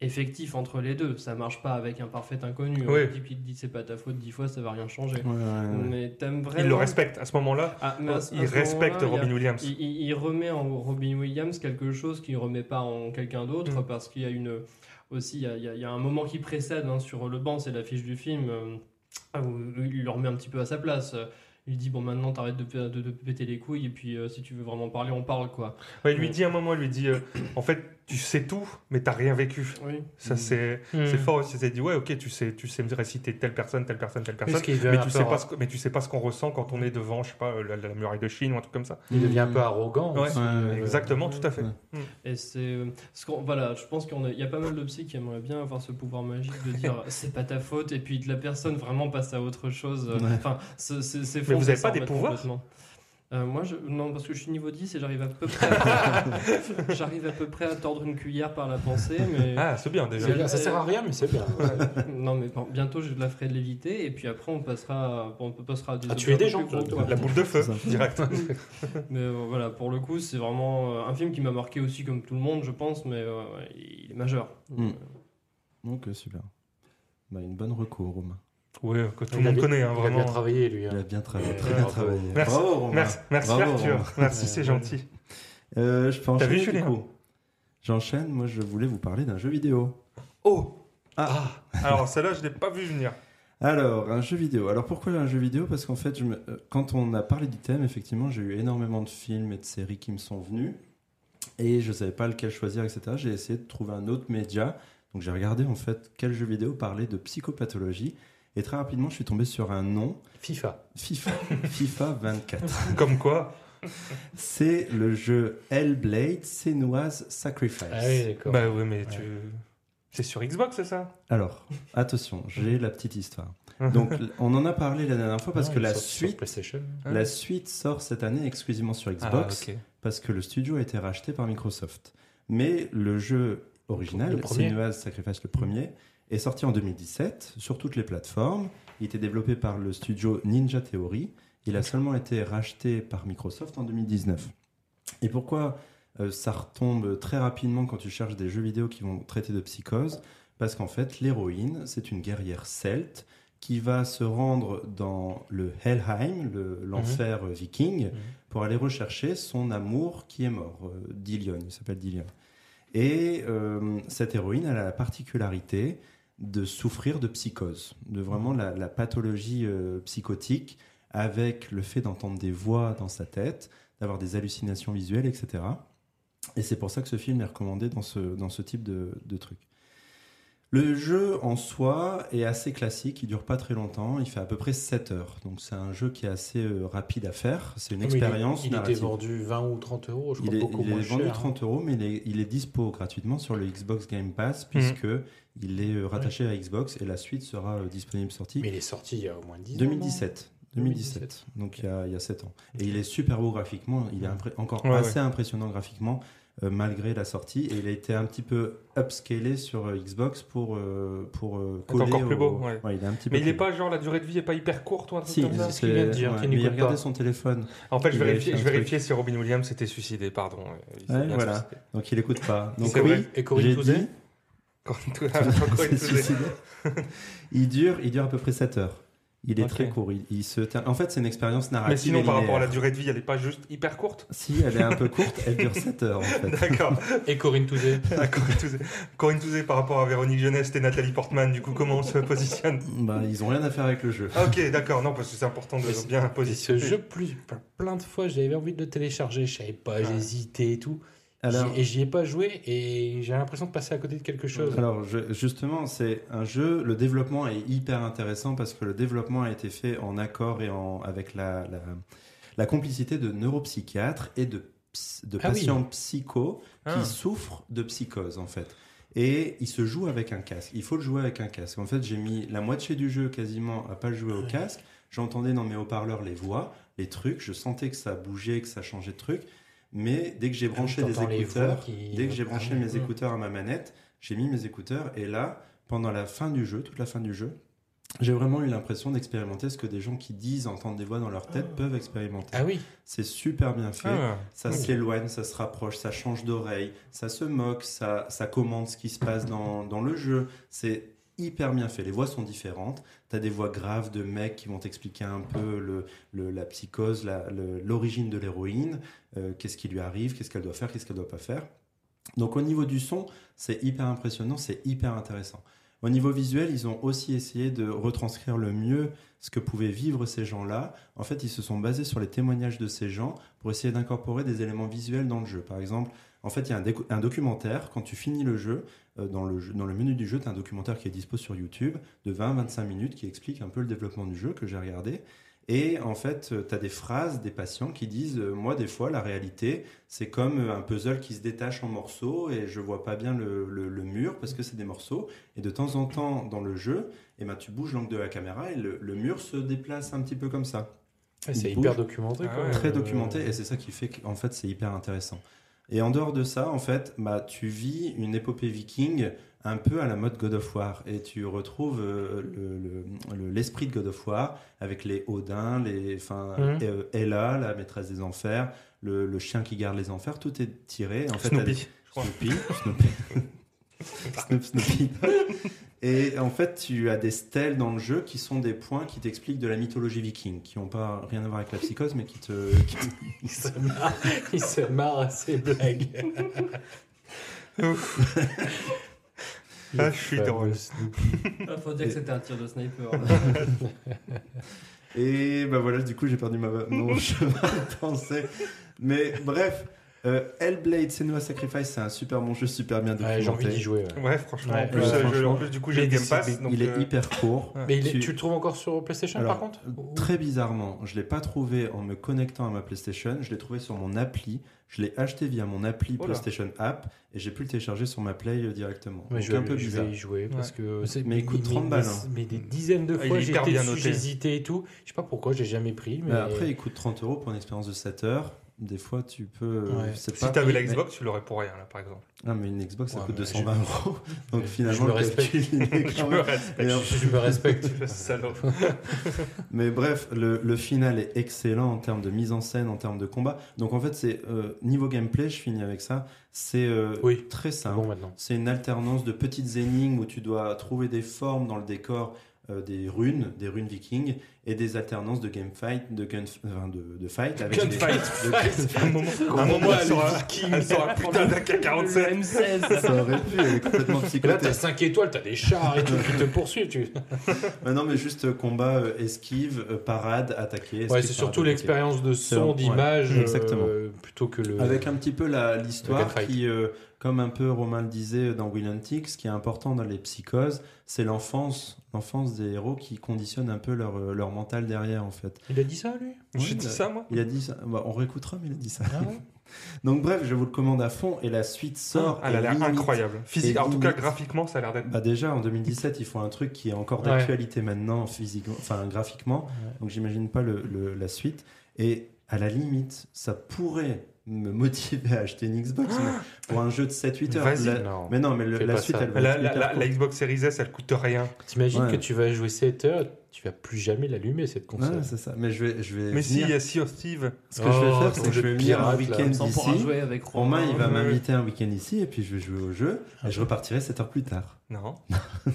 [SPEAKER 8] effectif entre les deux. Ça marche pas avec un parfait inconnu.
[SPEAKER 6] Oui.
[SPEAKER 8] Un type qui te dit c'est pas ta faute dix fois, ça va rien changer.
[SPEAKER 5] Ouais, ouais, ouais.
[SPEAKER 8] Mais t'aimes vraiment.
[SPEAKER 6] Il le respecte. À ce moment-là,
[SPEAKER 8] Ah, mais à ce- à
[SPEAKER 6] il
[SPEAKER 8] ce moment-là,
[SPEAKER 6] respecte
[SPEAKER 8] il y a-
[SPEAKER 6] Robin Williams.
[SPEAKER 8] il, il- il remet en Robin Williams quelque chose qu'il ne remet pas en quelqu'un d'autre
[SPEAKER 6] Mm.
[SPEAKER 8] parce qu'il y a une aussi il y a, il y a- il y a un moment qui précède hein, sur le banc, c'est l'affiche du film euh, où il le remet un petit peu à sa place. Il dit bon maintenant t'arrêtes de, p- de, de péter les couilles et puis euh, si tu veux vraiment parler on parle quoi.
[SPEAKER 6] Ouais, il lui dit à un moment, il lui dit, euh, en fait, tu sais tout, mais t'as rien vécu.
[SPEAKER 8] Oui.
[SPEAKER 6] Ça, c'est c'est fort aussi. C'est dit, ouais, ok, tu sais, tu sais me réciter telle personne, telle personne, telle personne.
[SPEAKER 7] qu'il devient
[SPEAKER 6] Mais
[SPEAKER 7] un
[SPEAKER 6] tu,
[SPEAKER 7] peu
[SPEAKER 6] sais pas
[SPEAKER 7] ra-
[SPEAKER 6] ce que- mais tu sais pas ce qu'on ressent quand on est devant, je sais pas, euh, la, la muraille de Chine ou un truc comme ça.
[SPEAKER 7] il devient un peu arrogant.
[SPEAKER 6] Ouais,
[SPEAKER 7] aussi,
[SPEAKER 5] ouais,
[SPEAKER 7] euh,
[SPEAKER 6] Exactement, tout à fait.
[SPEAKER 5] Ouais.
[SPEAKER 8] Et c'est ce qu'on voilà je pense qu'on a- il y a pas mal de psy qui aimeraient bien avoir ce pouvoir magique de dire c'est pas ta faute et puis de la personne vraiment passe à autre chose. euh,
[SPEAKER 5] Ouais.
[SPEAKER 8] Enfin c'est c'est- c'est
[SPEAKER 6] Mais
[SPEAKER 8] faux
[SPEAKER 6] vous
[SPEAKER 8] de
[SPEAKER 6] avez
[SPEAKER 8] s'en
[SPEAKER 6] pas des
[SPEAKER 8] remettre
[SPEAKER 6] pouvoirs
[SPEAKER 8] complètement. Euh, moi, je... non, parce que je suis niveau 10 et j'arrive à peu près à... j'arrive à peu près à tordre une cuillère par la pensée, mais
[SPEAKER 6] Ah, c'est bien déjà.
[SPEAKER 7] c'est bien, Ça sert à rien, mais c'est bien.
[SPEAKER 6] Ah.
[SPEAKER 8] non, mais bon, bientôt je la ferai de l'éviter et puis après on passera, à- on passera à des
[SPEAKER 7] À tuer Ah, des
[SPEAKER 8] objets
[SPEAKER 7] gens,
[SPEAKER 8] plus gros,
[SPEAKER 7] de-
[SPEAKER 8] quoi.
[SPEAKER 6] La boule de feu,
[SPEAKER 5] C'est ça.
[SPEAKER 6] direct.
[SPEAKER 8] Mais euh, voilà, pour le coup, c'est vraiment euh, un film qui m'a marqué aussi comme tout le monde, je pense, mais euh, ouais, il est majeur.
[SPEAKER 5] Mm. Donc, euh, super. Bah, une bonne recours, Romain.
[SPEAKER 6] Oui, que tout le
[SPEAKER 7] Il a
[SPEAKER 6] monde
[SPEAKER 7] bien-
[SPEAKER 6] connaît, hein,
[SPEAKER 7] Il a bien
[SPEAKER 6] vraiment.
[SPEAKER 7] travaillé, lui. hein.
[SPEAKER 5] Il a bien travaillé.
[SPEAKER 7] Ouais,
[SPEAKER 5] Très bien
[SPEAKER 7] bravo.
[SPEAKER 5] travaillé.
[SPEAKER 6] Merci.
[SPEAKER 5] Bravo, Romain.
[SPEAKER 6] Merci, merci
[SPEAKER 5] Bravo, Romain.
[SPEAKER 6] Arthur. Merci, c'est
[SPEAKER 5] Ouais.
[SPEAKER 6] gentil.
[SPEAKER 5] Euh, je peux
[SPEAKER 6] T'as vu,
[SPEAKER 5] enchaîner, du
[SPEAKER 6] Julien
[SPEAKER 5] coup. J'enchaîne. Moi, je voulais vous parler d'un jeu vidéo.
[SPEAKER 6] Oh
[SPEAKER 5] Ah.
[SPEAKER 6] Alors, celle-là, je l'ai pas vu venir.
[SPEAKER 5] Alors, un jeu vidéo. Alors, pourquoi un jeu vidéo Parce qu'en fait, je me- euh, quand on a parlé du thème, effectivement, j'ai eu énormément de films et de séries qui me sont venus. Et je ne savais pas lequel choisir, etc. J'ai essayé de trouver un autre média. Donc, j'ai regardé, en fait, quel jeu vidéo parlait de psychopathologie. Et très rapidement, je suis tombé sur un nom.
[SPEAKER 7] FIFA.
[SPEAKER 5] FIFA. FIFA 24.
[SPEAKER 6] Comme quoi,
[SPEAKER 5] C'est le jeu Hellblade Senua's Sacrifice.
[SPEAKER 7] Ah oui, d'accord.
[SPEAKER 6] bah oui, mais tu. C'est sur Xbox, c'est ça
[SPEAKER 5] Alors, attention, j'ai la petite histoire. Donc, l- on en a parlé la dernière fois parce
[SPEAKER 7] Non,
[SPEAKER 5] que
[SPEAKER 7] il
[SPEAKER 5] la
[SPEAKER 7] sort Ah, sur
[SPEAKER 5] suite,
[SPEAKER 7] PlayStation.
[SPEAKER 6] Ah.
[SPEAKER 5] la suite sort cette année exclusivement sur Xbox
[SPEAKER 6] Ah, ok.
[SPEAKER 5] parce que le studio a été racheté par Microsoft. Mais le jeu original,
[SPEAKER 7] Le premier.
[SPEAKER 5] Senua's Sacrifice le premier, est sorti en 2017 sur toutes les plateformes. Il était développé par le studio Ninja Theory. Il a seulement été racheté par Microsoft en 2019. Et pourquoi euh, ça retombe très rapidement quand tu cherches des jeux vidéo qui vont traiter de psychose Parce qu'en fait, l'héroïne, c'est une guerrière celte qui va se rendre dans le Helheim,
[SPEAKER 7] Mhm.
[SPEAKER 5] le- l'enfer euh, viking, pour aller rechercher son amour qui est mort, euh, Dillion, il s'appelle Dillion. Et euh, cette héroïne, elle a la particularité de souffrir de psychose, de vraiment la, la pathologie euh, psychotique, avec le fait d'entendre des voix dans sa tête, d'avoir des hallucinations visuelles, etc. Et c'est pour ça que ce film est recommandé dans ce, dans ce type de, de truc. Le jeu en soi est assez classique, il dure pas très longtemps, il fait à peu près 7 heures. Donc c'est un jeu qui est assez euh, rapide à faire, c'est une
[SPEAKER 7] Ah, Mais il-
[SPEAKER 5] expérience
[SPEAKER 7] Il, était
[SPEAKER 5] narrative.
[SPEAKER 7] vendu 20 ou 30 euros, je crois,
[SPEAKER 5] Il est,
[SPEAKER 7] beaucoup
[SPEAKER 5] il est
[SPEAKER 7] moins
[SPEAKER 5] vendu
[SPEAKER 7] cher. hein.
[SPEAKER 5] 30 euros, mais il est, il est dispo gratuitement sur le Xbox Game Pass,
[SPEAKER 7] Mhm.
[SPEAKER 5] puisque il est euh, rattaché à Xbox et la suite sera euh, disponible sortie
[SPEAKER 7] Mais il est sorti il y a au moins 10 ans, non
[SPEAKER 5] 2017. 2017, donc il y, a, il y a 7 ans. Et il est super beau graphiquement, il est impré- encore
[SPEAKER 6] Ouais,
[SPEAKER 5] assez impressionnant graphiquement euh, malgré la sortie. Et il a été un petit peu upscalé sur euh, Xbox pour, euh, pour euh,
[SPEAKER 6] Être
[SPEAKER 5] coller.
[SPEAKER 6] encore plus
[SPEAKER 5] au-
[SPEAKER 6] beau, ouais.
[SPEAKER 5] il est un petit peu
[SPEAKER 6] Mais il
[SPEAKER 5] plus
[SPEAKER 6] est pas genre la durée de vie est pas hyper courte ou un
[SPEAKER 5] beau.
[SPEAKER 6] truc
[SPEAKER 5] Si,
[SPEAKER 6] comme ça.
[SPEAKER 7] c'est ce qu'il vient de dire,
[SPEAKER 5] ouais,
[SPEAKER 7] qu'il
[SPEAKER 5] mais
[SPEAKER 7] n'y
[SPEAKER 5] il
[SPEAKER 7] colle
[SPEAKER 5] regardait
[SPEAKER 7] pas.
[SPEAKER 5] son téléphone,
[SPEAKER 6] En fait, je
[SPEAKER 5] Il a
[SPEAKER 6] vérifiais,
[SPEAKER 5] fait
[SPEAKER 6] je
[SPEAKER 5] un
[SPEAKER 6] vérifiais si Robin Williams s'était suicidé, pardon. Euh, Il s'est
[SPEAKER 5] Ouais,
[SPEAKER 6] bien
[SPEAKER 5] voilà.
[SPEAKER 6] suicidé.
[SPEAKER 5] donc il écoute pas. Donc
[SPEAKER 6] C'est vrai.
[SPEAKER 5] oui,
[SPEAKER 7] Et Corinne
[SPEAKER 5] j'ai
[SPEAKER 7] Touzet
[SPEAKER 5] dit-
[SPEAKER 6] Quand quand il faisait-
[SPEAKER 5] C'est suicidé. il dure, il dure à peu près 7 heures. Il est
[SPEAKER 6] Ok.
[SPEAKER 5] très court. Il, il se tient- En fait, c'est une expérience narrative.
[SPEAKER 6] Mais sinon,
[SPEAKER 5] et
[SPEAKER 6] par rapport à la
[SPEAKER 5] linéaire.
[SPEAKER 6] durée de vie, elle est pas juste hyper courte
[SPEAKER 5] Si elle est un peu courte, elle dure 7 heures en fait.
[SPEAKER 6] D'accord.
[SPEAKER 7] Et Corinne Touzé.
[SPEAKER 6] Ah, Corinne Touzé. Corinne Touzé, par rapport à Véronique Jeunesse et Nathalie Portman, du coup, comment on se positionne
[SPEAKER 5] Bah, ils ont rien à faire avec le jeu.
[SPEAKER 6] Ah, Ok, d'accord, non, parce que c'est important
[SPEAKER 7] Mais
[SPEAKER 6] de
[SPEAKER 7] c'est-
[SPEAKER 6] bien
[SPEAKER 7] Et ce
[SPEAKER 6] positionner.
[SPEAKER 7] jeu, plus, plein de fois, j'avais envie de le télécharger, je savais pas,
[SPEAKER 6] Ouais.
[SPEAKER 7] j'hésitais et tout.
[SPEAKER 5] Alors,
[SPEAKER 7] J'y- Et j'y ai pas joué et j'ai l'impression de passer à côté de quelque chose.
[SPEAKER 5] alors je- justement, c'est un jeu. Le développement est hyper intéressant parce que le développement a été fait en accord et en avec la la, la complicité de neuropsychiatres et de ps- de
[SPEAKER 7] Ah oui.
[SPEAKER 5] patients psychos
[SPEAKER 6] Ah.
[SPEAKER 5] qui souffrent de psychose en fait. Et il se joue avec un casque. Il faut le jouer avec un casque. En fait, j'ai mis la moitié du jeu quasiment à pas le jouer au casque. J'entendais dans mes haut-parleurs les voix, les trucs. Je sentais que ça bougeait, que ça changeait de truc. Mais dès que j'ai branché des
[SPEAKER 7] Ah, T'entends les voix
[SPEAKER 5] écouteurs,
[SPEAKER 7] qui-
[SPEAKER 5] dès que j'ai branché
[SPEAKER 7] Ah,
[SPEAKER 5] mes
[SPEAKER 7] ouais.
[SPEAKER 5] écouteurs à ma manette, j'ai mis mes écouteurs. Et là, pendant la fin du jeu, toute la fin du jeu, j'ai vraiment eu l'impression d'expérimenter ce que des gens qui disent entendre des voix dans leur tête peuvent expérimenter.
[SPEAKER 7] Ah oui,
[SPEAKER 5] C'est super bien fait.
[SPEAKER 6] Ah.
[SPEAKER 5] Ça s'éloigne, ça se rapproche, ça change d'oreille, ça se moque, ça, ça commente ce qui se passe dans, dans le jeu. C'est hyper bien fait. Les voix sont différentes. Tu as des voix graves de mecs qui vont t'expliquer un peu le, le- la psychose, la- le- l'origine de l'héroïne, euh, qu'est-ce qui lui arrive, qu'est-ce qu'elle doit faire, qu'est-ce qu'elle doit pas faire. Donc au niveau du son, c'est hyper impressionnant, c'est hyper intéressant. Au niveau visuel, ils ont aussi essayé de retranscrire le mieux ce que pouvaient vivre ces gens-là. En fait, ils se sont basés sur les témoignages de ces gens pour essayer d'incorporer des éléments visuels dans le jeu. Par exemple, en fait, il y a un, déco- un documentaire, quand tu finis le jeu, euh, dans, le jeu- dans le menu du jeu, tu as un documentaire qui est dispo sur YouTube de 20-25 minutes qui explique un peu le développement du jeu que j'ai regardé. Et en fait, tu as des phrases des patients qui disent euh, Moi, des fois, la réalité, c'est comme euh, un puzzle qui se détache en morceaux et je vois pas bien le, le- le mur parce que c'est des morceaux. Et de temps en temps, dans le jeu, eh ben, tu bouges l'angle de la caméra et le- le mur se déplace un petit peu comme ça
[SPEAKER 7] Ouais, c'est
[SPEAKER 5] Il
[SPEAKER 7] hyper
[SPEAKER 5] bouge.
[SPEAKER 7] documenté.
[SPEAKER 6] Ah
[SPEAKER 7] quoi.
[SPEAKER 6] ouais.
[SPEAKER 5] très
[SPEAKER 7] Euh,
[SPEAKER 5] documenté et c'est ça qui fait qu'en fait c'est hyper intéressant. Et en dehors de ça, en fait, bah, tu vis une épopée viking un peu à la mode God of War et tu retrouves euh, le- le- le- l'esprit de God of War avec les Odin, les, enfin,
[SPEAKER 7] Mhm.
[SPEAKER 5] euh, Hela, la maîtresse des enfers, le, le chien qui garde les enfers, tout est tiré. En fait, t'as des-
[SPEAKER 6] Snoopy. je crois.
[SPEAKER 5] Snoopy. Snoopy. Snoop, Snoopy. Et en fait, tu as des stèles dans le jeu qui sont des points qui t'expliquent de la mythologie viking, qui n'ont pas rien à voir avec la psychose, mais qui te. qui te-
[SPEAKER 7] Il se marre, il se marre à ses blagues.
[SPEAKER 6] Ah, je suis drôle.
[SPEAKER 8] Ah, faut dire que c'était un tir de sniper.
[SPEAKER 5] Et ben voilà, du coup, j'ai perdu ma non, chemin de pensée. Mais bref, euh, Hellblade Senua's Sacrifice, c'est un super bon jeu, super bien documenté.
[SPEAKER 7] Ouais, J'ai envie d'y jouer. ouais.
[SPEAKER 6] Ouais, franchement.
[SPEAKER 7] Ouais,
[SPEAKER 6] en, plus,
[SPEAKER 5] ouais,
[SPEAKER 6] euh, je-
[SPEAKER 5] franchement.
[SPEAKER 6] en plus, du coup, j'ai
[SPEAKER 7] Mais
[SPEAKER 6] le Game
[SPEAKER 7] c'est-
[SPEAKER 6] Pass. donc,
[SPEAKER 5] Il est
[SPEAKER 6] euh,
[SPEAKER 5] hyper court.
[SPEAKER 6] ouais.
[SPEAKER 7] Mais il est-
[SPEAKER 5] Tu-
[SPEAKER 7] tu... le trouves encore sur PlayStation
[SPEAKER 5] Alors,
[SPEAKER 7] par contre Ou-
[SPEAKER 5] Euh, Très bizarrement, je l'ai pas trouvé en me connectant à ma PlayStation, je l'ai trouvé sur mon appli, je l'ai acheté via mon appli
[SPEAKER 6] Oh là.
[SPEAKER 5] PlayStation App et j'ai pu le télécharger sur ma Play euh, directement.
[SPEAKER 7] Mais
[SPEAKER 5] Donc
[SPEAKER 7] je vais,
[SPEAKER 5] un peu
[SPEAKER 7] je
[SPEAKER 5] bizarre.
[SPEAKER 7] vais y jouer parce que c'est-
[SPEAKER 5] Mais il coûte 30 balles, hein.
[SPEAKER 7] Mais des dizaines de
[SPEAKER 6] Ah, il
[SPEAKER 7] fois
[SPEAKER 6] est
[SPEAKER 7] j'ai
[SPEAKER 6] hyper
[SPEAKER 7] été
[SPEAKER 6] bien
[SPEAKER 7] dessus,
[SPEAKER 6] noté.
[SPEAKER 5] Bah,
[SPEAKER 7] j'ai hésité et tout. Je sais pas pourquoi j'ai jamais pris mais
[SPEAKER 5] Mais Après, il coûte 30 euros pour une expérience de 7 heures. Des fois, tu peux. euh,
[SPEAKER 7] Ouais.
[SPEAKER 5] c'est
[SPEAKER 6] Si
[SPEAKER 5] pas-
[SPEAKER 6] t'avais la
[SPEAKER 5] mais-
[SPEAKER 6] Xbox, tu l'aurais pour rien, là, par exemple.
[SPEAKER 5] Ah, mais une Xbox, ça
[SPEAKER 7] Ouais,
[SPEAKER 5] coûte
[SPEAKER 7] mais
[SPEAKER 5] 220 euros. Donc
[SPEAKER 7] je
[SPEAKER 5] finalement,
[SPEAKER 7] me
[SPEAKER 5] le
[SPEAKER 7] respecte.
[SPEAKER 5] calcul, il est
[SPEAKER 6] Je
[SPEAKER 5] quand
[SPEAKER 6] me
[SPEAKER 5] même-
[SPEAKER 6] respecte.
[SPEAKER 5] Et alors-
[SPEAKER 7] Je me respecte.
[SPEAKER 6] Le salaud.
[SPEAKER 5] Mais bref, le, le final est excellent en termes de mise en scène, en termes de combat. Donc en fait, c'est euh, niveau gameplay, je finis avec ça. C'est euh,
[SPEAKER 7] Oui.
[SPEAKER 5] très
[SPEAKER 7] C'est
[SPEAKER 5] simple.
[SPEAKER 7] bon maintenant.
[SPEAKER 5] C'est une alternance de petites énigmes où tu dois trouver des formes dans le décor, euh, des runes, des runes vikings, et des alternances de gamefight, de, gun, enfin, de, de fight. Avec des- de-
[SPEAKER 6] Un moment, un moment, elle sera, elle sera putain
[SPEAKER 8] Le
[SPEAKER 6] d'AK-47.
[SPEAKER 8] M16.
[SPEAKER 5] ça aurait pu, elle est complètement
[SPEAKER 7] Et là,
[SPEAKER 5] psychotée.
[SPEAKER 7] t'as 5 étoiles, t'as des chars et tout qui te poursuivent. Tu...
[SPEAKER 5] Mais non, mais juste euh, combat, euh, esquive, euh, parade, attaquer.
[SPEAKER 7] Ouais,
[SPEAKER 5] esquive,
[SPEAKER 7] c'est
[SPEAKER 5] parade,
[SPEAKER 7] surtout
[SPEAKER 5] attaquer.
[SPEAKER 7] l'expérience de
[SPEAKER 5] C'est un-
[SPEAKER 7] son,
[SPEAKER 5] ouais,
[SPEAKER 7] d'image, euh,
[SPEAKER 5] exactement.
[SPEAKER 7] plutôt que le.
[SPEAKER 5] Avec un petit peu la- l'histoire
[SPEAKER 7] gunfight.
[SPEAKER 5] qui, euh, comme un peu Romain le disait euh, dans Will Hunting, ce qui est important dans les psychoses, c'est l'enfance, l'enfance des héros qui conditionne un peu leur, euh, leur mental derrière en fait.
[SPEAKER 7] Il a dit ça, lui
[SPEAKER 6] J'ai dit ça, moi.
[SPEAKER 5] Il a dit ça, bah, on réécoutera, mais il a dit ça. Donc bref, je vous le commande à fond et la suite sort.
[SPEAKER 6] Ah, Elle
[SPEAKER 5] et
[SPEAKER 6] a l'air
[SPEAKER 5] limite-
[SPEAKER 6] incroyable. Physique,
[SPEAKER 5] Et
[SPEAKER 6] en tout cas,
[SPEAKER 5] limite.
[SPEAKER 6] graphiquement, ça a l'air d'être.
[SPEAKER 5] Bah déjà en 2017, ils font un truc qui est encore
[SPEAKER 7] Ouais.
[SPEAKER 5] d'actualité maintenant, physiquement, enfin graphiquement.
[SPEAKER 7] Ouais.
[SPEAKER 5] Donc j'imagine pas le, le- la suite. Et à la limite, ça pourrait me motiver à acheter une Xbox mais pour un jeu de 7-8 heures.
[SPEAKER 6] Vas-y.
[SPEAKER 5] la-
[SPEAKER 7] Non.
[SPEAKER 5] Mais non, mais le-
[SPEAKER 7] Fais
[SPEAKER 5] la
[SPEAKER 7] pas
[SPEAKER 5] suite,
[SPEAKER 7] ça.
[SPEAKER 5] elle va
[SPEAKER 6] La,
[SPEAKER 5] être
[SPEAKER 6] la-
[SPEAKER 5] hyper
[SPEAKER 6] la-
[SPEAKER 5] cool.
[SPEAKER 6] la Xbox Series S, elle coûte rien.
[SPEAKER 7] T'imagines
[SPEAKER 5] Ouais.
[SPEAKER 7] que tu vas jouer 7 heures, tu vas plus jamais l'allumer cette console.
[SPEAKER 5] Ouais, c'est ça. Mais je vais, je vais
[SPEAKER 6] Mais si,
[SPEAKER 5] venir-
[SPEAKER 6] il y a Sea of Steve.
[SPEAKER 5] ce que je vais
[SPEAKER 7] Oh,
[SPEAKER 5] faire, c'est
[SPEAKER 7] ton
[SPEAKER 5] que je
[SPEAKER 7] jeu
[SPEAKER 5] vais
[SPEAKER 7] de
[SPEAKER 5] venir un
[SPEAKER 7] pirate, là.
[SPEAKER 5] week-end
[SPEAKER 8] On s'en pourra
[SPEAKER 5] d'ici.
[SPEAKER 8] jouer avec Romain.
[SPEAKER 5] Romain, il va
[SPEAKER 6] Ouais.
[SPEAKER 5] m'inviter un week-end ici et puis je vais jouer au jeu et je repartirai 7 heures plus tard.
[SPEAKER 6] Non.
[SPEAKER 7] Ouais.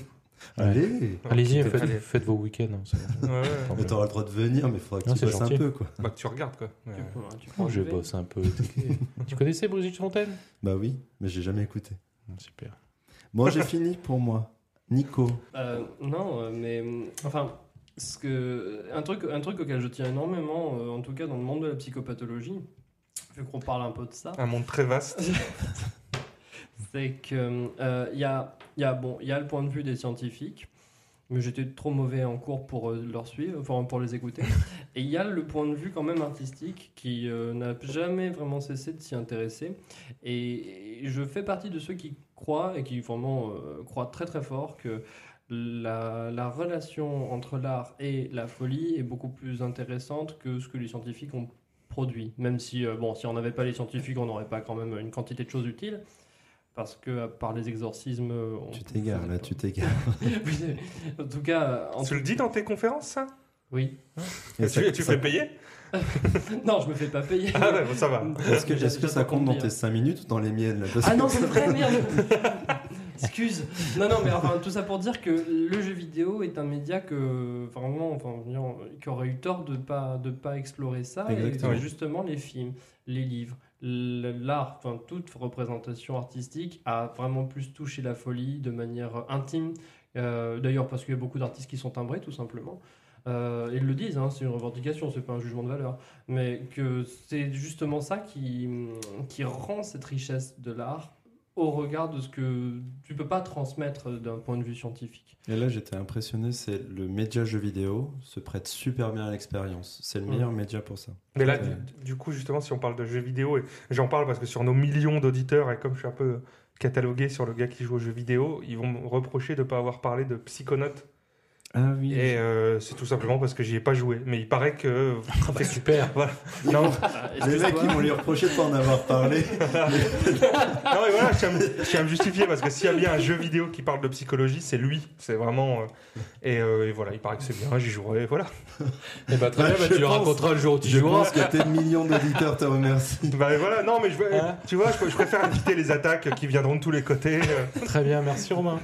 [SPEAKER 5] Allez
[SPEAKER 7] Allez-y,
[SPEAKER 6] Allez.
[SPEAKER 7] faites, faites vos week-ends. hein, ça va.
[SPEAKER 6] Ouais, ouais.
[SPEAKER 5] Mais t'auras le droit de venir, mais il faudra que
[SPEAKER 7] Non,
[SPEAKER 5] tu
[SPEAKER 7] c'est
[SPEAKER 5] bosses un
[SPEAKER 7] gentil.
[SPEAKER 5] peu, quoi.
[SPEAKER 6] Bah, que tu regardes, quoi. Ouais.
[SPEAKER 8] hein, Tu pourras- tu pourras
[SPEAKER 7] Oh, je
[SPEAKER 8] jouer.
[SPEAKER 7] bosse un peu. t'inquiète. tu connaissais Brigitte Fontaine
[SPEAKER 5] Bah oui, mais j'ai jamais écouté.
[SPEAKER 7] Mm, Super.
[SPEAKER 5] Bon, j'ai fini pour moi. Nico.
[SPEAKER 8] Euh, non, euh, mais hum, enfin, ce que, un, truc, un truc auquel je tiens énormément, euh, en tout cas dans le monde de la psychopathologie, vu qu'on parle un peu de ça,
[SPEAKER 6] Un monde très vaste.
[SPEAKER 8] c'est que euh, il y, a, il y, a, bon, il y a le point de vue des scientifiques, mais j'étais trop mauvais en cours pour euh, leur suivre, enfin, pour les écouter. Et il y a le point de vue quand même artistique qui euh, n'a jamais vraiment cessé de s'y intéresser. Et je fais partie de ceux qui croient et qui vraiment euh, croient très très fort que la, la relation entre l'art et la folie est beaucoup plus intéressante que ce que les scientifiques ont produit. Même si, euh, bon, si on n'avait pas les scientifiques, on n'aurait pas quand même une quantité de choses utiles. Parce que, à part les exorcismes, euh, on
[SPEAKER 5] Tu t'égares, là, tu t'égares.
[SPEAKER 8] Oui, en tout cas, euh, en
[SPEAKER 6] Tu le
[SPEAKER 8] tout...
[SPEAKER 6] dis dans tes conférences, ça
[SPEAKER 8] oui.
[SPEAKER 5] Et
[SPEAKER 6] Tu,
[SPEAKER 5] ça-
[SPEAKER 6] tu
[SPEAKER 5] ça-
[SPEAKER 6] fais payer
[SPEAKER 8] Non, je me fais pas payer.
[SPEAKER 6] Ah ouais, bon, ça va.
[SPEAKER 5] Est-ce que, est-ce que
[SPEAKER 8] J'attends
[SPEAKER 5] ça compte
[SPEAKER 8] de
[SPEAKER 5] dans
[SPEAKER 8] dire.
[SPEAKER 5] tes 5 minutes ou dans les miennes là Parce
[SPEAKER 8] Ah
[SPEAKER 5] que-
[SPEAKER 8] non, c'est vrai, merde Excuse Non, non, mais enfin, tout ça pour dire que le jeu vidéo est un média que, enfin, vraiment, enfin, je veux dire, qui aurait eu tort de pas, de pas explorer ça.
[SPEAKER 5] Exactement.
[SPEAKER 8] Et justement, les films, les livres, l- l'art, enfin, toute représentation artistique a vraiment plus touché la folie de manière intime. Euh, D'ailleurs, parce qu'il y a beaucoup d'artistes qui sont timbrés, tout simplement. Euh, ils le disent, hein, c'est une revendication, c'est pas un jugement de valeur. Mais que c'est justement ça qui, qui rend cette richesse de l'art au regard de ce que tu peux pas transmettre d'un point de vue scientifique.
[SPEAKER 5] Et là, j'étais impressionné, c'est le média jeu vidéo se prête super bien à l'expérience. C'est le meilleur média pour ça.
[SPEAKER 6] Mais là,
[SPEAKER 8] Euh.
[SPEAKER 5] Ouais.
[SPEAKER 6] du, du coup, justement, si on parle de jeux vidéo, et j'en parle parce que sur nos millions d'auditeurs, et comme je suis un peu catalogué sur le gars qui joue aux jeux vidéo, ils vont me reprocher de ne pas avoir parlé de Psychonautes.
[SPEAKER 5] Ah oui.
[SPEAKER 6] Et euh, c'est tout simplement parce que j'y ai pas joué. Mais il paraît que.
[SPEAKER 7] C'est Ah, bah, super.
[SPEAKER 6] non,
[SPEAKER 8] Ah,
[SPEAKER 5] Les mecs, ils vont lui reprocher de pas en avoir parlé.
[SPEAKER 6] Non mais voilà, je tiens, à me- je tiens à me justifier parce que s'il y a bien un jeu vidéo qui parle de psychologie, c'est lui. C'est vraiment. euh, et, euh, et voilà, il paraît que c'est bien, j'y jouerai. Voilà.
[SPEAKER 7] Et bah, très
[SPEAKER 5] Bah,
[SPEAKER 7] bien, bah,
[SPEAKER 5] je
[SPEAKER 7] tu le
[SPEAKER 5] pense-
[SPEAKER 7] raconteras le jour où tu
[SPEAKER 5] Je
[SPEAKER 7] joueras.
[SPEAKER 5] pense que tes millions d'auditeurs te remercient.
[SPEAKER 6] Bah et voilà, non mais je, veux-
[SPEAKER 7] Hein
[SPEAKER 6] tu vois, je, je préfère éviter les attaques qui viendront de tous les côtés. euh.
[SPEAKER 7] Très bien, merci Romain.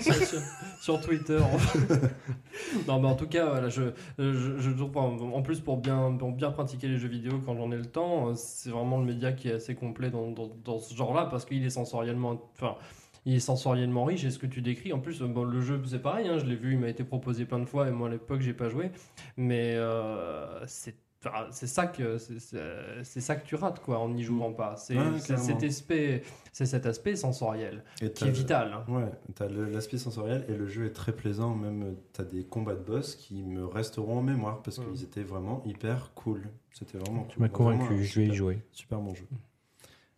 [SPEAKER 8] sur, sur- sur Twitter. non, mais en tout cas, voilà, je, je, je trouve, en en plus, pour bien, pour bien pratiquer les jeux vidéo quand j'en ai le temps, euh, c'est vraiment le média qui est assez complet dans, dans- dans ce genre-là parce qu'il est sensoriellement. Enfin, il est sensoriellement riche et ce que tu décris, en plus, euh, bon, le jeu c'est pareil, hein, je l'ai vu, il m'a été proposé plein de fois et moi à l'époque j'ai pas joué, mais euh, c'est enfin, c'est ça que c'est- c'est c'est ça que tu rates quoi en n'y jouant pas. C'est
[SPEAKER 5] Mm. Ouais,
[SPEAKER 8] c'est
[SPEAKER 5] clairement.
[SPEAKER 8] cet aspect, c'est cet aspect sensoriel
[SPEAKER 5] Et
[SPEAKER 8] qui est
[SPEAKER 5] t'as-
[SPEAKER 8] vital. hein.
[SPEAKER 5] Ouais, t'as le- l'aspect sensoriel et le jeu est très plaisant. Même euh, t'as des combats de boss qui me resteront en mémoire parce
[SPEAKER 7] Mm.
[SPEAKER 8] Ouais.
[SPEAKER 5] qu'ils étaient vraiment hyper cool. C'était vraiment
[SPEAKER 7] Tu
[SPEAKER 5] cool.
[SPEAKER 7] m'as
[SPEAKER 5] Vraiment
[SPEAKER 7] convaincu,
[SPEAKER 5] un
[SPEAKER 7] je vais y
[SPEAKER 5] super-
[SPEAKER 7] jouer.
[SPEAKER 5] Super bon jeu.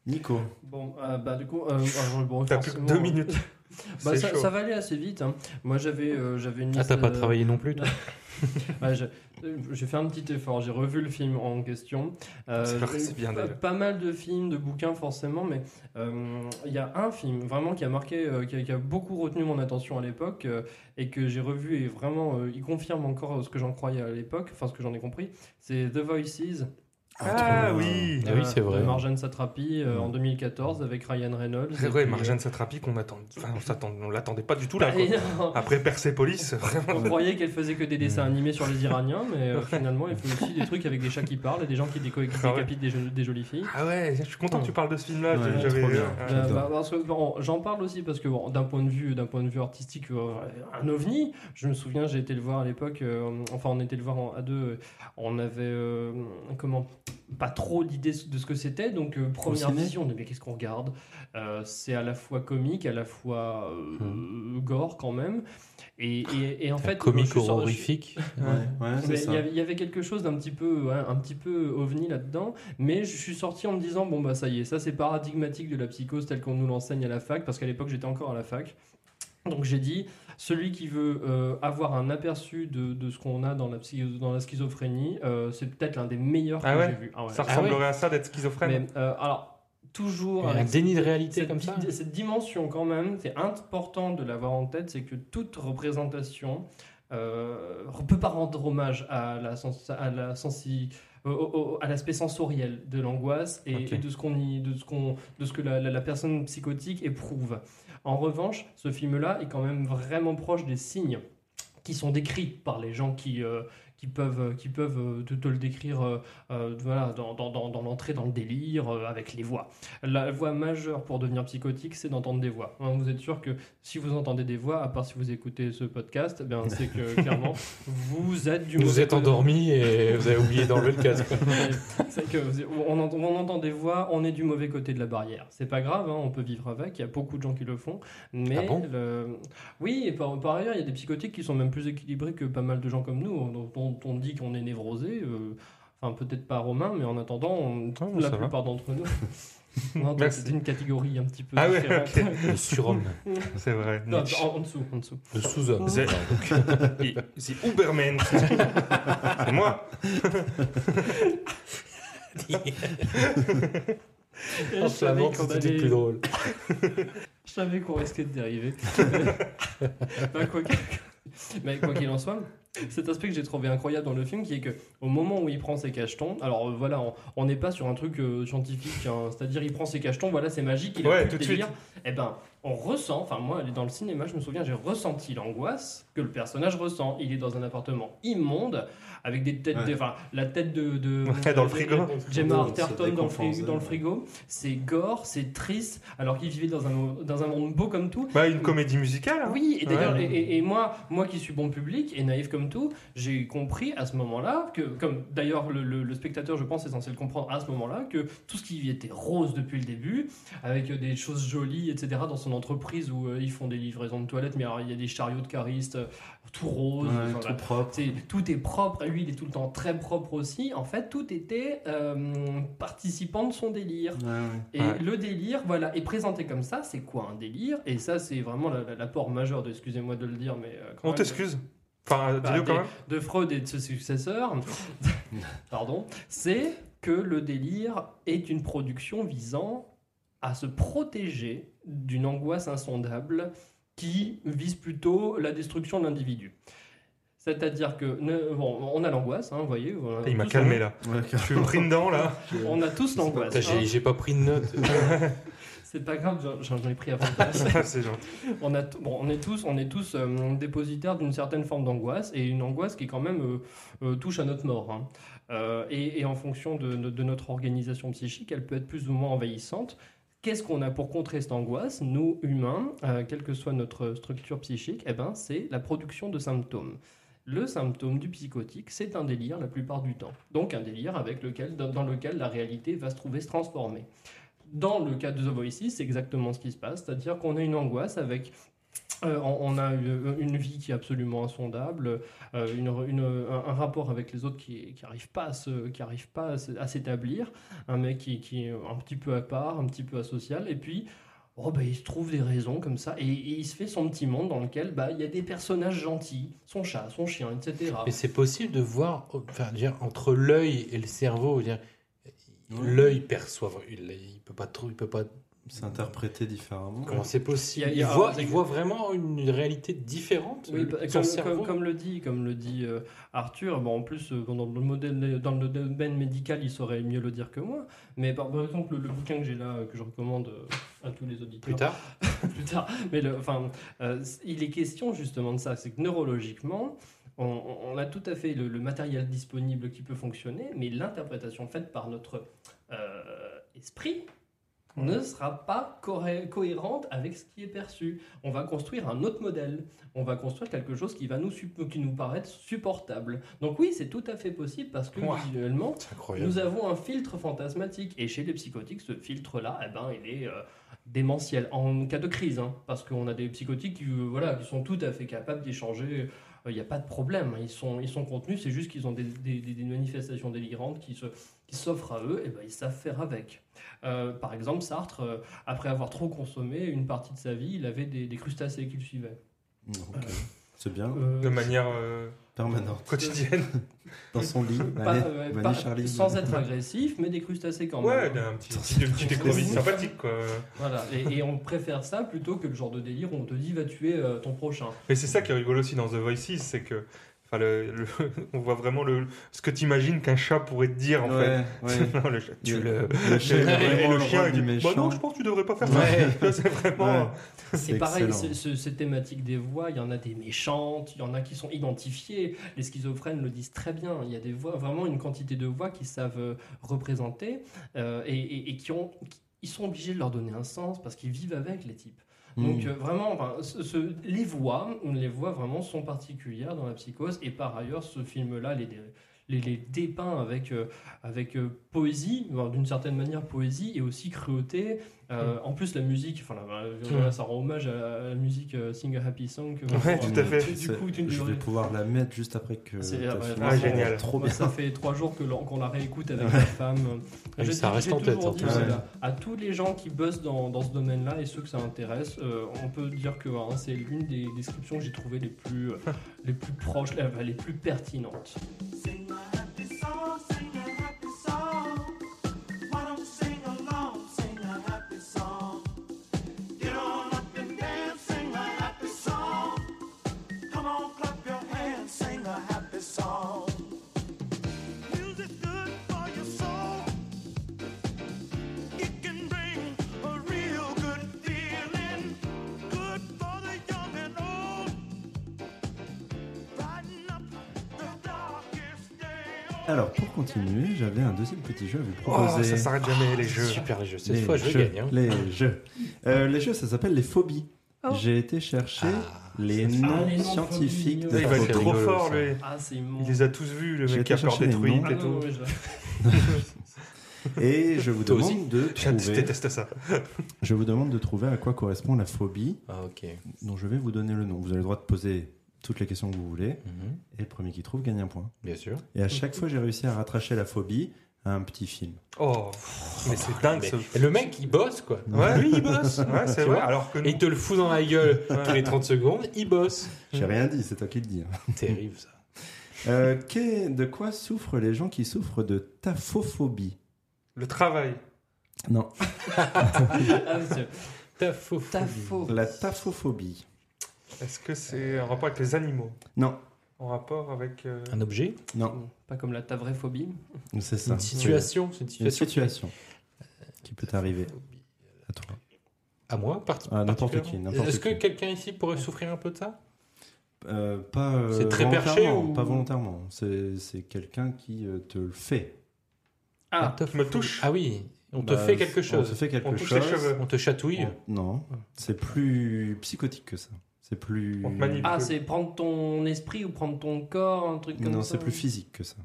[SPEAKER 5] Nico,
[SPEAKER 8] Bon, euh, bah du coup, euh, alors, bon,
[SPEAKER 6] T'as plus que
[SPEAKER 8] forcément,
[SPEAKER 6] deux
[SPEAKER 8] euh,
[SPEAKER 6] minutes.
[SPEAKER 8] Bah,
[SPEAKER 6] C'est
[SPEAKER 8] ça,
[SPEAKER 6] chaud.
[SPEAKER 8] ça va aller assez vite. hein. Moi, j'avais euh, j'avais une
[SPEAKER 7] Ah,
[SPEAKER 8] liste.
[SPEAKER 7] t'as pas
[SPEAKER 8] euh,
[SPEAKER 7] travaillé non plus toi
[SPEAKER 8] Ouais, je- euh, J'ai fait un petit effort, j'ai revu le film en question. Euh,
[SPEAKER 6] C'est vrai,
[SPEAKER 8] j'ai
[SPEAKER 6] c'est
[SPEAKER 8] eu
[SPEAKER 6] bien
[SPEAKER 8] pas,
[SPEAKER 6] d'ailleurs.
[SPEAKER 8] pas mal de films, de bouquins forcément, mais euh, il y a un film vraiment qui a marqué, euh, qui, a, qui a beaucoup retenu mon attention à l'époque euh, et que j'ai revu et vraiment euh, il confirme encore euh, ce que j'en croyais à l'époque, enfin ce que j'en ai compris. C'est The Voices. euh,
[SPEAKER 6] Ah
[SPEAKER 5] trop bien.
[SPEAKER 6] oui
[SPEAKER 7] Ah oui, c'est vrai.
[SPEAKER 8] De Marjane Satrapi euh,
[SPEAKER 5] Mm.
[SPEAKER 8] en 2014 avec Ryan Reynolds.
[SPEAKER 6] C'est
[SPEAKER 8] Et
[SPEAKER 6] vrai,
[SPEAKER 8] puis,
[SPEAKER 6] Eh Marjane Satrapi, qu'on attend. Enfin, on s'attend- on l'attendait pas du tout
[SPEAKER 8] euh,
[SPEAKER 6] là. quoi.
[SPEAKER 8] et non,
[SPEAKER 6] Après Persepolis,
[SPEAKER 8] Ah
[SPEAKER 6] vraiment.
[SPEAKER 8] On croyait qu'elle faisait que des dessins animés sur les Iraniens, mais euh, finalement, elle fait aussi des trucs avec des chats qui parlent et des gens qui, déco- qui
[SPEAKER 6] Ah ouais.
[SPEAKER 8] décapitent des, jeux- des jolies filles.
[SPEAKER 6] Ah ouais, je suis content que tu parles de ce film-là.
[SPEAKER 5] Ouais,
[SPEAKER 6] j'ai-
[SPEAKER 5] trop
[SPEAKER 6] j'avais-
[SPEAKER 5] bien.
[SPEAKER 6] euh,
[SPEAKER 8] Euh,
[SPEAKER 5] J'adore.
[SPEAKER 8] bah, parce que, bon, j'en parle aussi parce que bon, d'un point de vue d'un point de vue artistique euh, un ovni je me souviens j'ai été le voir à l'époque euh, enfin on était le voir en, à deux euh, on avait euh, comment pas trop d'idées de ce que c'était donc euh, première
[SPEAKER 5] ciné
[SPEAKER 8] vision on est, mais qu'est-ce qu'on regarde Euh, c'est à la fois comique à la fois euh, gore quand même et, et- et en fait je
[SPEAKER 7] Comique
[SPEAKER 8] suis sorti-
[SPEAKER 7] horrifique.
[SPEAKER 5] Ouais, ouais, c'est
[SPEAKER 8] mais
[SPEAKER 5] ça.
[SPEAKER 8] Il y, avait, il y avait quelque chose d'un petit peu, ouais, un petit peu ovni là-dedans, mais je suis sorti en me disant bon bah ça y est, ça c'est paradigmatique de la psychose telle qu'on nous l'enseigne à la fac, parce qu'à l'époque j'étais encore à la fac. Donc j'ai dit celui qui veut euh, avoir un aperçu de, de ce qu'on a dans la, psy- dans la schizophrénie, euh, c'est peut-être l'un des meilleurs
[SPEAKER 6] Ah
[SPEAKER 8] que
[SPEAKER 6] ouais
[SPEAKER 8] j'ai vu. Ah ouais.
[SPEAKER 6] Ça ressemblerait à ça d'être schizophrène.
[SPEAKER 8] Mais, euh, alors toujours
[SPEAKER 7] Un
[SPEAKER 8] avec
[SPEAKER 7] déni de réalité
[SPEAKER 8] cette,
[SPEAKER 7] comme ça.
[SPEAKER 8] di- cette dimension quand même, c'est important de l'avoir en tête, c'est que toute représentation euh, ne peut pas rendre hommage à la sens- à la sensi- au- au- au- à l'aspect sensoriel de l'angoisse et,
[SPEAKER 6] Ok.
[SPEAKER 8] et de ce qu'on y- de ce qu'on de ce que la, la- la personne psychotique éprouve. En revanche, ce film-là est quand même vraiment proche des signes qui sont décrits par les gens qui euh, qui peuvent, qui peuvent euh, te, te le décrire euh, euh, voilà, dans, dans, dans, dans l'entrée, dans le délire, euh, avec les voix. La voix majeure pour devenir psychotique, c'est d'entendre des voix. Hein, vous êtes sûr que si vous entendez des voix, à part si vous écoutez ce podcast, eh bien, c'est que clairement, vous êtes du
[SPEAKER 7] Vous
[SPEAKER 8] mauvais
[SPEAKER 7] êtes
[SPEAKER 8] côté.
[SPEAKER 7] endormi et vous avez oublié d'enlever le casque.
[SPEAKER 8] C'est que vous- on, entend, on entend des voix, on est du mauvais côté de la barrière. C'est pas grave, hein, on peut vivre avec. Il y a beaucoup de gens qui le font, mais
[SPEAKER 7] Ah bon
[SPEAKER 8] le- oui. Et par, par ailleurs, il y a des psychotiques qui sont même plus équilibrés que pas mal de gens comme nous, hein, dont, dont on dit qu'on est névrosé. euh, Enfin, peut-être pas romain, mais en attendant, on-
[SPEAKER 6] Ah, bon,
[SPEAKER 8] la
[SPEAKER 6] ça va.
[SPEAKER 8] plupart d'entre nous. Non, toi,
[SPEAKER 6] Merci.
[SPEAKER 8] c'est une catégorie un petit peu
[SPEAKER 6] Ah ouais,
[SPEAKER 8] différente.
[SPEAKER 7] Le surhomme.
[SPEAKER 6] C'est vrai.
[SPEAKER 8] Non, en, en dessous, en dessous.
[SPEAKER 7] Le sous-homme.
[SPEAKER 6] C'est Et c'est Uberman. C'est moi.
[SPEAKER 8] Je
[SPEAKER 7] En
[SPEAKER 8] savais
[SPEAKER 7] flamand,
[SPEAKER 8] qu'on
[SPEAKER 7] c'était
[SPEAKER 8] allait-
[SPEAKER 7] plus drôle.
[SPEAKER 8] Je savais qu'on risquait de dériver. Bah, quoi que- Mais quoi qu'il en soit, cet aspect que j'ai trouvé incroyable dans le film, qui est que au moment où il prend ses cachetons, alors euh, voilà, on- on n'est pas sur un truc euh, scientifique, hein, c'est-à-dire il prend ses cachetons, voilà, c'est magique, il a
[SPEAKER 6] Ouais,
[SPEAKER 8] plus
[SPEAKER 6] tout de
[SPEAKER 8] de délire. Eh ben, on ressent, enfin moi, dans le cinéma, je me souviens, j'ai ressenti l'angoisse que le personnage ressent. Il est dans un appartement immonde, avec des têtes,
[SPEAKER 5] Ouais.
[SPEAKER 8] de- enfin la tête de, de
[SPEAKER 6] Ouais, dans le
[SPEAKER 8] de-
[SPEAKER 6] frigo.
[SPEAKER 8] Gemma
[SPEAKER 5] Ouais,
[SPEAKER 8] Arterton
[SPEAKER 5] c'est
[SPEAKER 8] dans le, frigo,
[SPEAKER 5] déconfoncé,
[SPEAKER 8] dans le
[SPEAKER 5] ouais.
[SPEAKER 8] frigo, c'est gore, c'est triste, alors qu'il vivait dans un, mo- dans un monde beau comme tout.
[SPEAKER 6] Bah, une comédie musicale. hein.
[SPEAKER 8] Oui, et d'ailleurs,
[SPEAKER 6] Ouais.
[SPEAKER 8] et, et- et moi, moi qui suis bon public et naïf comme tout, j'ai compris à ce moment-là que, comme d'ailleurs le, le- le spectateur, je pense, est censé le comprendre à ce moment-là, que tout ce qui était rose depuis le début, avec euh, des choses jolies, etc., dans son entreprise où euh, ils font des livraisons de toilettes, mais alors il y a des chariots de caristes, euh, tout rose,
[SPEAKER 5] Ouais,
[SPEAKER 8] enfin,
[SPEAKER 5] tout
[SPEAKER 8] voilà.
[SPEAKER 5] propre.
[SPEAKER 8] C'est- tout est propre, lui il est tout le temps très propre aussi. En fait, tout était euh, participant de son délire.
[SPEAKER 5] Ouais, ouais.
[SPEAKER 8] Et
[SPEAKER 6] Ouais.
[SPEAKER 8] le délire, voilà, est présenté comme ça, c'est quoi un délire Et ça, c'est vraiment la- la- l'apport majeur de, excusez-moi de le dire, mais. euh, quand
[SPEAKER 6] On
[SPEAKER 8] même,
[SPEAKER 6] t'excuse. Enfin,
[SPEAKER 8] bah,
[SPEAKER 6] dis-le
[SPEAKER 8] des-
[SPEAKER 6] quand même.
[SPEAKER 8] de Freud et de ses successeurs, pardon, c'est que le délire est une production visant à se protéger d'une angoisse insondable qui vise plutôt la destruction de l'individu. C'est-à-dire que ne- bon, on a l'angoisse, hein, vous voyez. on a
[SPEAKER 6] Il m'a
[SPEAKER 8] tous-
[SPEAKER 6] calmé là.
[SPEAKER 5] Ouais,
[SPEAKER 6] Je suis pris dedans là.
[SPEAKER 8] On a tous l'angoisse.
[SPEAKER 7] Putain, J'ai
[SPEAKER 8] hein.
[SPEAKER 7] j'ai pas pris de notes.
[SPEAKER 8] C'est pas grave, j'en- j'en ai pris avant.
[SPEAKER 6] Ah, C'est gentil.
[SPEAKER 8] on, a t- bon, on est tous, on est tous euh, dépositaires d'une certaine forme d'angoisse et une angoisse qui quand même euh, euh, touche à notre mort. hein. Euh, et, et en fonction de, de- de notre organisation psychique, elle peut être plus ou moins envahissante. Qu'est-ce qu'on a pour contrer cette angoisse Nous, humains, euh, quelle que soit notre structure psychique, eh ben, c'est la production de symptômes. Le symptôme du psychotique, c'est un délire la plupart du temps. Donc un délire avec lequel, dans- dans lequel la réalité va se trouver se transformer. Dans le cas de The Voices, c'est exactement ce qui se passe, c'est-à-dire qu'on a une angoisse avec... euh, on on a une, une vie qui est absolument insondable, euh, une- une- un, un rapport avec les autres qui n'arrive pas à se- qui arrive pas à se- à s'établir, un mec qui, qui est un petit peu à part, un petit peu asocial, et puis Oh, bah, il se trouve des raisons comme ça. Et, et il se fait son petit monde dans lequel bah, il y a des personnages gentils, son chat, son chien, etc.
[SPEAKER 7] Mais c'est possible de voir, enfin, je veux dire, entre l'œil et le cerveau, je veux dire, l'œil perçoit, il, il peut pas trop, il peut pas.
[SPEAKER 5] C'est interprété différemment.
[SPEAKER 7] Comment c'est possible
[SPEAKER 8] Il
[SPEAKER 7] il,
[SPEAKER 8] y a- il y a-
[SPEAKER 7] voit, il voit vraiment une réalité différente.
[SPEAKER 8] Oui,
[SPEAKER 7] son
[SPEAKER 8] bah, comme,
[SPEAKER 7] cerveau.
[SPEAKER 8] comme- comme le dit, comme le dit euh, Arthur, bon, en plus, euh, bon, dans, le modèle, dans le domaine médical, il saurait mieux le dire que moi. Mais par, par exemple, le bouquin que j'ai là, euh, que je recommande euh, à tous les auditeurs
[SPEAKER 7] plus tard.
[SPEAKER 8] plus tard, mais le- enfin, euh, il est question justement de ça, c'est que neurologiquement, on, on a tout à fait le, le matériel disponible qui peut fonctionner, mais l'interprétation faite par notre euh, esprit ne sera pas corré- cohérente avec ce qui est perçu. On va construire un autre modèle. On va construire quelque chose qui va nous sup- qui nous paraître supportable. Donc oui, c'est tout à fait possible parce que
[SPEAKER 6] Ouah.
[SPEAKER 8] visuellement,
[SPEAKER 7] C'est incroyable.
[SPEAKER 8] nous avons un filtre fantasmatique et chez les psychotiques, ce filtre-là, eh ben, il est euh, démentiel en cas de crise, hein, parce qu'on a des psychotiques qui, euh, voilà, qui sont tout à fait capables d'échanger. Il n'y a pas de problème, hein, ils sont, ils sont contenus, c'est juste qu'ils ont des, des- des- des manifestations délirantes qui se qui s'offrent à eux, et ben, ils savent faire avec. Euh, par exemple, Sartre, euh, après avoir trop consommé une partie de sa vie, il avait des, des crustacés qui le suivaient.
[SPEAKER 5] Ok. C'est bien.
[SPEAKER 8] Euh,
[SPEAKER 6] de manière euh,
[SPEAKER 5] Permanente.
[SPEAKER 6] quotidienne.
[SPEAKER 5] Dans son lit.
[SPEAKER 8] pas-
[SPEAKER 5] Allez,
[SPEAKER 8] euh,
[SPEAKER 5] Vanille
[SPEAKER 8] pas-
[SPEAKER 5] Charlie.
[SPEAKER 8] sans être agressif, mais des crustacés quand même. hein.
[SPEAKER 6] Ouais, d'un petit, petit, petit écrevisse sympathique, quoi.
[SPEAKER 8] Voilà, et, et on préfère ça plutôt que le genre de délire où on te dit va tuer euh, ton prochain.
[SPEAKER 6] Mais c'est ça qui est rigolo aussi dans The Voices, c'est que. Enfin, le- le- on voit vraiment le, ce que t'imagines qu'un chat pourrait te dire, en fait.
[SPEAKER 5] Ouais, ouais.
[SPEAKER 6] Non, le chat, tu le.
[SPEAKER 5] Le- le chien est
[SPEAKER 6] Et
[SPEAKER 5] vraiment
[SPEAKER 6] le
[SPEAKER 5] le
[SPEAKER 6] chien,
[SPEAKER 5] roi
[SPEAKER 6] il
[SPEAKER 5] du
[SPEAKER 6] dit,
[SPEAKER 5] méchant.
[SPEAKER 6] Bah non, je pense que tu devrais pas faire ça.
[SPEAKER 7] Ouais.
[SPEAKER 6] C'est vraiment.
[SPEAKER 5] Ouais.
[SPEAKER 8] C'est pareil,
[SPEAKER 5] excellent.
[SPEAKER 8] c'est- ce- cette thématique des voix, il y en a des méchantes, il y en a qui sont identifiées. Les schizophrènes le disent très bien. Il y a des voix, vraiment une quantité de voix qui savent euh, représenter euh, et, et- et qui ont. qui- ils sont obligés de leur donner un sens parce qu'ils vivent avec les types. Donc
[SPEAKER 6] Hmm.
[SPEAKER 5] Mm.
[SPEAKER 8] euh, vraiment, enfin, ce- ce- les voix, les voix vraiment sont particulières dans la psychose. Et par ailleurs, ce film-là les, dé- les, les dépeint avec, euh, avec euh, poésie, voire d'une certaine manière poésie et aussi cruauté. Euh,
[SPEAKER 6] Hmm.
[SPEAKER 8] En plus, la musique, enfin, la- la- voilà, ça rend hommage à la musique euh, Sing a Happy Song. que-
[SPEAKER 6] Ouais,
[SPEAKER 8] enfin,
[SPEAKER 6] tout à fait.
[SPEAKER 8] euh, du- Du coup, tu ne
[SPEAKER 5] je vais
[SPEAKER 8] devrais-
[SPEAKER 5] pouvoir la mettre juste après que.
[SPEAKER 8] C'est-
[SPEAKER 5] t'as
[SPEAKER 8] ah, bah,
[SPEAKER 5] fini.
[SPEAKER 8] vraiment,
[SPEAKER 6] génial.
[SPEAKER 5] Trop
[SPEAKER 8] Moi,
[SPEAKER 5] bien.
[SPEAKER 8] ça fait trois jours que l'on- qu'on la réécoute avec ma femme.
[SPEAKER 7] Oui,
[SPEAKER 8] Je
[SPEAKER 7] ça
[SPEAKER 8] dis-
[SPEAKER 7] reste
[SPEAKER 8] j'ai
[SPEAKER 7] en tête,
[SPEAKER 8] toujours
[SPEAKER 7] en
[SPEAKER 8] dit,
[SPEAKER 7] plus.
[SPEAKER 8] voilà, à tous les gens qui bossent dans, dans ce domaine-là et ceux que ça intéresse, euh, on peut dire que hein, c'est l'une des descriptions que j'ai trouvées les plus, euh, les plus proches, euh, les plus pertinentes.
[SPEAKER 10] Sing a happy song, sing a happy song. Why don't you sing along, sing a happy song? Get on up and dance, sing a happy song. Come on, clap your hands, sing a happy song. Music's good for your soul. It can bring a real good feeling. Good for the young and old. Brighten up the darkest day.
[SPEAKER 5] Alors, pour continuer, j'avais un deuxième petit jeu à vous
[SPEAKER 6] Oh,
[SPEAKER 5] proposer.
[SPEAKER 6] ça s'arrête jamais, les jeux.
[SPEAKER 7] Super les jeux. Cette
[SPEAKER 5] les
[SPEAKER 7] fois, je
[SPEAKER 5] jeux,
[SPEAKER 7] gagne. hein.
[SPEAKER 5] Les jeux. Euh, les jeux, ça s'appelle les phobies. J'ai été chercher les
[SPEAKER 8] Oh. Ah,
[SPEAKER 5] noms
[SPEAKER 8] les noms de
[SPEAKER 5] scientifiques
[SPEAKER 8] phobies,
[SPEAKER 5] de
[SPEAKER 8] ouais.
[SPEAKER 6] Il va être
[SPEAKER 5] phobies.
[SPEAKER 6] trop
[SPEAKER 7] rigolo,
[SPEAKER 6] fort,
[SPEAKER 7] ça.
[SPEAKER 6] lui.
[SPEAKER 8] Ah, c'est immonde.
[SPEAKER 6] Il les a tous vus, le
[SPEAKER 5] J'ai
[SPEAKER 6] mec
[SPEAKER 5] été
[SPEAKER 6] qui a peur
[SPEAKER 5] chercher les
[SPEAKER 6] détruite
[SPEAKER 5] noms.
[SPEAKER 8] Ah
[SPEAKER 6] et
[SPEAKER 8] non,
[SPEAKER 6] tout.
[SPEAKER 8] mais je-
[SPEAKER 5] Et je vous
[SPEAKER 7] Toi aussi.
[SPEAKER 5] demande de
[SPEAKER 6] Je
[SPEAKER 5] trouver.
[SPEAKER 6] déteste ça.
[SPEAKER 5] Je vous demande de trouver à quoi correspond la phobie
[SPEAKER 7] Ah, ok.
[SPEAKER 5] dont je vais vous donner le nom. Vous avez le droit de poser toutes les questions que vous voulez.
[SPEAKER 7] Mhm.
[SPEAKER 5] Et le premier qui trouve gagne un point.
[SPEAKER 7] Bien sûr.
[SPEAKER 5] Et à chaque fois, j'ai réussi à rattracher la phobie à un petit film.
[SPEAKER 6] Oh, mais c'est dingue ce.
[SPEAKER 7] Ah, Mais le mec, il bosse, quoi.
[SPEAKER 6] Ouais, lui, il bosse. Ouais, c'est
[SPEAKER 7] Tu
[SPEAKER 6] vrai.
[SPEAKER 7] vois
[SPEAKER 6] Alors que
[SPEAKER 7] Et
[SPEAKER 6] nous.
[SPEAKER 7] il te le fout dans la gueule
[SPEAKER 6] Ouais.
[SPEAKER 7] tous les 30 secondes, il bosse.
[SPEAKER 5] J'ai rien dit, c'est toi qui le dis. hein.
[SPEAKER 7] Terrible, ça.
[SPEAKER 5] Euh, qu'est- de quoi souffrent les gens qui souffrent de taphophobie
[SPEAKER 6] Le travail.
[SPEAKER 5] Non,
[SPEAKER 8] Ah, monsieur.
[SPEAKER 7] T'as faux.
[SPEAKER 8] T'as faux.
[SPEAKER 5] la taphophobie.
[SPEAKER 6] Est-ce que c'est en rapport avec les animaux
[SPEAKER 5] Non,
[SPEAKER 6] En rapport avec. euh,
[SPEAKER 7] Un objet
[SPEAKER 5] non,
[SPEAKER 8] Pas comme la tavréphobie.
[SPEAKER 5] c'est ça.
[SPEAKER 7] Une situation C'est une
[SPEAKER 5] Une
[SPEAKER 7] situation
[SPEAKER 5] situation qui peut t'arriver à toi.
[SPEAKER 7] À moi parti-
[SPEAKER 5] À Ah, n'importe qui.
[SPEAKER 7] particulièrement.
[SPEAKER 5] n'importe
[SPEAKER 7] Est-ce que
[SPEAKER 5] qui.
[SPEAKER 7] quelqu'un ici pourrait souffrir un peu de ça
[SPEAKER 5] Euh, pas euh,
[SPEAKER 7] C'est très perché
[SPEAKER 5] volontairement,
[SPEAKER 7] ou-
[SPEAKER 5] Pas volontairement. C'est, c'est quelqu'un qui euh, te le fait.
[SPEAKER 8] Ah,
[SPEAKER 7] La
[SPEAKER 6] me touche.
[SPEAKER 7] Ah oui, on te
[SPEAKER 5] Bah,
[SPEAKER 7] fait quelque
[SPEAKER 5] On te
[SPEAKER 7] chose.
[SPEAKER 5] fait quelque
[SPEAKER 6] On touche
[SPEAKER 5] chose.
[SPEAKER 6] les cheveux.
[SPEAKER 7] On te chatouille.
[SPEAKER 5] On- Non, c'est plus psychotique que ça. C'est plus.
[SPEAKER 6] On te manipule.
[SPEAKER 8] ah c'est prendre ton esprit ou prendre ton corps, un truc comme
[SPEAKER 5] Non,
[SPEAKER 8] ça.
[SPEAKER 5] c'est plus physique que ça.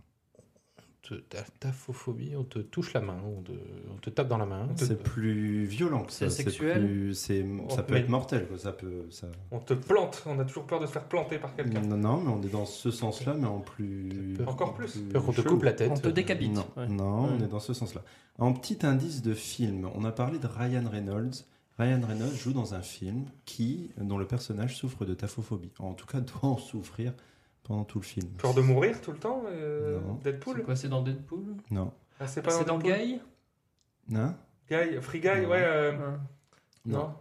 [SPEAKER 7] Te- ta- Ta phophobie, on te touche la main, on te, on te tape dans la main.
[SPEAKER 5] C'est plus violent que ça.
[SPEAKER 8] C'est sexuel
[SPEAKER 5] plus- c'est- Ça peut
[SPEAKER 6] mais-
[SPEAKER 5] être mortel. quoi, Ça peut, ça...
[SPEAKER 6] On te plante. On a toujours peur de se faire planter par quelqu'un.
[SPEAKER 5] Non, non, mais on est dans ce sens-là, mais en plus.
[SPEAKER 7] Peur-
[SPEAKER 6] Encore plus.
[SPEAKER 7] Peur qu'on te
[SPEAKER 5] chelou.
[SPEAKER 7] coupe la tête.
[SPEAKER 8] On te décapite.
[SPEAKER 5] Non,
[SPEAKER 8] Ouais.
[SPEAKER 5] non, on
[SPEAKER 8] Ouais.
[SPEAKER 5] est dans ce sens-là. Un petit indice de film. On a parlé de Ryan Reynolds Ryan Reynolds joue dans un film qui, dont le personnage souffre de taphophobie. En tout cas, doit en souffrir pendant tout le film.
[SPEAKER 6] Peur de mourir tout le temps euh,
[SPEAKER 5] Non.
[SPEAKER 8] C'est
[SPEAKER 6] Deadpool
[SPEAKER 8] quoi, c'est dans Deadpool
[SPEAKER 5] Non.
[SPEAKER 6] Ah, C'est
[SPEAKER 8] C'est dans
[SPEAKER 6] Deadpool
[SPEAKER 8] Guy
[SPEAKER 5] Hein
[SPEAKER 6] Guy, Free Guy, ouais.
[SPEAKER 5] Non.
[SPEAKER 6] euh,
[SPEAKER 5] non.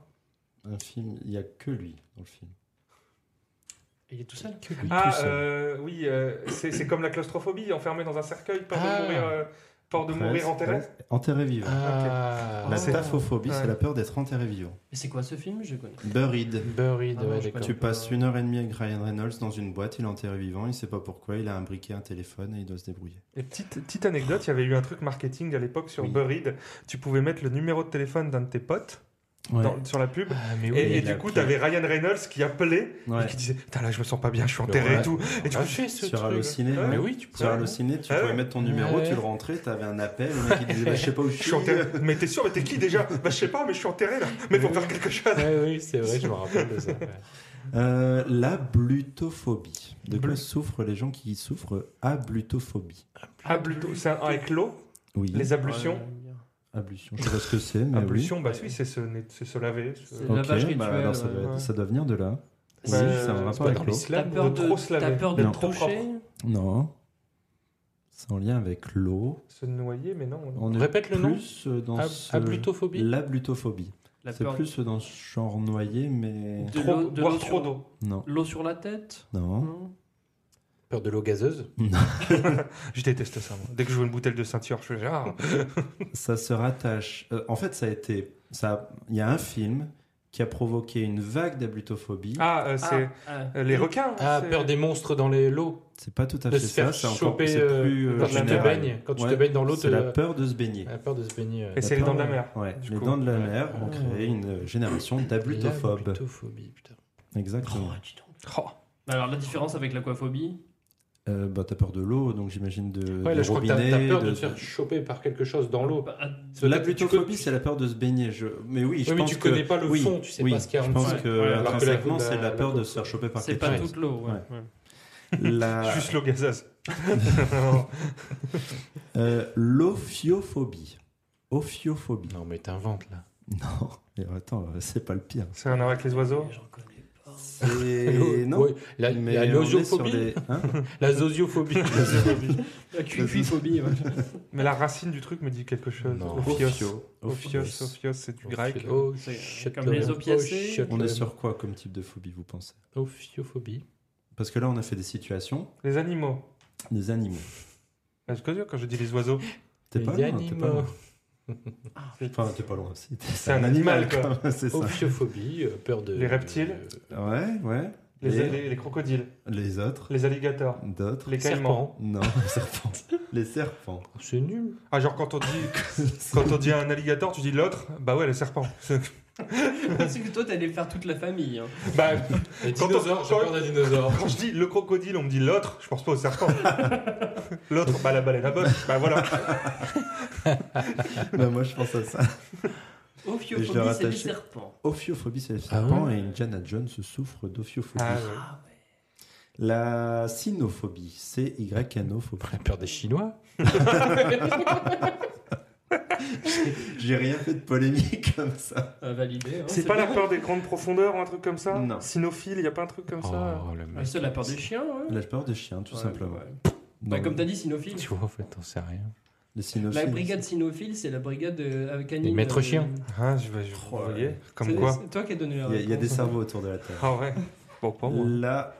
[SPEAKER 6] non.
[SPEAKER 5] Un film, il n'y a que lui dans le film.
[SPEAKER 8] Il est tout seul
[SPEAKER 5] Que lui
[SPEAKER 6] Ah,
[SPEAKER 5] tout seul.
[SPEAKER 6] euh, oui, euh, c'est c'est comme la claustrophobie, enfermé dans un cercueil, peur
[SPEAKER 7] Ah.
[SPEAKER 6] de mourir, euh, peur de mourir
[SPEAKER 5] Presque,
[SPEAKER 6] enterré.
[SPEAKER 5] presque. Enterré vivant.
[SPEAKER 7] Ah,
[SPEAKER 5] La
[SPEAKER 8] c'est-
[SPEAKER 5] taphophobie,
[SPEAKER 6] ouais.
[SPEAKER 5] c'est la peur d'être enterré vivant.
[SPEAKER 8] Mais c'est quoi ce film Je connais.
[SPEAKER 5] Buried.
[SPEAKER 7] Buried,
[SPEAKER 8] Ah,
[SPEAKER 7] ouais,
[SPEAKER 8] je
[SPEAKER 7] d'accord.
[SPEAKER 5] Tu
[SPEAKER 8] peut-
[SPEAKER 5] passes une heure et demie avec Ryan Reynolds dans une boîte, il est enterré vivant, il sait pas pourquoi, il a un briquet, un téléphone et il doit se débrouiller.
[SPEAKER 6] Et petite, petite anecdote, il y avait eu un truc marketing à l'époque sur
[SPEAKER 5] Oui.
[SPEAKER 6] Buried. Tu pouvais mettre le numéro de téléphone d'un de tes potes dans- sur la pub.
[SPEAKER 7] Ah, mais oui.
[SPEAKER 6] Et, et
[SPEAKER 5] il a
[SPEAKER 6] du coup, t'avais
[SPEAKER 5] appelé.
[SPEAKER 6] Ryan Reynolds qui appelait
[SPEAKER 5] Ouais.
[SPEAKER 6] et qui disait Putain, là, je me sens pas bien, je suis enterré
[SPEAKER 7] Ouais.
[SPEAKER 6] et tout. Et du
[SPEAKER 7] Ah,
[SPEAKER 6] coup,
[SPEAKER 7] fait ce
[SPEAKER 5] Sur
[SPEAKER 7] truc. Ah,
[SPEAKER 5] Allociné,
[SPEAKER 6] Ouais.
[SPEAKER 7] Mais
[SPEAKER 5] ouais.
[SPEAKER 7] oui, tu
[SPEAKER 5] hein. Ah Sur
[SPEAKER 7] peux.
[SPEAKER 5] Allociné, tu
[SPEAKER 6] Ah
[SPEAKER 5] pouvais
[SPEAKER 6] ouais.
[SPEAKER 5] mettre ton numéro,
[SPEAKER 7] Ouais.
[SPEAKER 5] tu le rentrais, t'avais un appel, le mec il disait bah, je sais pas où je
[SPEAKER 6] je
[SPEAKER 5] suis.
[SPEAKER 6] suis enterré. Mais t'es sûr, mais t'es qui déjà Bah, je sais pas, mais je suis enterré là. Mais faut faire quelque chose.
[SPEAKER 7] Ouais, oui, c'est vrai, je me rappelle de ça. ouais.
[SPEAKER 5] Euh, la blutophobie. De quoi souffrent les gens qui souffrent ablutophobie
[SPEAKER 6] Abluto, Ah, c'est un- avec l'eau,
[SPEAKER 5] Oui,
[SPEAKER 6] les ablutions.
[SPEAKER 5] ablutions, je sais pas ce que c'est, mais Ah oui.
[SPEAKER 6] Ablution, bah oui, c'est se, na- c'est se laver. se-
[SPEAKER 8] C'est-
[SPEAKER 5] Ok,
[SPEAKER 8] Lavage
[SPEAKER 5] bah,
[SPEAKER 8] rituel,
[SPEAKER 5] alors ça,
[SPEAKER 8] ouais.
[SPEAKER 5] doit être-
[SPEAKER 6] Ouais.
[SPEAKER 5] ça doit venir de là. Oui, c'est
[SPEAKER 7] Bah,
[SPEAKER 5] un
[SPEAKER 7] c'est
[SPEAKER 5] rapport
[SPEAKER 7] pas
[SPEAKER 5] avec
[SPEAKER 7] dans
[SPEAKER 5] l'eau.
[SPEAKER 8] T'as
[SPEAKER 7] l'islam
[SPEAKER 8] peur
[SPEAKER 6] de trop se
[SPEAKER 8] de,
[SPEAKER 6] laver.
[SPEAKER 8] t'as peur de
[SPEAKER 5] Non.
[SPEAKER 8] trop
[SPEAKER 6] Trop
[SPEAKER 8] toucher
[SPEAKER 5] Non. C'est en lien avec l'eau.
[SPEAKER 6] Se noyer, mais non.
[SPEAKER 5] On est
[SPEAKER 7] Répète le nom.
[SPEAKER 5] plus euh, dans
[SPEAKER 7] Ab-
[SPEAKER 5] ce-
[SPEAKER 7] Ablutophobie.
[SPEAKER 5] La blutophobie.
[SPEAKER 8] La
[SPEAKER 5] C'est
[SPEAKER 8] peur
[SPEAKER 5] plus dans ce genre noyé, mais
[SPEAKER 8] de
[SPEAKER 6] Trop,
[SPEAKER 8] l'eau- de
[SPEAKER 6] boire
[SPEAKER 8] l'eau
[SPEAKER 6] trop
[SPEAKER 8] sur-
[SPEAKER 6] d'eau.
[SPEAKER 5] non,
[SPEAKER 8] L'eau sur la tête
[SPEAKER 5] non.
[SPEAKER 8] Non.
[SPEAKER 7] Peur de l'eau gazeuse.
[SPEAKER 6] Je déteste ça, moi. Dès que je vois une bouteille de ceinture, je fais Gérard.
[SPEAKER 5] Ça se rattache. euh, en fait, ça a été. Ça, il y a un film qui a provoqué une vague d'ablutophobie.
[SPEAKER 6] Ah, euh, c'est
[SPEAKER 8] Ah,
[SPEAKER 6] euh, les requins.
[SPEAKER 7] Ah,
[SPEAKER 6] c'est-
[SPEAKER 7] peur des monstres dans les lots.
[SPEAKER 5] C'est pas tout à
[SPEAKER 7] De
[SPEAKER 5] fait
[SPEAKER 7] se
[SPEAKER 5] ça.
[SPEAKER 7] faire
[SPEAKER 5] C'est encore
[SPEAKER 7] choper
[SPEAKER 5] c'est
[SPEAKER 7] euh,
[SPEAKER 5] plus euh,
[SPEAKER 7] quand tu te
[SPEAKER 5] général.
[SPEAKER 7] baignes. Quand tu
[SPEAKER 5] Ouais,
[SPEAKER 7] te baignes dans l'eau,
[SPEAKER 5] C'est
[SPEAKER 7] t'as-
[SPEAKER 5] la peur de se baigner.
[SPEAKER 7] la Ah, peur de se baigner. ouais.
[SPEAKER 6] Et c'est les
[SPEAKER 5] peur
[SPEAKER 6] dents de la
[SPEAKER 5] de-
[SPEAKER 6] mer.
[SPEAKER 5] Ouais,
[SPEAKER 6] du
[SPEAKER 5] les
[SPEAKER 6] coup.
[SPEAKER 5] dents de la mer ont
[SPEAKER 7] Ah.
[SPEAKER 5] créé une génération
[SPEAKER 7] La Ah
[SPEAKER 5] d'ablutophobes.
[SPEAKER 7] Ablutophobie, putain.
[SPEAKER 5] Exactement.
[SPEAKER 8] Oh, dis donc. Alors la différence avec l'aquaphobie
[SPEAKER 5] Euh, bah, t'as peur de l'eau, donc j'imagine de,
[SPEAKER 7] Ouais,
[SPEAKER 5] des
[SPEAKER 7] là, je crois que
[SPEAKER 5] robinets,
[SPEAKER 7] t'as t'as peur de
[SPEAKER 5] de-
[SPEAKER 7] te faire choper par quelque chose dans l'eau.
[SPEAKER 8] Bah,
[SPEAKER 7] Parce que
[SPEAKER 5] La
[SPEAKER 7] là, tu- tu
[SPEAKER 5] plutophobie, c'est la peur de se baigner. Je... Mais oui, je
[SPEAKER 7] Oui, mais
[SPEAKER 5] pense
[SPEAKER 7] tu
[SPEAKER 5] que-
[SPEAKER 7] connais pas le
[SPEAKER 5] oui,
[SPEAKER 7] fond, tu sais
[SPEAKER 5] oui,
[SPEAKER 7] pas ce qu'il y a
[SPEAKER 5] Je
[SPEAKER 7] en
[SPEAKER 5] pense
[SPEAKER 7] dessous.
[SPEAKER 5] que
[SPEAKER 7] Ouais, alors que la-
[SPEAKER 5] intrinsèquement,
[SPEAKER 7] la-
[SPEAKER 5] c'est la
[SPEAKER 7] la
[SPEAKER 5] peur de
[SPEAKER 7] coque,
[SPEAKER 5] se faire choper par
[SPEAKER 8] C'est
[SPEAKER 5] quelque
[SPEAKER 8] pas
[SPEAKER 7] Ouais.
[SPEAKER 5] chose.
[SPEAKER 8] toute l'eau, ouais. ouais.
[SPEAKER 5] La-
[SPEAKER 6] Juste l'eau gazeuse.
[SPEAKER 5] euh, L'ophiophobie. Ophiophobie.
[SPEAKER 7] Non, mais t'inventes là.
[SPEAKER 5] Non, mais attends, c'est pas le pire.
[SPEAKER 6] C'est un avec les oiseaux.
[SPEAKER 8] J'en connais pas.
[SPEAKER 5] C'est... Non,
[SPEAKER 7] Oh, Ouais, la,
[SPEAKER 5] mais
[SPEAKER 7] la
[SPEAKER 5] on est sur
[SPEAKER 7] losiophobie,
[SPEAKER 5] des- hein
[SPEAKER 7] la zosiophobie.
[SPEAKER 8] La cuiphobie, ouais.
[SPEAKER 6] Mais la racine du truc me dit quelque chose.
[SPEAKER 7] Non.
[SPEAKER 6] Ophios.
[SPEAKER 5] Ophio-
[SPEAKER 6] Ophios, Ophios, c'est du grec.
[SPEAKER 7] Oh,
[SPEAKER 8] C'est euh,
[SPEAKER 7] shit,
[SPEAKER 8] comme les
[SPEAKER 7] le-
[SPEAKER 8] opiacés.
[SPEAKER 7] oh, shit,
[SPEAKER 5] On
[SPEAKER 7] le-
[SPEAKER 5] est sur quoi comme type de phobie, vous pensez
[SPEAKER 7] Ophiophobie.
[SPEAKER 5] Parce que là, on a fait des situations,
[SPEAKER 6] Les animaux.
[SPEAKER 5] des animaux.
[SPEAKER 6] Est-ce que quand je dis les oiseaux,
[SPEAKER 5] T'es
[SPEAKER 7] Les
[SPEAKER 5] pas loin, t'es pas
[SPEAKER 7] animaux.
[SPEAKER 5] loin.
[SPEAKER 8] Ah,
[SPEAKER 5] Enfin, t'es pas loin aussi. C'est
[SPEAKER 6] un animal, quoi.
[SPEAKER 5] même, c'est ça.
[SPEAKER 7] Ophiophobie, euh, peur de. Euh,
[SPEAKER 6] Les reptiles.
[SPEAKER 5] Ouais, ouais.
[SPEAKER 6] les,
[SPEAKER 5] Et
[SPEAKER 6] les- les crocodiles,
[SPEAKER 5] les autres,
[SPEAKER 6] les alligators,
[SPEAKER 5] d'autres.
[SPEAKER 6] les caïmans.
[SPEAKER 7] Serpent.
[SPEAKER 5] Non, les serpents. Les serpents.
[SPEAKER 7] C'est nul.
[SPEAKER 6] Ah, genre quand on dit, quand on dit un alligator, tu dis l'autre, bah ouais, le serpent.
[SPEAKER 8] Parce que toi, t'allais faire toute la famille. hein.
[SPEAKER 6] bah,
[SPEAKER 7] Les
[SPEAKER 6] Quand on-
[SPEAKER 7] dinosaures, j'ai
[SPEAKER 6] quand-
[SPEAKER 7] peur des dinosaures.
[SPEAKER 6] quand je dis le crocodile, on me dit l'autre, je pense pas au serpent. l'autre, bah la baleine à bosse, bah voilà.
[SPEAKER 5] Bah, moi, je pense à ça. Et je
[SPEAKER 8] Ophiophobie,
[SPEAKER 5] leur
[SPEAKER 8] c'est les
[SPEAKER 5] attachais.
[SPEAKER 8] serpents.
[SPEAKER 5] Ophiophobie, c'est les
[SPEAKER 7] Ah
[SPEAKER 5] serpents
[SPEAKER 7] ouais
[SPEAKER 5] et Indiana Jones souffre d'ophiophobie.
[SPEAKER 6] Ah, ouais.
[SPEAKER 5] La cynophobie, c'est Y-N-O-phobie.
[SPEAKER 7] La peur des Chinois.
[SPEAKER 5] J'ai rien fait de polémique comme ça.
[SPEAKER 8] Euh, validé. hein,
[SPEAKER 6] C'est pas la
[SPEAKER 8] bien.
[SPEAKER 6] peur des grandes profondeurs ou un truc comme ça
[SPEAKER 5] Non.
[SPEAKER 6] Cynophile, y a pas un truc comme ça
[SPEAKER 7] Oh, le
[SPEAKER 8] Ah,
[SPEAKER 7] mec.
[SPEAKER 8] C'est la peur des chiens, ouais.
[SPEAKER 5] La peur des chiens, tout
[SPEAKER 8] Ouais,
[SPEAKER 5] simplement.
[SPEAKER 8] ouais.
[SPEAKER 5] Dans
[SPEAKER 8] Bah, comme t'as dit, cynophile.
[SPEAKER 7] Tu vois, en fait, t'en sais rien.
[SPEAKER 5] Les cynophiles.
[SPEAKER 8] La brigade cynophile, c'est la brigade euh, avec Annie.
[SPEAKER 7] Des maîtres
[SPEAKER 8] euh,
[SPEAKER 7] chiens.
[SPEAKER 6] Ah, je vais, je
[SPEAKER 5] Oh,
[SPEAKER 6] vous voyez, comme
[SPEAKER 8] c'est-
[SPEAKER 6] quoi.
[SPEAKER 8] C'est toi qui as donné la
[SPEAKER 5] Il y a- il y, a des
[SPEAKER 8] réponse.
[SPEAKER 5] cerveaux autour de la Terre.
[SPEAKER 6] Ah ouais. Bon, pas moi.
[SPEAKER 5] La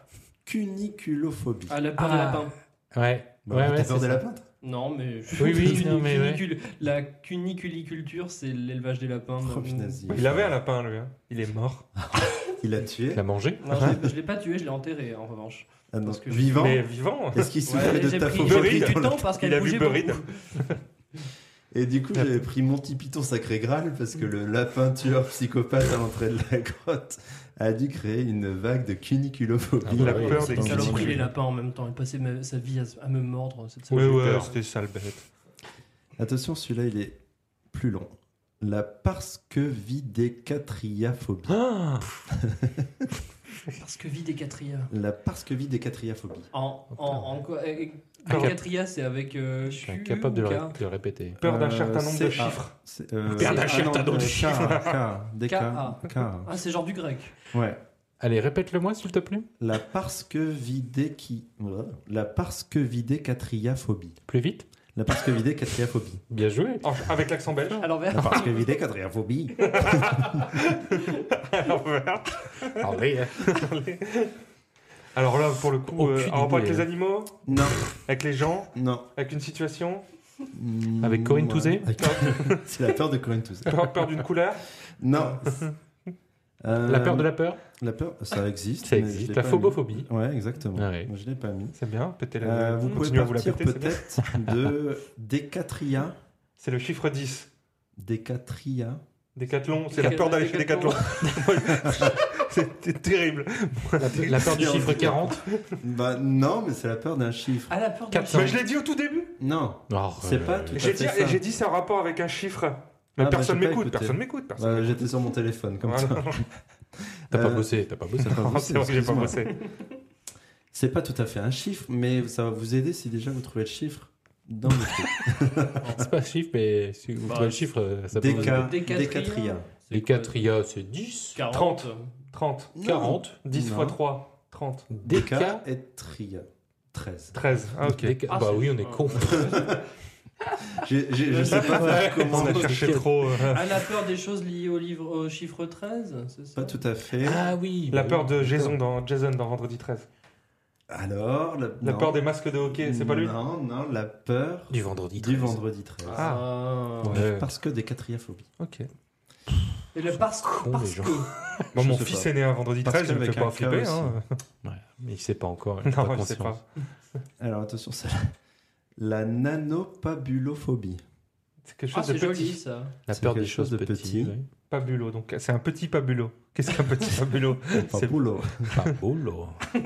[SPEAKER 5] cuniculophobie.
[SPEAKER 8] Ah, la peur
[SPEAKER 7] Ah.
[SPEAKER 8] des lapins.
[SPEAKER 7] Ouais.
[SPEAKER 5] Bah,
[SPEAKER 7] ouais,
[SPEAKER 5] t'as
[SPEAKER 7] ouais.
[SPEAKER 5] peur des
[SPEAKER 7] c'est ça.
[SPEAKER 5] lapins toi
[SPEAKER 8] Non, mais.
[SPEAKER 7] Oui, oui, non, mais ouais.
[SPEAKER 8] Cunicule- La cuniculiculture, c'est l'élevage des lapins.
[SPEAKER 5] Oh,
[SPEAKER 8] Non,
[SPEAKER 5] punaise,
[SPEAKER 6] Il avait un lapin, lui. hein. Il est mort.
[SPEAKER 5] Il l'a tué.
[SPEAKER 7] Tu l'as mangé
[SPEAKER 8] Non, je l'ai- je l'ai pas tué, je l'ai enterré en revanche.
[SPEAKER 5] Ah, non.
[SPEAKER 8] Parce que-
[SPEAKER 5] Vivant
[SPEAKER 6] Mais vivant.
[SPEAKER 5] Est-ce qu'il souffrait
[SPEAKER 8] Ouais,
[SPEAKER 5] de
[SPEAKER 8] j'ai pris, j'ai
[SPEAKER 5] taphophobie
[SPEAKER 8] pris du
[SPEAKER 5] dans le-
[SPEAKER 8] temps parce
[SPEAKER 6] Il
[SPEAKER 8] qu'elle
[SPEAKER 6] a vu
[SPEAKER 8] bougeait
[SPEAKER 6] Buried.
[SPEAKER 8] beaucoup.
[SPEAKER 5] Et du coup, j'avais pris Monty Python Sacré Graal parce que le lapin tueur psychopathe à l'entrée de la grotte a dû créer une vague de cuniculophobie.
[SPEAKER 7] Ah bah La oui,
[SPEAKER 6] peur des
[SPEAKER 5] Dans le
[SPEAKER 8] Elle a pris
[SPEAKER 5] milieu.
[SPEAKER 8] les lapins en même temps. Elle passait ma- sa vie à, se- à me mordre. Cette
[SPEAKER 6] Ouais,
[SPEAKER 8] salope.
[SPEAKER 6] ouais, c'était sale bête.
[SPEAKER 5] Attention, celui-là, il est plus long. La parce que vidécatriaphobie.
[SPEAKER 7] Ah
[SPEAKER 8] Parce que vide et quatria.
[SPEAKER 5] La parce que vit des quatriaphobie.
[SPEAKER 8] En, en, en quoi eh, eh,
[SPEAKER 7] Pardon.
[SPEAKER 8] Quatria, c'est avec. euh,
[SPEAKER 7] Je suis
[SPEAKER 8] Q
[SPEAKER 7] incapable de
[SPEAKER 8] ou
[SPEAKER 7] le,
[SPEAKER 8] K
[SPEAKER 7] ré- de le répéter.
[SPEAKER 6] Peur d'un
[SPEAKER 5] Euh,
[SPEAKER 6] certain nombre de
[SPEAKER 5] c'est-
[SPEAKER 6] chiffres.
[SPEAKER 5] C'est, euh,
[SPEAKER 7] Père
[SPEAKER 5] c'est-
[SPEAKER 7] d'un
[SPEAKER 5] ah
[SPEAKER 7] chien,
[SPEAKER 5] non,
[SPEAKER 7] t'as d'autres
[SPEAKER 5] euh,
[SPEAKER 7] chiffres.
[SPEAKER 5] K, K, des K,
[SPEAKER 8] K.A..
[SPEAKER 5] K.
[SPEAKER 8] Ah, c'est genre du grec.
[SPEAKER 5] Ouais.
[SPEAKER 7] Allez, répète-le-moi, s'il te plaît.
[SPEAKER 5] La parce que vidé qui. La parce que vidé quatriaphobie.
[SPEAKER 7] Plus vite.
[SPEAKER 5] La parce que vidé quatriaphobie.
[SPEAKER 7] Bien joué.
[SPEAKER 6] En- avec l'accent belge.
[SPEAKER 8] À l'envers.
[SPEAKER 5] La parce que vidé quatriaphobie.
[SPEAKER 7] Allez, hein.
[SPEAKER 6] Alors là, pour le coup,
[SPEAKER 7] Aucune
[SPEAKER 6] euh, en rapport avec
[SPEAKER 7] idée.
[SPEAKER 6] les animaux,
[SPEAKER 5] Non,
[SPEAKER 6] avec les gens,
[SPEAKER 5] non.
[SPEAKER 6] avec une situation,
[SPEAKER 7] Avec Corinne Touzé
[SPEAKER 5] Avec- C'est la peur de Corinne Touzé.
[SPEAKER 6] peur, peur d'une couleur.
[SPEAKER 5] Non. Euh,
[SPEAKER 7] La peur de la peur,
[SPEAKER 5] La peur, ça existe.
[SPEAKER 7] ça
[SPEAKER 5] mais je l'ai
[SPEAKER 7] existe.
[SPEAKER 5] pas
[SPEAKER 7] La
[SPEAKER 5] mis.
[SPEAKER 7] phobophobie.
[SPEAKER 5] Ouais, exactement.
[SPEAKER 7] Ah ouais.
[SPEAKER 5] Moi, Je l'ai pas mis.
[SPEAKER 6] C'est bien, pétez la.
[SPEAKER 5] Euh, vous pouvez
[SPEAKER 6] continuez à vous la
[SPEAKER 5] partir
[SPEAKER 6] péter, c'est bien.
[SPEAKER 5] peut-être de Décatria.
[SPEAKER 6] C'est le chiffre 10.
[SPEAKER 5] Décatria.
[SPEAKER 6] Décathlon, c'est la
[SPEAKER 8] Déca-
[SPEAKER 6] peur d'aller chez
[SPEAKER 8] Décathlon.
[SPEAKER 6] Décathlon. C'était terrible.
[SPEAKER 7] La peur du chiffre 40.
[SPEAKER 5] Bah non, mais c'est la peur d'un chiffre.
[SPEAKER 8] À la peur de.
[SPEAKER 7] Quatre
[SPEAKER 6] Bah, je l'ai dit au tout début.
[SPEAKER 5] Non.
[SPEAKER 7] Oh,
[SPEAKER 5] C'est
[SPEAKER 7] euh,
[SPEAKER 5] pas tout à
[SPEAKER 6] J'ai
[SPEAKER 5] fait
[SPEAKER 6] dit,
[SPEAKER 5] ça.
[SPEAKER 6] j'ai dit c'est en rapport avec un chiffre. Mais
[SPEAKER 5] Ah, bah,
[SPEAKER 6] personne
[SPEAKER 5] j'ai pas
[SPEAKER 6] m'écoute,
[SPEAKER 5] écouté.
[SPEAKER 6] personne m'écoute, personne.
[SPEAKER 5] Bah, J'étais sur mon téléphone comme
[SPEAKER 6] Voilà.
[SPEAKER 5] ça.
[SPEAKER 7] T'as pas
[SPEAKER 5] Euh,
[SPEAKER 7] bossé, t'as pas bossé.
[SPEAKER 5] T'as pas bossé,
[SPEAKER 6] c'est vrai que j'ai pas
[SPEAKER 5] excuse-moi.
[SPEAKER 6] bossé.
[SPEAKER 5] C'est pas tout à fait un chiffre, mais ça va vous aider si déjà vous trouvez le chiffre dans le truc.
[SPEAKER 7] C'est pas un chiffre, mais si vous trouvez le chiffre, euh, ça peut vous aider.
[SPEAKER 5] Déca-
[SPEAKER 8] Décatria.
[SPEAKER 5] Décatria.
[SPEAKER 7] Les 4 IA, c'est 10.
[SPEAKER 8] 40.
[SPEAKER 6] 30.
[SPEAKER 5] Non.
[SPEAKER 7] 40.
[SPEAKER 6] 10
[SPEAKER 5] Non.
[SPEAKER 6] fois 3, 30.
[SPEAKER 5] Déca
[SPEAKER 7] Déca.
[SPEAKER 5] et tria. 13.
[SPEAKER 6] 13. Ah, ok.
[SPEAKER 7] Déca-
[SPEAKER 8] Ah,
[SPEAKER 7] bah
[SPEAKER 8] c'est-
[SPEAKER 7] oui, on est con.
[SPEAKER 5] J'ai- j'ai- je sais pas faire comment.
[SPEAKER 6] On a cherché trop. euh,
[SPEAKER 8] À la peur des choses liées au livre au chiffre 13, c'est ça
[SPEAKER 5] Pas tout à fait.
[SPEAKER 7] Ah oui.
[SPEAKER 6] La
[SPEAKER 7] bah
[SPEAKER 6] peur
[SPEAKER 7] oui.
[SPEAKER 6] de Jason dans, Jason dans Vendredi 13.
[SPEAKER 5] Alors, la,
[SPEAKER 6] La
[SPEAKER 5] non.
[SPEAKER 6] peur des masques de hockey, c'est pas lui
[SPEAKER 5] Non, non, la peur
[SPEAKER 7] Du vendredi.
[SPEAKER 5] du
[SPEAKER 7] 13.
[SPEAKER 5] vendredi 13.
[SPEAKER 8] Ah.
[SPEAKER 7] Ouais.
[SPEAKER 5] Parce que décatriaphobie.
[SPEAKER 7] Ok.
[SPEAKER 8] Et le parce,
[SPEAKER 7] Con, les
[SPEAKER 8] parce
[SPEAKER 7] gens.
[SPEAKER 8] que.
[SPEAKER 6] Bon,
[SPEAKER 5] Je
[SPEAKER 6] Mon
[SPEAKER 5] sais
[SPEAKER 6] fils
[SPEAKER 5] pas.
[SPEAKER 6] est né un vendredi
[SPEAKER 5] Parce
[SPEAKER 6] 13, je me
[SPEAKER 5] qu'avec
[SPEAKER 6] fais pas
[SPEAKER 5] un
[SPEAKER 6] flipper.
[SPEAKER 5] K
[SPEAKER 6] hein.
[SPEAKER 7] Ouais, mais il sait pas encore. il a
[SPEAKER 6] Non,
[SPEAKER 7] pas
[SPEAKER 6] je sais
[SPEAKER 7] conscience.
[SPEAKER 6] pas.
[SPEAKER 5] Alors attention, ça. La nanopabulophobie.
[SPEAKER 6] C'est quelque
[SPEAKER 8] Ah,
[SPEAKER 6] chose
[SPEAKER 8] c'est
[SPEAKER 6] de
[SPEAKER 8] joli
[SPEAKER 6] petit.
[SPEAKER 8] ça.
[SPEAKER 7] La
[SPEAKER 5] C'est
[SPEAKER 7] peur des
[SPEAKER 5] quelque chose
[SPEAKER 7] choses
[SPEAKER 5] de
[SPEAKER 7] petites.
[SPEAKER 5] petit.
[SPEAKER 7] ouais.
[SPEAKER 6] Pabulo, donc c'est un petit pabulo. Qu'est-ce qu'un petit pabulo C'est
[SPEAKER 5] Pabulo.
[SPEAKER 7] Pas beau, là.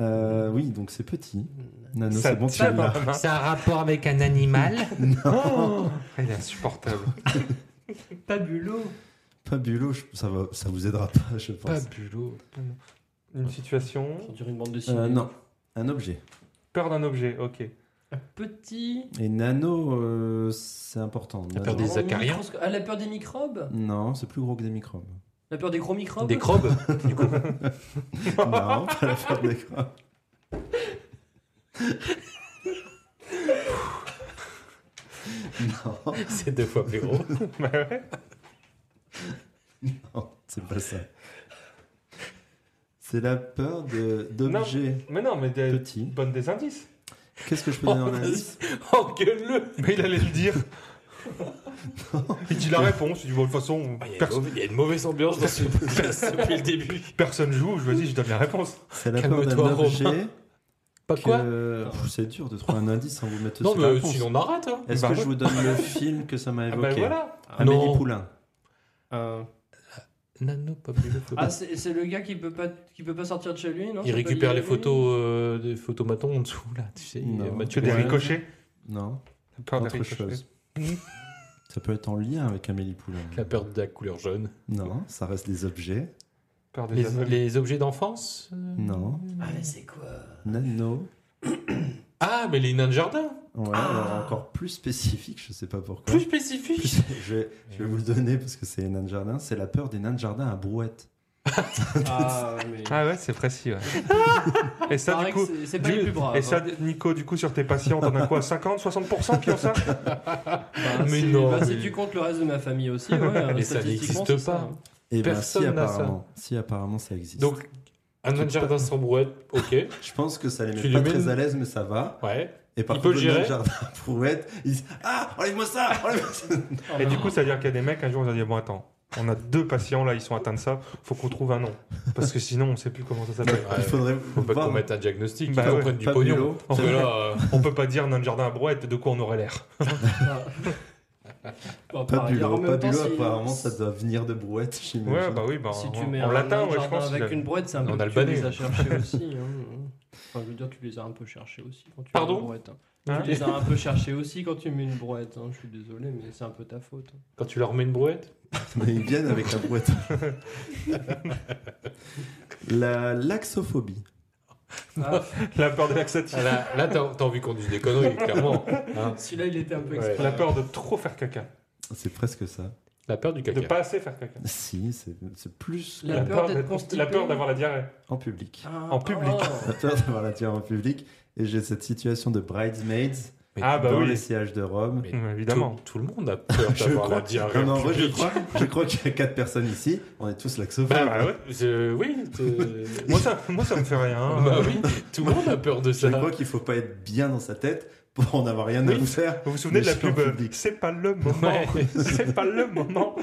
[SPEAKER 5] Euh, oui, donc c'est petit. Nano,
[SPEAKER 6] Ça hein.
[SPEAKER 5] c'est bon, tu
[SPEAKER 6] tient dans
[SPEAKER 5] l'as.
[SPEAKER 6] la main.
[SPEAKER 7] C'est un rapport avec un animal.
[SPEAKER 6] Oh, il est insupportable.
[SPEAKER 8] Pabulo.
[SPEAKER 5] Pabulo, je- ça, va, ça vous aidera pas, je pense. Euh,
[SPEAKER 7] Pas bulot.
[SPEAKER 6] Une situation.
[SPEAKER 8] Sur une bande dessinée.
[SPEAKER 5] Euh, non, un objet.
[SPEAKER 6] Peur d'un objet, ok.
[SPEAKER 8] Petit.
[SPEAKER 5] Et nano, euh, c'est important.
[SPEAKER 7] La
[SPEAKER 5] Nano-
[SPEAKER 7] peur des acariens.
[SPEAKER 8] microsco- Ah, la peur des microbes
[SPEAKER 5] Non, c'est plus gros que des microbes.
[SPEAKER 8] La peur des gros microbes
[SPEAKER 7] Des crobes.
[SPEAKER 5] non, pas la peur des microbes. non,
[SPEAKER 7] C'est deux fois plus gros.
[SPEAKER 6] Bah ouais.
[SPEAKER 5] non, c'est pas ça. C'est la peur de- d'objets
[SPEAKER 6] Mais non, mais des-
[SPEAKER 5] petits.
[SPEAKER 6] donne des indices.
[SPEAKER 5] Qu'est-ce que je peux donner en indice
[SPEAKER 7] Oh, Engueule-le.
[SPEAKER 6] Mais il allait le dire. Il dit la réponse. Il dit, bon, de toute façon,
[SPEAKER 7] Ah, Il y, a une
[SPEAKER 6] personne-
[SPEAKER 7] mauvaise- il y a une mauvaise ambiance dans ce podcast depuis le début.
[SPEAKER 6] personne joue. Je me dis, je donne la réponse.
[SPEAKER 5] C'est la peur d'un
[SPEAKER 7] Calme-toi, Romain.
[SPEAKER 5] objet.
[SPEAKER 7] Pas quoi
[SPEAKER 5] que- Pff, C'est dur de trouver un indice sans vous mettre
[SPEAKER 7] Non,
[SPEAKER 5] sur la
[SPEAKER 7] mais
[SPEAKER 5] réponse.
[SPEAKER 7] sinon on arrête. Hein.
[SPEAKER 5] Est-ce
[SPEAKER 6] Bah
[SPEAKER 5] que
[SPEAKER 6] ouais.
[SPEAKER 5] je vous donne le film que ça m'a
[SPEAKER 6] Ah
[SPEAKER 5] évoqué
[SPEAKER 6] bah voilà.
[SPEAKER 5] Amélie
[SPEAKER 7] Non.
[SPEAKER 5] Poulain.
[SPEAKER 7] Nano, pas
[SPEAKER 8] Ah, c'est c'est le gars qui peut pas qui peut pas sortir de chez lui, non
[SPEAKER 7] Il
[SPEAKER 8] C'est pas
[SPEAKER 7] récupère
[SPEAKER 8] lui,
[SPEAKER 7] les
[SPEAKER 8] lui
[SPEAKER 7] photos euh, des photos matons en dessous là, tu sais.
[SPEAKER 5] Non.
[SPEAKER 7] euh,
[SPEAKER 6] Tu
[SPEAKER 7] Mathieu
[SPEAKER 6] as des
[SPEAKER 7] Perrin.
[SPEAKER 6] ricochets.
[SPEAKER 5] Non,
[SPEAKER 6] La peur des
[SPEAKER 5] autre
[SPEAKER 6] ricochets.
[SPEAKER 5] chose. Ça peut être en lien avec Amélie Poulain.
[SPEAKER 7] La peur de la couleur jaune.
[SPEAKER 5] Non, ça reste des objets.
[SPEAKER 6] Peur des
[SPEAKER 7] Les,
[SPEAKER 6] aveugles.
[SPEAKER 7] les objets d'enfance euh,
[SPEAKER 5] Non.
[SPEAKER 8] Ah, mais c'est quoi
[SPEAKER 5] Nano.
[SPEAKER 7] Ah, mais les nains de jardin
[SPEAKER 5] Ouais, alors encore plus spécifique, je sais pas pourquoi.
[SPEAKER 7] Ah. Plus spécifique
[SPEAKER 5] Plus- je, vais, je vais vous le donner parce que c'est les nains de jardin. C'est la peur des nains de jardin à brouette.
[SPEAKER 8] Ah, mais.
[SPEAKER 6] Ah ouais, c'est précis. ouais. Et ça,
[SPEAKER 8] Paraît
[SPEAKER 6] du
[SPEAKER 8] que
[SPEAKER 6] coup.
[SPEAKER 8] c'est- c'est pas
[SPEAKER 6] du-
[SPEAKER 8] les plus braves. hein.
[SPEAKER 6] Et ça, Nico, du coup, sur tes patients, t'en as quoi 50, 60% qui ont ça
[SPEAKER 8] hein. Bah,
[SPEAKER 7] Mais
[SPEAKER 8] si-
[SPEAKER 7] non,
[SPEAKER 8] bah,
[SPEAKER 7] mais-
[SPEAKER 8] Si tu comptes le reste de ma famille aussi, ouais.
[SPEAKER 7] Et ça
[SPEAKER 8] statistiquement,
[SPEAKER 7] n'existe
[SPEAKER 8] c'est ça.
[SPEAKER 7] pas.
[SPEAKER 5] Et bien
[SPEAKER 7] Personne
[SPEAKER 5] Eh ben, si
[SPEAKER 7] n'a ça.
[SPEAKER 5] apparemment, si apparemment ça existe.
[SPEAKER 7] Donc, un nain de jardin sans brouette, ok.
[SPEAKER 5] je pense que ça les
[SPEAKER 7] Tu
[SPEAKER 5] met
[SPEAKER 7] lui
[SPEAKER 5] pas
[SPEAKER 7] mets
[SPEAKER 5] très
[SPEAKER 7] une-
[SPEAKER 5] à l'aise, mais ça va.
[SPEAKER 7] Ouais.
[SPEAKER 5] Et par
[SPEAKER 7] Il peut
[SPEAKER 5] contre,
[SPEAKER 7] le
[SPEAKER 5] le nain de
[SPEAKER 7] gérer
[SPEAKER 5] jardin à brouette, ils disent Ah, enlève-moi ça, enlève-moi ça.
[SPEAKER 8] Ah,
[SPEAKER 6] Et
[SPEAKER 8] bah,
[SPEAKER 6] du coup, ça veut dire qu'il y a des mecs, un jour, ils ont dit Bon, attends, on a deux patients là, ils sont atteints de ça, faut qu'on trouve un nom. Parce que sinon, on sait plus comment ça s'appelle.
[SPEAKER 7] Ouais.
[SPEAKER 5] Il faudrait
[SPEAKER 7] Faut pas
[SPEAKER 5] voir
[SPEAKER 7] qu'on mette un diagnostic,
[SPEAKER 6] Bah
[SPEAKER 7] faut qu'on
[SPEAKER 6] ouais,
[SPEAKER 7] prenne du
[SPEAKER 5] pas
[SPEAKER 7] pognon.
[SPEAKER 5] bulot.
[SPEAKER 7] Parce que là, euh,
[SPEAKER 6] On peut pas dire nain de jardin à brouette, de quoi on aurait l'air
[SPEAKER 8] bah, bon,
[SPEAKER 5] Pas
[SPEAKER 8] pareil,
[SPEAKER 5] du
[SPEAKER 8] en
[SPEAKER 5] lot,
[SPEAKER 8] même
[SPEAKER 5] pas
[SPEAKER 8] temps,
[SPEAKER 5] du lot,
[SPEAKER 8] si-
[SPEAKER 5] apparemment ça doit venir de brouette, j'imagine.
[SPEAKER 6] Ouais, bah oui, bah,
[SPEAKER 8] Si
[SPEAKER 6] en,
[SPEAKER 8] tu mets
[SPEAKER 6] en
[SPEAKER 8] un
[SPEAKER 6] latin,
[SPEAKER 8] nain de
[SPEAKER 6] ouais, je
[SPEAKER 8] jardin
[SPEAKER 6] pense.
[SPEAKER 8] avec
[SPEAKER 6] que-
[SPEAKER 8] une brouette, c'est un
[SPEAKER 7] En
[SPEAKER 8] peu
[SPEAKER 7] albanais.
[SPEAKER 8] albanais. à chercher aussi. hein. Enfin, je veux dire, tu les as un peu cherchés aussi quand tu
[SPEAKER 7] Pardon
[SPEAKER 8] mets une brouette. hein.
[SPEAKER 7] Hein
[SPEAKER 8] tu les as un peu cherchés aussi quand tu mets une brouette. hein. Je suis désolé, mais c'est un peu ta faute.
[SPEAKER 7] Quand tu leur mets une brouette
[SPEAKER 5] Mais ils viennent avec la boîte. la laxophobie.
[SPEAKER 8] hein. Ah,
[SPEAKER 6] La peur de laxatif.
[SPEAKER 7] Ah, Là, là t'as t'as envie qu'on dise des conneries, clairement. hein.
[SPEAKER 8] Celui-là, il était un peu
[SPEAKER 7] Ouais.
[SPEAKER 8] exprès.
[SPEAKER 6] La peur de trop faire caca.
[SPEAKER 5] C'est presque ça.
[SPEAKER 7] La peur du
[SPEAKER 6] De
[SPEAKER 7] caca.
[SPEAKER 6] pas assez faire caca.
[SPEAKER 5] Si, c'est c'est plus
[SPEAKER 8] La peur d'être
[SPEAKER 6] d'être
[SPEAKER 8] constipé.
[SPEAKER 6] La peur d'avoir la diarrhée.
[SPEAKER 5] en public.
[SPEAKER 8] Ah,
[SPEAKER 6] En public.
[SPEAKER 5] La peur d'avoir la diarrhée en public. Et j'ai cette situation de bridesmaids
[SPEAKER 7] Mais
[SPEAKER 6] Ah bah
[SPEAKER 5] dans
[SPEAKER 6] oui.
[SPEAKER 5] les sièges de Rome.
[SPEAKER 7] Mais
[SPEAKER 6] Hum,
[SPEAKER 7] tout,
[SPEAKER 6] Évidemment.
[SPEAKER 7] tout le monde a peur
[SPEAKER 5] Je
[SPEAKER 7] d'avoir
[SPEAKER 5] crois-
[SPEAKER 7] la diarrhée.
[SPEAKER 5] Non, mais en vrai, je
[SPEAKER 7] publique.
[SPEAKER 5] crois, je crois qu'il y a quatre personnes ici. On est tous laxophobes.
[SPEAKER 7] Bah, bah ouais, je- oui. c'est-
[SPEAKER 6] Moi ça, moi ça me fait rien. hein.
[SPEAKER 7] bah oui, tout le monde a peur de
[SPEAKER 5] je
[SPEAKER 7] ça.
[SPEAKER 5] crois qu'il faut pas être bien dans sa tête pour en avoir rien à
[SPEAKER 6] Oui.
[SPEAKER 5] vous faire.
[SPEAKER 6] Vous vous souvenez de la
[SPEAKER 5] Mais je suis en
[SPEAKER 6] pub euh,
[SPEAKER 5] public.
[SPEAKER 6] C'est pas le moment.
[SPEAKER 7] Ouais.
[SPEAKER 6] C'est pas le moment.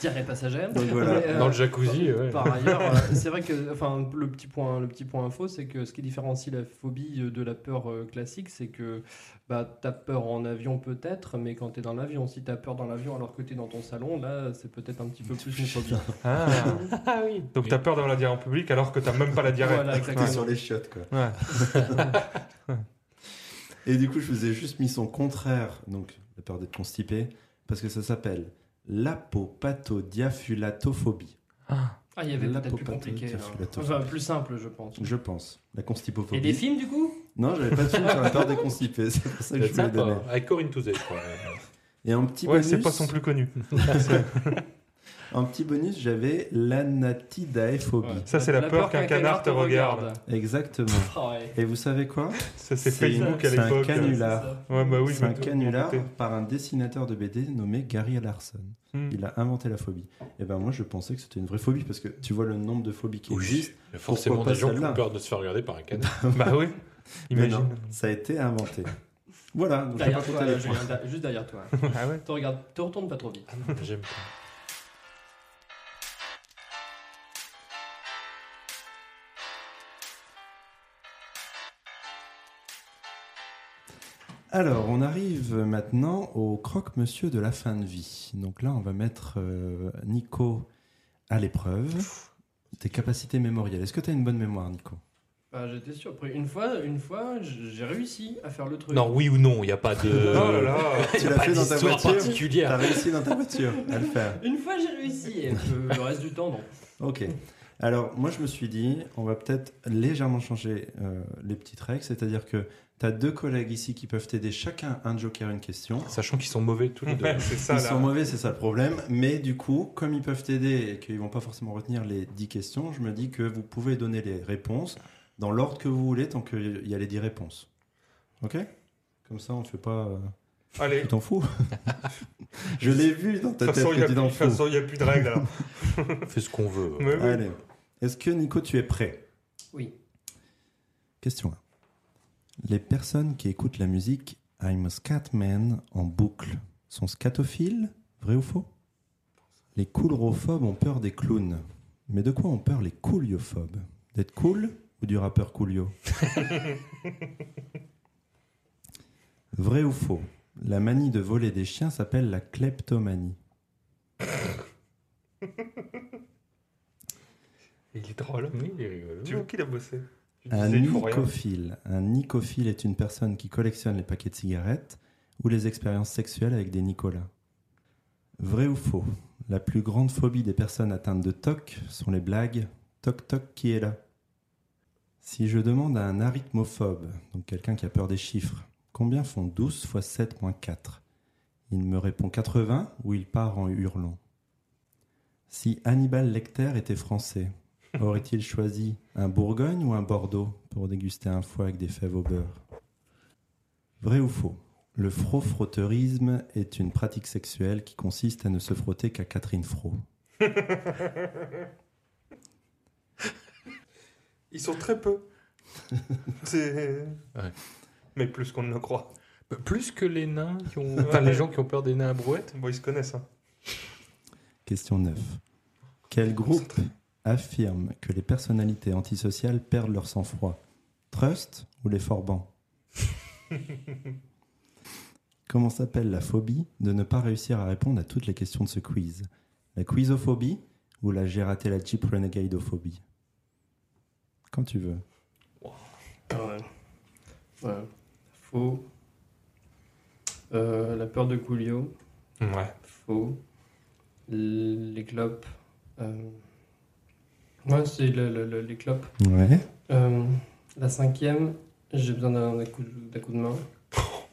[SPEAKER 8] Diarrhée passagère.
[SPEAKER 5] Donc voilà.
[SPEAKER 8] Mais, euh,
[SPEAKER 7] Dans le jacuzzi, ouais.
[SPEAKER 8] Par ailleurs, euh, c'est vrai que enfin, le, petit point, le petit point info, c'est que ce qui différencie la phobie de la peur euh, classique, c'est que bah, tu as peur en avion peut-être, mais quand tu es dans l'avion, si tu as peur dans l'avion alors que tu es dans ton salon, là, c'est peut-être un petit peu plus une phobie.
[SPEAKER 6] Ah,
[SPEAKER 7] oui.
[SPEAKER 6] Donc t'as peur d'avoir la diarrhée en public alors que t'as même pas la diarrhée.
[SPEAKER 8] Voilà,
[SPEAKER 5] T'es
[SPEAKER 8] exactement.
[SPEAKER 5] sur les chiottes, quoi.
[SPEAKER 6] Ouais.
[SPEAKER 5] Et du coup, je vous ai juste mis son contraire, donc la peur d'être constipé, parce que ça s'appelle l'apopatodiafulatophobie,
[SPEAKER 8] Ah, il y avait
[SPEAKER 5] La
[SPEAKER 8] peut-être plus
[SPEAKER 5] popate-
[SPEAKER 8] compliqué.
[SPEAKER 5] tiens,
[SPEAKER 8] hein.
[SPEAKER 5] la tofu.
[SPEAKER 8] Enfin, plus simple, je pense.
[SPEAKER 5] je pense. La constipophobie.
[SPEAKER 8] Et des films, du coup
[SPEAKER 5] Non, j'avais pas de film sur la peur d'être constipé, c'est pour ça que je vous l'ai
[SPEAKER 7] sympa.
[SPEAKER 5] donné.
[SPEAKER 7] Avec Corinne Touzet, je crois.
[SPEAKER 5] Et un petit
[SPEAKER 6] Ouais,
[SPEAKER 5] bonus,
[SPEAKER 6] c'est pas son plus connu.
[SPEAKER 5] un petit bonus, j'avais l'anatidaephobie.
[SPEAKER 8] Ouais.
[SPEAKER 6] Ça, c'est la peur qu'un canard te regarde.
[SPEAKER 5] Exactement.
[SPEAKER 8] Ah ouais.
[SPEAKER 5] Et vous savez quoi
[SPEAKER 6] Ça, c'est
[SPEAKER 5] C'est-
[SPEAKER 6] Facebook à
[SPEAKER 5] c'est un
[SPEAKER 6] l'époque.
[SPEAKER 5] canu- Canular.
[SPEAKER 8] C'est ça.
[SPEAKER 6] Ouais, bah oui,
[SPEAKER 5] C'est
[SPEAKER 6] je
[SPEAKER 5] un
[SPEAKER 6] me-
[SPEAKER 5] canular
[SPEAKER 6] je me
[SPEAKER 5] par un dessinateur de BD nommé Gary Larson.
[SPEAKER 6] doutais.
[SPEAKER 5] Il a inventé la phobie. Et ben moi, je pensais que c'était une vraie phobie parce que tu vois le nombre de phobies qui existent.
[SPEAKER 7] Mais Forcément,
[SPEAKER 5] Pourquoi
[SPEAKER 7] des
[SPEAKER 5] pas
[SPEAKER 7] gens qui
[SPEAKER 5] celle-là
[SPEAKER 7] ont peur de se faire regarder par un canard.
[SPEAKER 6] Hmm. Bah oui,
[SPEAKER 5] Mais non,
[SPEAKER 6] imagine.
[SPEAKER 5] ça a été inventé. Voilà. Donc je vais
[SPEAKER 8] Derrière
[SPEAKER 5] raconter
[SPEAKER 8] toi,
[SPEAKER 5] les
[SPEAKER 8] là, Julien,
[SPEAKER 5] points.
[SPEAKER 8] da- juste derrière toi.
[SPEAKER 6] Ah ouais.
[SPEAKER 8] Te regarde, te retourne pas trop vite.
[SPEAKER 7] Ah, J'aime pas.
[SPEAKER 5] Alors, on arrive maintenant au croque-monsieur de la fin de vie. Donc là, on va mettre euh, Nico à l'épreuve. Tes capacités mémorielles. Est-ce que tu as une bonne mémoire, Nico
[SPEAKER 8] Bah, j'étais surpris. Une fois, une fois, j- j'ai réussi à faire le truc.
[SPEAKER 7] Non, oui ou non, il n'y a pas de.
[SPEAKER 5] Euh,
[SPEAKER 6] Oh là là.
[SPEAKER 5] Tu
[SPEAKER 7] Y a
[SPEAKER 5] l'as
[SPEAKER 7] pas
[SPEAKER 5] fait dans ta
[SPEAKER 7] d'histoire
[SPEAKER 5] voiture T'as
[SPEAKER 7] particulière.
[SPEAKER 5] réussi dans ta voiture à le faire.
[SPEAKER 8] Une fois, j'ai réussi. Et euh, le reste du temps, non.
[SPEAKER 5] Ok. Alors, moi, je me suis dit, on va peut-être légèrement changer euh, les petites règles. C'est-à-dire que tu as deux collègues ici qui peuvent t'aider chacun un joker, une question.
[SPEAKER 7] Sachant qu'ils sont mauvais tous les deux.
[SPEAKER 6] Ouais, c'est ça
[SPEAKER 5] Ils
[SPEAKER 6] là.
[SPEAKER 5] sont mauvais, c'est ça le problème. Mais du coup, comme ils peuvent t'aider et qu'ils vont pas forcément retenir les 10 questions, je me dis que vous pouvez donner les réponses dans l'ordre que vous voulez tant qu'il y a les 10 réponses. Ok Comme ça, on fait pas. euh,
[SPEAKER 6] Allez.
[SPEAKER 5] Tu
[SPEAKER 6] De
[SPEAKER 5] t'en fous Je l'ai vu dans ta
[SPEAKER 6] toute
[SPEAKER 5] tête
[SPEAKER 6] façon, il y
[SPEAKER 5] que
[SPEAKER 6] a
[SPEAKER 5] tu
[SPEAKER 6] plus-
[SPEAKER 5] t'en
[SPEAKER 6] de toute
[SPEAKER 5] fous.
[SPEAKER 6] façon, il n'y a plus de règles alors.
[SPEAKER 7] Fais ce qu'on veut.
[SPEAKER 6] Mais oui.
[SPEAKER 5] Allez. Est-ce que Nico, tu es prêt
[SPEAKER 8] Oui.
[SPEAKER 5] Question 1. Les personnes qui écoutent la musique I'm a Scatman en boucle sont scatophiles Vrai ou faux Les coulrophobes ont peur des clowns. Mais de quoi ont peur les couliophobes D'être cool ou du rappeur coolio Vrai ou faux La manie de voler des chiens s'appelle la kleptomanie.
[SPEAKER 6] Il est drôle.
[SPEAKER 7] Oui, il est rigolo.
[SPEAKER 6] Tu vois qui l'a bossé Tu
[SPEAKER 5] Un
[SPEAKER 6] disais, il faut rien.
[SPEAKER 5] nicophile. Un nicophile est une personne qui collectionne les paquets de cigarettes ou les expériences sexuelles avec des Nicolas. Vrai ou faux La plus grande phobie des personnes atteintes de TOC sont les blagues Toc toc qui est là Si je demande à un arithmophobe, donc quelqu'un qui a peur des chiffres, combien font 12 x 7 moins 4 Il me répond 80 ou il part en hurlant. Si Hannibal Lecter était français, Aurait-il choisi un Bourgogne ou un Bordeaux pour déguster un foie avec des fèves au beurre Vrai ou faux Le fro-frotteurisme est une pratique sexuelle qui consiste à ne se frotter qu'à Catherine Fro.
[SPEAKER 6] Ils sont très peu. C'est.
[SPEAKER 7] Ouais.
[SPEAKER 6] Mais plus qu'on ne le croit.
[SPEAKER 7] Plus que les nains qui ont. Enfin, les gens qui ont peur des nains à brouette.
[SPEAKER 6] Bon, ils se connaissent. hein.
[SPEAKER 5] Question 9. Quel groupe affirme que les personnalités antisociales perdent leur sang-froid Trust ou les forbans Comment s'appelle la phobie de ne pas réussir à répondre à toutes les questions de ce quiz La quizophobie ou la j'ai raté la Jeep Renegadeophobie Quand tu veux.
[SPEAKER 8] Ah
[SPEAKER 7] Peur
[SPEAKER 8] Ouais. Faux. Euh, la peur de Coolio.
[SPEAKER 6] Ouais.
[SPEAKER 8] Faux. L- Les clopes. Euh, Ouais, c'est le- le- le- les clopes.
[SPEAKER 5] Ouais.
[SPEAKER 8] Euh, la cinquième, j'ai besoin d'un d'un coup, de- d'un coup de main.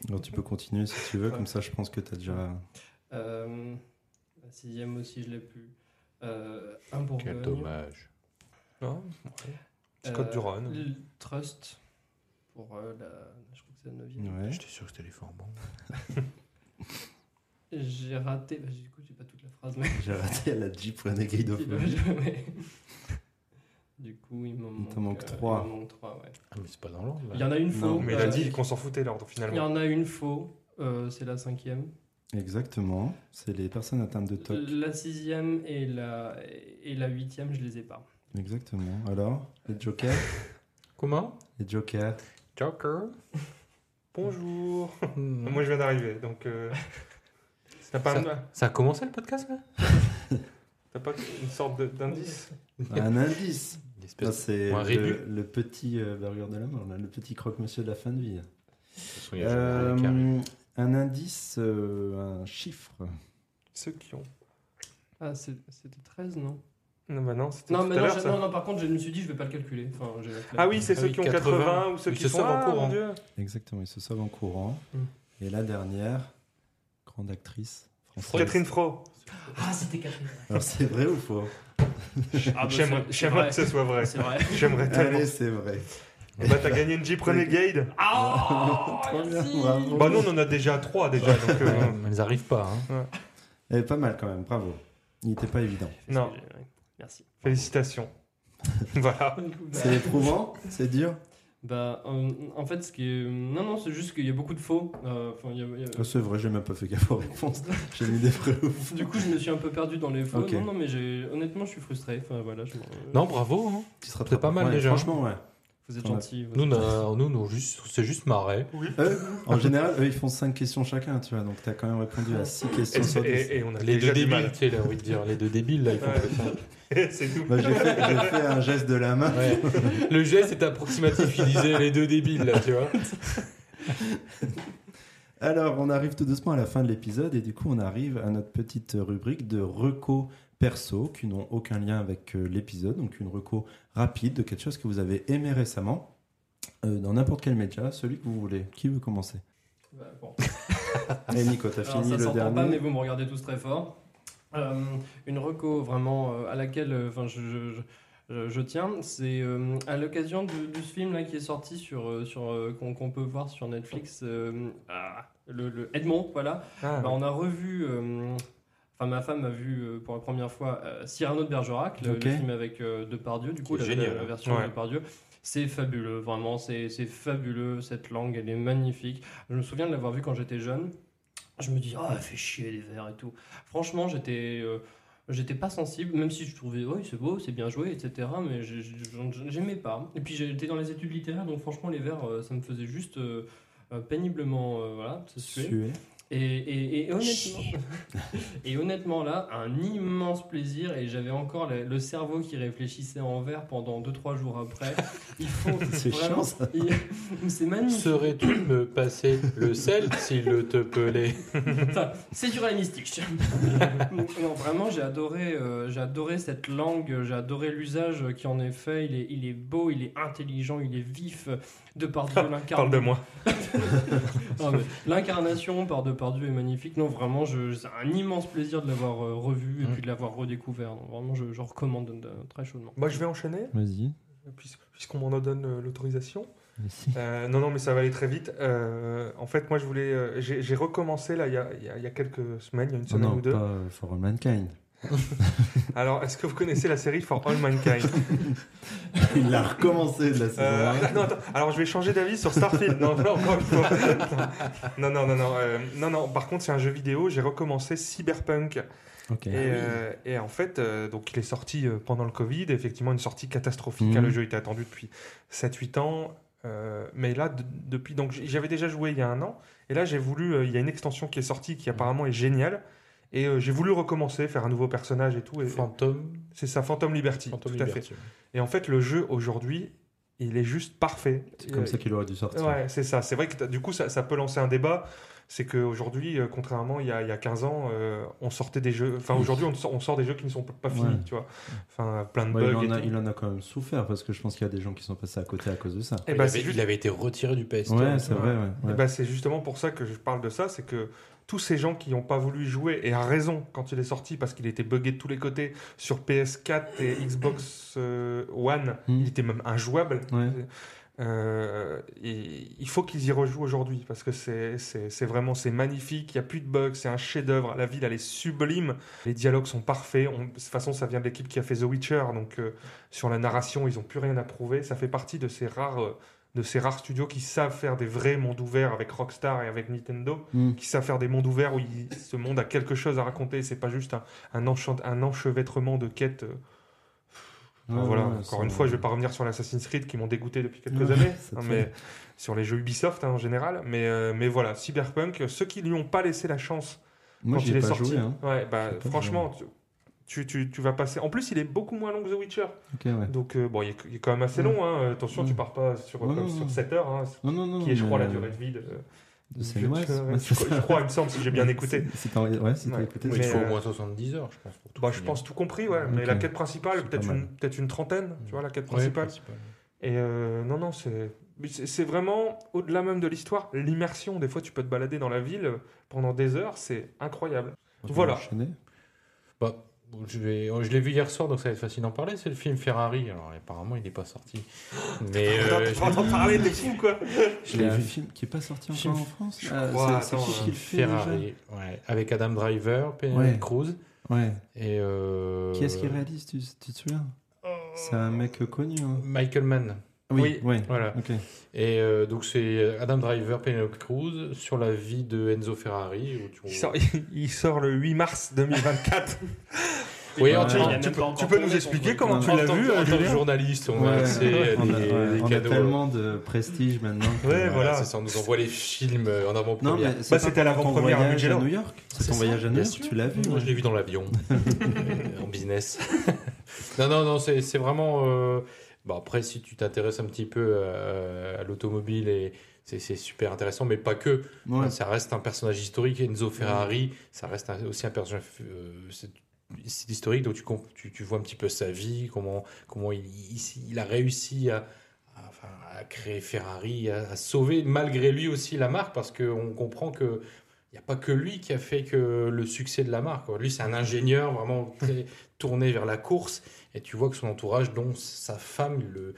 [SPEAKER 5] Alors, tu peux continuer si tu veux, comme ça je pense que tu as déjà.
[SPEAKER 8] Euh, la sixième aussi, je l'ai plus. Euh, un Bourgogne.
[SPEAKER 7] Quel dommage.
[SPEAKER 6] Non, ouais. Scott du Rhône.
[SPEAKER 8] Euh, le Trust. Pour euh, la... Je crois que c'est la neuvième.
[SPEAKER 5] Ouais.
[SPEAKER 7] J'étais sûr que c'était les formants.
[SPEAKER 8] J'ai raté... Bah, du coup, j'ai pas toute la phrase, mais...
[SPEAKER 5] J'ai raté à la Jeep Renegade of Love.
[SPEAKER 8] Ouais. Du coup, il m'en manque...
[SPEAKER 5] t'en manque
[SPEAKER 8] euh,
[SPEAKER 5] trois.
[SPEAKER 8] Il m'en manque trois, ouais.
[SPEAKER 7] Ah, mais c'est pas dans l'ordre.
[SPEAKER 8] Il y en a une
[SPEAKER 5] Non,
[SPEAKER 8] faux.
[SPEAKER 6] Mais il
[SPEAKER 8] euh,
[SPEAKER 6] a dit qu'on s'en foutait l'ordre
[SPEAKER 8] Il y
[SPEAKER 6] finalement.
[SPEAKER 8] en a une faux. euh, c'est la cinquième.
[SPEAKER 5] Exactement. C'est les personnes atteintes de TOC.
[SPEAKER 8] La sixième et la, et la huitième, je les ai pas.
[SPEAKER 5] Exactement. Alors, les jokers
[SPEAKER 7] Comment
[SPEAKER 5] Les jokers.
[SPEAKER 7] Joker.
[SPEAKER 6] Bonjour.
[SPEAKER 8] Hmm.
[SPEAKER 6] Moi je viens d'arriver donc. euh, T'as pas, un-
[SPEAKER 7] Ça a commencé le podcast là
[SPEAKER 6] t'as pas une sorte de- d'indice
[SPEAKER 5] Un indice.
[SPEAKER 7] Une
[SPEAKER 5] Ça,
[SPEAKER 7] espèce
[SPEAKER 5] c'est
[SPEAKER 7] ou un rébut.
[SPEAKER 5] le, le petit euh, burger de la mort, là, le petit croque-monsieur de la fin de vie.
[SPEAKER 7] de.
[SPEAKER 5] Euh,
[SPEAKER 7] Euh...
[SPEAKER 5] un indice, euh, un chiffre.
[SPEAKER 6] Ceux qui ont.
[SPEAKER 8] Ah, c'est- c'était 13, non
[SPEAKER 6] Non, bah non, c'était tout
[SPEAKER 8] non, mais
[SPEAKER 6] à
[SPEAKER 8] non,
[SPEAKER 6] l'heure
[SPEAKER 8] j'ai-
[SPEAKER 6] ça.
[SPEAKER 8] non, non, par contre, je me suis dit, je vais pas le calculer. Enfin, j'ai la flemme.
[SPEAKER 6] Ah oui, c'est
[SPEAKER 7] Ah
[SPEAKER 6] ceux
[SPEAKER 7] oui,
[SPEAKER 6] qui ont 80,
[SPEAKER 7] 80,
[SPEAKER 6] ou ceux
[SPEAKER 7] ils
[SPEAKER 6] qui
[SPEAKER 7] se
[SPEAKER 6] sont
[SPEAKER 7] sauvent en
[SPEAKER 6] ah, mon
[SPEAKER 7] courant.
[SPEAKER 6] Dieu.
[SPEAKER 5] Exactement, ils se savent en courant.
[SPEAKER 6] Mm.
[SPEAKER 5] Et la dernière, grande actrice française.
[SPEAKER 6] Catherine Fro.
[SPEAKER 8] Ah, c'était 4.
[SPEAKER 5] Alors, c'est vrai ou faux
[SPEAKER 8] Ah, bah,
[SPEAKER 6] J'aimerais
[SPEAKER 8] c'est- c'est
[SPEAKER 6] j'aimerais
[SPEAKER 8] vrai.
[SPEAKER 6] que ce soit vrai.
[SPEAKER 8] C'est vrai.
[SPEAKER 6] J'aimerais tellement.
[SPEAKER 5] Allez, c'est vrai.
[SPEAKER 6] Bah t'as gagné une Jeep Renegade.
[SPEAKER 8] Ah,
[SPEAKER 5] Trop bien,
[SPEAKER 8] merci.
[SPEAKER 5] bravo.
[SPEAKER 6] Bah nous on en a déjà trois déjà donc. euh,
[SPEAKER 7] Elles arrivent pas. Hein.
[SPEAKER 5] Eh, pas mal quand même, bravo. Il n'était pas évident.
[SPEAKER 6] non,
[SPEAKER 8] Merci.
[SPEAKER 6] félicitations. voilà.
[SPEAKER 5] C'est éprouvant C'est dur
[SPEAKER 8] Bah, euh, en fait, ce qui est. Non, non, c'est juste qu'il y a beaucoup de faux. Euh, Enfin, il y a- il y a-
[SPEAKER 5] Ah, C'est vrai, j'ai même pas fait gaffe aux réponses. J'ai mis des vrais ou faux.
[SPEAKER 8] Du coup, je me suis un peu perdu dans les faux.
[SPEAKER 5] Ok.
[SPEAKER 8] Non, non, mais j'ai- honnêtement, je suis frustré. Enfin, voilà, je... m'en-
[SPEAKER 7] Non, bravo. hein.
[SPEAKER 5] Tu te rattrapes.
[SPEAKER 7] pas mal
[SPEAKER 5] Ouais,
[SPEAKER 7] déjà.
[SPEAKER 5] Franchement, ouais.
[SPEAKER 8] Vous êtes
[SPEAKER 5] Ouais.
[SPEAKER 8] gentil.
[SPEAKER 7] Nous, on a- nous, nous, juste, c'est juste marré.
[SPEAKER 5] Eux, en général, eux, ils font 5 questions chacun, tu vois. Donc, tu as quand même répondu à 6
[SPEAKER 6] Et,
[SPEAKER 5] questions
[SPEAKER 6] c'est-
[SPEAKER 5] sur 10.
[SPEAKER 6] et- et on a
[SPEAKER 7] Les
[SPEAKER 6] déjà
[SPEAKER 7] deux
[SPEAKER 6] du
[SPEAKER 7] débiles,
[SPEAKER 6] mal.
[SPEAKER 7] tu sais, là, oui, de dire. Les deux débiles, là, ils font
[SPEAKER 6] Ouais.
[SPEAKER 7] comme ça.
[SPEAKER 6] c'est tout.
[SPEAKER 5] Bah, j'ai fait, j'ai fait un geste de la main.
[SPEAKER 7] Ouais. Le geste était approximatif, il disait les deux débiles, là, tu vois.
[SPEAKER 5] Alors, on arrive tout doucement à la fin de l'épisode et du coup, on arrive à notre petite rubrique de reco perso qui n'ont aucun lien avec euh, l'épisode. Donc, une reco rapide de quelque chose que vous avez aimé récemment euh, dans n'importe quel média, celui que vous voulez. Qui veut commencer
[SPEAKER 8] Bah, bon.
[SPEAKER 6] Ah,
[SPEAKER 5] Eh, Nico, t'as
[SPEAKER 8] Alors,
[SPEAKER 5] fini
[SPEAKER 8] ça
[SPEAKER 5] le
[SPEAKER 8] s'entend
[SPEAKER 5] dernier.
[SPEAKER 8] pas, mais vous me regardez tous très fort. Euh, une reco vraiment euh, à laquelle euh, enfin, je, je- je- je- je tiens, c'est euh, à l'occasion de, de ce film là qui est sorti sur, euh, sur euh, qu'on qu'on peut voir sur Netflix, euh, ah, le, le Edmond, voilà.
[SPEAKER 6] Ah,
[SPEAKER 8] Bah, on a revu. euh, Enfin, ma femme a vu euh, pour la première fois euh, Cyrano de Bergerac, le,
[SPEAKER 5] Ok.
[SPEAKER 8] le film avec euh, Depardieu, du coup,
[SPEAKER 7] Qui
[SPEAKER 8] la,
[SPEAKER 7] est génial,
[SPEAKER 8] la
[SPEAKER 7] hein.
[SPEAKER 8] version
[SPEAKER 6] Ouais.
[SPEAKER 8] de Depardieu. C'est fabuleux, vraiment, c'est c'est fabuleux, cette langue, elle est magnifique. Je me souviens de l'avoir vu quand j'étais jeune. Je me dis, ah, elle fait chier les vers et tout. Franchement, j'étais. euh, J'étais pas sensible, même si je trouvais, oui, c'est beau, c'est bien joué, etc. Mais j'ai- j'ai- j'aimais pas. Et puis j'étais dans les études littéraires, donc franchement, les vers, euh, ça me faisait juste euh, euh, péniblement, euh, voilà, se suer.
[SPEAKER 5] Sué.
[SPEAKER 8] Et, et- et honnêtement, et honnêtement, là, un immense plaisir. Et j'avais encore le, le cerveau qui réfléchissait en verre pendant 2-3 jours après. Il faut.
[SPEAKER 5] C'est
[SPEAKER 8] vraiment-
[SPEAKER 5] chiant, ça.
[SPEAKER 8] il- C'est magnifique.
[SPEAKER 7] Serais-tu me passer le sel, s'il te plaît
[SPEAKER 8] Enfin, c'est du réalistique. non, vraiment, j'ai adoré, euh, j'ai adoré cette langue, j'ai adoré l'usage qui en est fait. Il est, il est beau, il est intelligent, il est vif. De par Dieu,
[SPEAKER 6] parle de moi.
[SPEAKER 8] Non, mais L'incarnation par Depardieu est magnifique. Non, vraiment, je, c'est un immense plaisir de l'avoir euh, revu et
[SPEAKER 7] Mm.
[SPEAKER 8] puis de l'avoir redécouvert. Donc, vraiment, je, je recommande euh, très chaudement.
[SPEAKER 6] Moi je vais enchaîner
[SPEAKER 5] Vas-y.
[SPEAKER 6] puis- puisqu'on m'en donne euh, l'autorisation.
[SPEAKER 5] Merci.
[SPEAKER 6] Euh, non, non, mais ça va aller très vite. Euh, en fait, moi, je voulais, euh, j'ai j'ai recommencé là il y, a, il y a- il y a quelques semaines, il y a une
[SPEAKER 5] Oh
[SPEAKER 6] semaine
[SPEAKER 5] non,
[SPEAKER 6] ou deux.
[SPEAKER 5] pas euh, For All Mankind.
[SPEAKER 6] Alors, est-ce que vous connaissez la série For All Mankind
[SPEAKER 5] Il l'a recommencé de la saison.
[SPEAKER 6] Euh,
[SPEAKER 5] un.
[SPEAKER 6] non, attends, alors je vais changer d'avis sur Starfield. Non, non, encore une fois. Non, non, non, non. euh, non, non. Par contre, c'est un jeu vidéo. J'ai recommencé Cyberpunk.
[SPEAKER 5] Ok.
[SPEAKER 6] Et, euh, et en fait, euh, donc il est sorti euh, pendant le Covid. Effectivement, une sortie catastrophique. hein.
[SPEAKER 5] Mhm.
[SPEAKER 6] le jeu était attendu depuis 7-8 ans. Euh, mais là, de- depuis. Donc j- j'avais déjà joué il y a un an. Et là, j'ai voulu. euh, il y a une extension qui est sortie qui apparemment est géniale. Et euh, j'ai voulu recommencer, faire un nouveau personnage et tout. Et,
[SPEAKER 7] Fantôme,
[SPEAKER 6] c'est ça, Phantom Liberty.
[SPEAKER 7] Fantôme
[SPEAKER 6] tout à fait.
[SPEAKER 7] Liberty.
[SPEAKER 6] Et en fait, le jeu aujourd'hui Il est juste parfait.
[SPEAKER 5] C'est comme
[SPEAKER 6] Euh,
[SPEAKER 5] ça qu'il aurait dû sortir.
[SPEAKER 6] Ouais, c'est ça. C'est vrai que t'as- du coup, ça, ça peut lancer un débat. C'est qu'aujourd'hui, contrairement il y, a, il y a 15 ans, euh, on sortait des jeux. Enfin, aujourd'hui, on, sort- on sort des jeux qui ne sont p- pas finis,
[SPEAKER 5] Ouais.
[SPEAKER 6] tu vois. Enfin, plein de
[SPEAKER 5] Ouais, il,
[SPEAKER 6] bugs.
[SPEAKER 5] en a,
[SPEAKER 6] et tout.
[SPEAKER 5] il en a quand même souffert parce que je pense qu'il y a des gens qui sont passés à côté à cause de ça.
[SPEAKER 6] Eh
[SPEAKER 7] il,
[SPEAKER 6] ben,
[SPEAKER 7] avait,
[SPEAKER 6] c'est juste-
[SPEAKER 7] il avait été retiré du PS.
[SPEAKER 5] Ouais, c'est
[SPEAKER 6] ouais.
[SPEAKER 5] vrai. ouais, ouais.
[SPEAKER 6] Eh ben, c'est justement pour ça que je parle de ça, c'est que tous ces gens qui n'ont pas voulu jouer, et à raison quand il est sorti, parce qu'il était buggé de tous les côtés sur PS4 et Xbox euh, One,
[SPEAKER 5] Hmm.
[SPEAKER 6] il était même injouable.
[SPEAKER 5] Ouais.
[SPEAKER 6] Euh, et il faut qu'ils y rejouent aujourd'hui, parce que c'est- c'est c'est vraiment c'est magnifique, il n'y a plus de bugs, c'est un chef-d'œuvre, la ville elle est sublime, les dialogues sont parfaits, on- de toute façon ça vient de l'équipe qui a fait The Witcher, donc euh, sur la narration ils n'ont plus rien à prouver, ça fait partie de ces rares... euh, de ces rares studios qui savent faire des vrais mondes ouverts avec Rockstar et avec Nintendo,
[SPEAKER 5] Mm.
[SPEAKER 6] qui savent faire des mondes ouverts où il- ce monde a quelque chose à raconter, c'est pas juste un, un, enchant- un enchevêtrement de quêtes. euh. Enfin,
[SPEAKER 5] Ouais,
[SPEAKER 6] voilà,
[SPEAKER 5] ouais,
[SPEAKER 6] encore
[SPEAKER 5] c'est-
[SPEAKER 6] une fois, je vais pas revenir sur l'Assassin's Creed qui m'ont dégoûté depuis quelques
[SPEAKER 5] Ouais,
[SPEAKER 6] années,
[SPEAKER 5] c'est
[SPEAKER 6] hein,
[SPEAKER 5] très
[SPEAKER 6] mais sur les jeux Ubisoft hein, en général. Mais, euh, mais voilà, Cyberpunk, ceux qui lui ont pas laissé la chance
[SPEAKER 5] Moi,
[SPEAKER 6] quand
[SPEAKER 5] j'y
[SPEAKER 6] il
[SPEAKER 5] ai
[SPEAKER 6] est
[SPEAKER 5] pas
[SPEAKER 6] sorti,
[SPEAKER 5] joué. Hein.
[SPEAKER 6] ouais, bah,
[SPEAKER 5] J'ai pas
[SPEAKER 6] franchement, tu, tu, tu- tu vas passer. En plus, il est beaucoup moins long que The Witcher.
[SPEAKER 5] hein. Ok, ouais.
[SPEAKER 6] Donc, euh, bon, il est, il est quand même assez long. hein. Attention,
[SPEAKER 5] Ouais.
[SPEAKER 6] tu pars pas sur,
[SPEAKER 5] Ouais,
[SPEAKER 6] comme
[SPEAKER 5] ouais,
[SPEAKER 6] sur
[SPEAKER 5] ouais.
[SPEAKER 6] 7 heures. hein,
[SPEAKER 5] Non, non, non.
[SPEAKER 6] qui est, je
[SPEAKER 5] mais- euh,
[SPEAKER 6] crois, la durée de vie de,
[SPEAKER 5] de Sam
[SPEAKER 6] je-
[SPEAKER 5] West,
[SPEAKER 6] je-
[SPEAKER 5] ouais,
[SPEAKER 6] je,
[SPEAKER 5] c'est
[SPEAKER 6] je
[SPEAKER 5] ça.
[SPEAKER 6] crois, il me semble, si j'ai bien écouté.
[SPEAKER 5] C'est- C'est en- ouais, si t'as
[SPEAKER 6] Ouais.
[SPEAKER 5] écouté,
[SPEAKER 6] Oui,
[SPEAKER 5] c'est-
[SPEAKER 7] il faut
[SPEAKER 6] euh,
[SPEAKER 7] au moins 70 heures, je pense. Pour tout
[SPEAKER 6] Bah, je
[SPEAKER 7] finir.
[SPEAKER 6] pense tout compris, ouais. Mais
[SPEAKER 5] Ok.
[SPEAKER 6] la quête principale,
[SPEAKER 5] C'est pas
[SPEAKER 6] peut-être
[SPEAKER 5] mal.
[SPEAKER 6] une, peut une trentaine, tu vois, la quête
[SPEAKER 7] Ouais,
[SPEAKER 6] principale.
[SPEAKER 7] principal.
[SPEAKER 6] Et euh, non, non, c'est. mais C'est c'est vraiment, au-delà même de l'histoire, l'immersion. Des fois, tu peux te balader dans la ville pendant des heures, c'est incroyable.
[SPEAKER 5] on va
[SPEAKER 6] voilà.
[SPEAKER 5] enchaîner.
[SPEAKER 7] Bah, je vais- je l'ai vu hier soir, donc ça va être facile d'en parler. C'est le film Ferrari. Alors, apparemment, il n'est pas sorti. Mais
[SPEAKER 6] Attends,
[SPEAKER 7] euh,
[SPEAKER 6] t'es en train de parler des films, quoi
[SPEAKER 7] je l'ai
[SPEAKER 5] Un
[SPEAKER 7] vu.
[SPEAKER 5] film qui est pas sorti
[SPEAKER 7] Film-
[SPEAKER 5] encore en France.
[SPEAKER 6] je
[SPEAKER 5] Ah,
[SPEAKER 6] crois,
[SPEAKER 5] c'est-
[SPEAKER 6] attends,
[SPEAKER 5] C'est qui
[SPEAKER 6] euh,
[SPEAKER 5] qui le fait déjà
[SPEAKER 7] Ferrari, ouais, avec Adam Driver, Penelope
[SPEAKER 5] Ouais.
[SPEAKER 7] Cruz.
[SPEAKER 5] Ouais.
[SPEAKER 7] Et, euh,
[SPEAKER 5] Qui est-ce qui réalise Tu tu te souviens C'est un mec connu. hein.
[SPEAKER 7] Michael Mann.
[SPEAKER 5] Oui. Ouais.
[SPEAKER 7] Voilà.
[SPEAKER 5] Ok.
[SPEAKER 7] Et euh, donc, c'est Adam Driver, Penelope Cruz sur la vie de Enzo Ferrari. Où tu...
[SPEAKER 6] il sort, il sort le 8 mars 2024.
[SPEAKER 7] Oui,
[SPEAKER 5] Ouais,
[SPEAKER 7] hein, en
[SPEAKER 5] il
[SPEAKER 7] tant-
[SPEAKER 5] y en a
[SPEAKER 6] tu
[SPEAKER 8] même
[SPEAKER 6] peux,
[SPEAKER 8] pas encore
[SPEAKER 6] tu peux nous
[SPEAKER 8] tourné,
[SPEAKER 6] expliquer
[SPEAKER 8] son
[SPEAKER 6] comment
[SPEAKER 5] truc.
[SPEAKER 6] tu
[SPEAKER 7] en
[SPEAKER 6] l'as
[SPEAKER 7] tant
[SPEAKER 6] vu, euh,
[SPEAKER 7] que- en tant que
[SPEAKER 6] Julien
[SPEAKER 7] journaliste, on a
[SPEAKER 5] Ouais.
[SPEAKER 7] accès à
[SPEAKER 5] On a-
[SPEAKER 7] des,
[SPEAKER 5] ouais,
[SPEAKER 7] des
[SPEAKER 5] on a
[SPEAKER 7] cadeaux.
[SPEAKER 5] tellement de prestige maintenant. que-
[SPEAKER 6] Ouais, voilà.
[SPEAKER 7] c'est ça, on nous envoie les films euh, en
[SPEAKER 5] Non,
[SPEAKER 7] avant-première.
[SPEAKER 5] mais c'est
[SPEAKER 6] Bah,
[SPEAKER 5] pas
[SPEAKER 6] c'était à
[SPEAKER 5] ton
[SPEAKER 6] l'avant-première à
[SPEAKER 5] voyage à
[SPEAKER 6] Mugello.
[SPEAKER 5] New York. C'est
[SPEAKER 7] C'est
[SPEAKER 5] ton
[SPEAKER 7] ça,
[SPEAKER 5] voyage à New
[SPEAKER 7] bien
[SPEAKER 5] York,
[SPEAKER 7] sûr.
[SPEAKER 5] tu l'as vu.
[SPEAKER 7] Moi,
[SPEAKER 5] ouais.
[SPEAKER 7] je l'ai vu dans l'avion, euh, en business. non, non, non, c'est c'est vraiment. euh, Bon, après, si tu t'intéresses un petit peu euh, à, à l'automobile, et c'est c'est super intéressant, mais pas que.
[SPEAKER 5] Ouais.
[SPEAKER 7] Enfin, Ça reste un personnage historique. Enzo Ferrari, ça reste un- aussi un personnage. euh, c'est- c'est historique, donc tu, comp- tu, tu vois un petit peu sa vie, comment, comment il, il- il a réussi à, à- enfin, à créer Ferrari, à, à sauver malgré lui aussi la marque, parce qu'on comprend que il n'y a pas que lui qui a fait que le succès de la marque. quoi. Lui, c'est un ingénieur vraiment très tourné vers la course. Et tu vois que son entourage, dont sa femme, il le,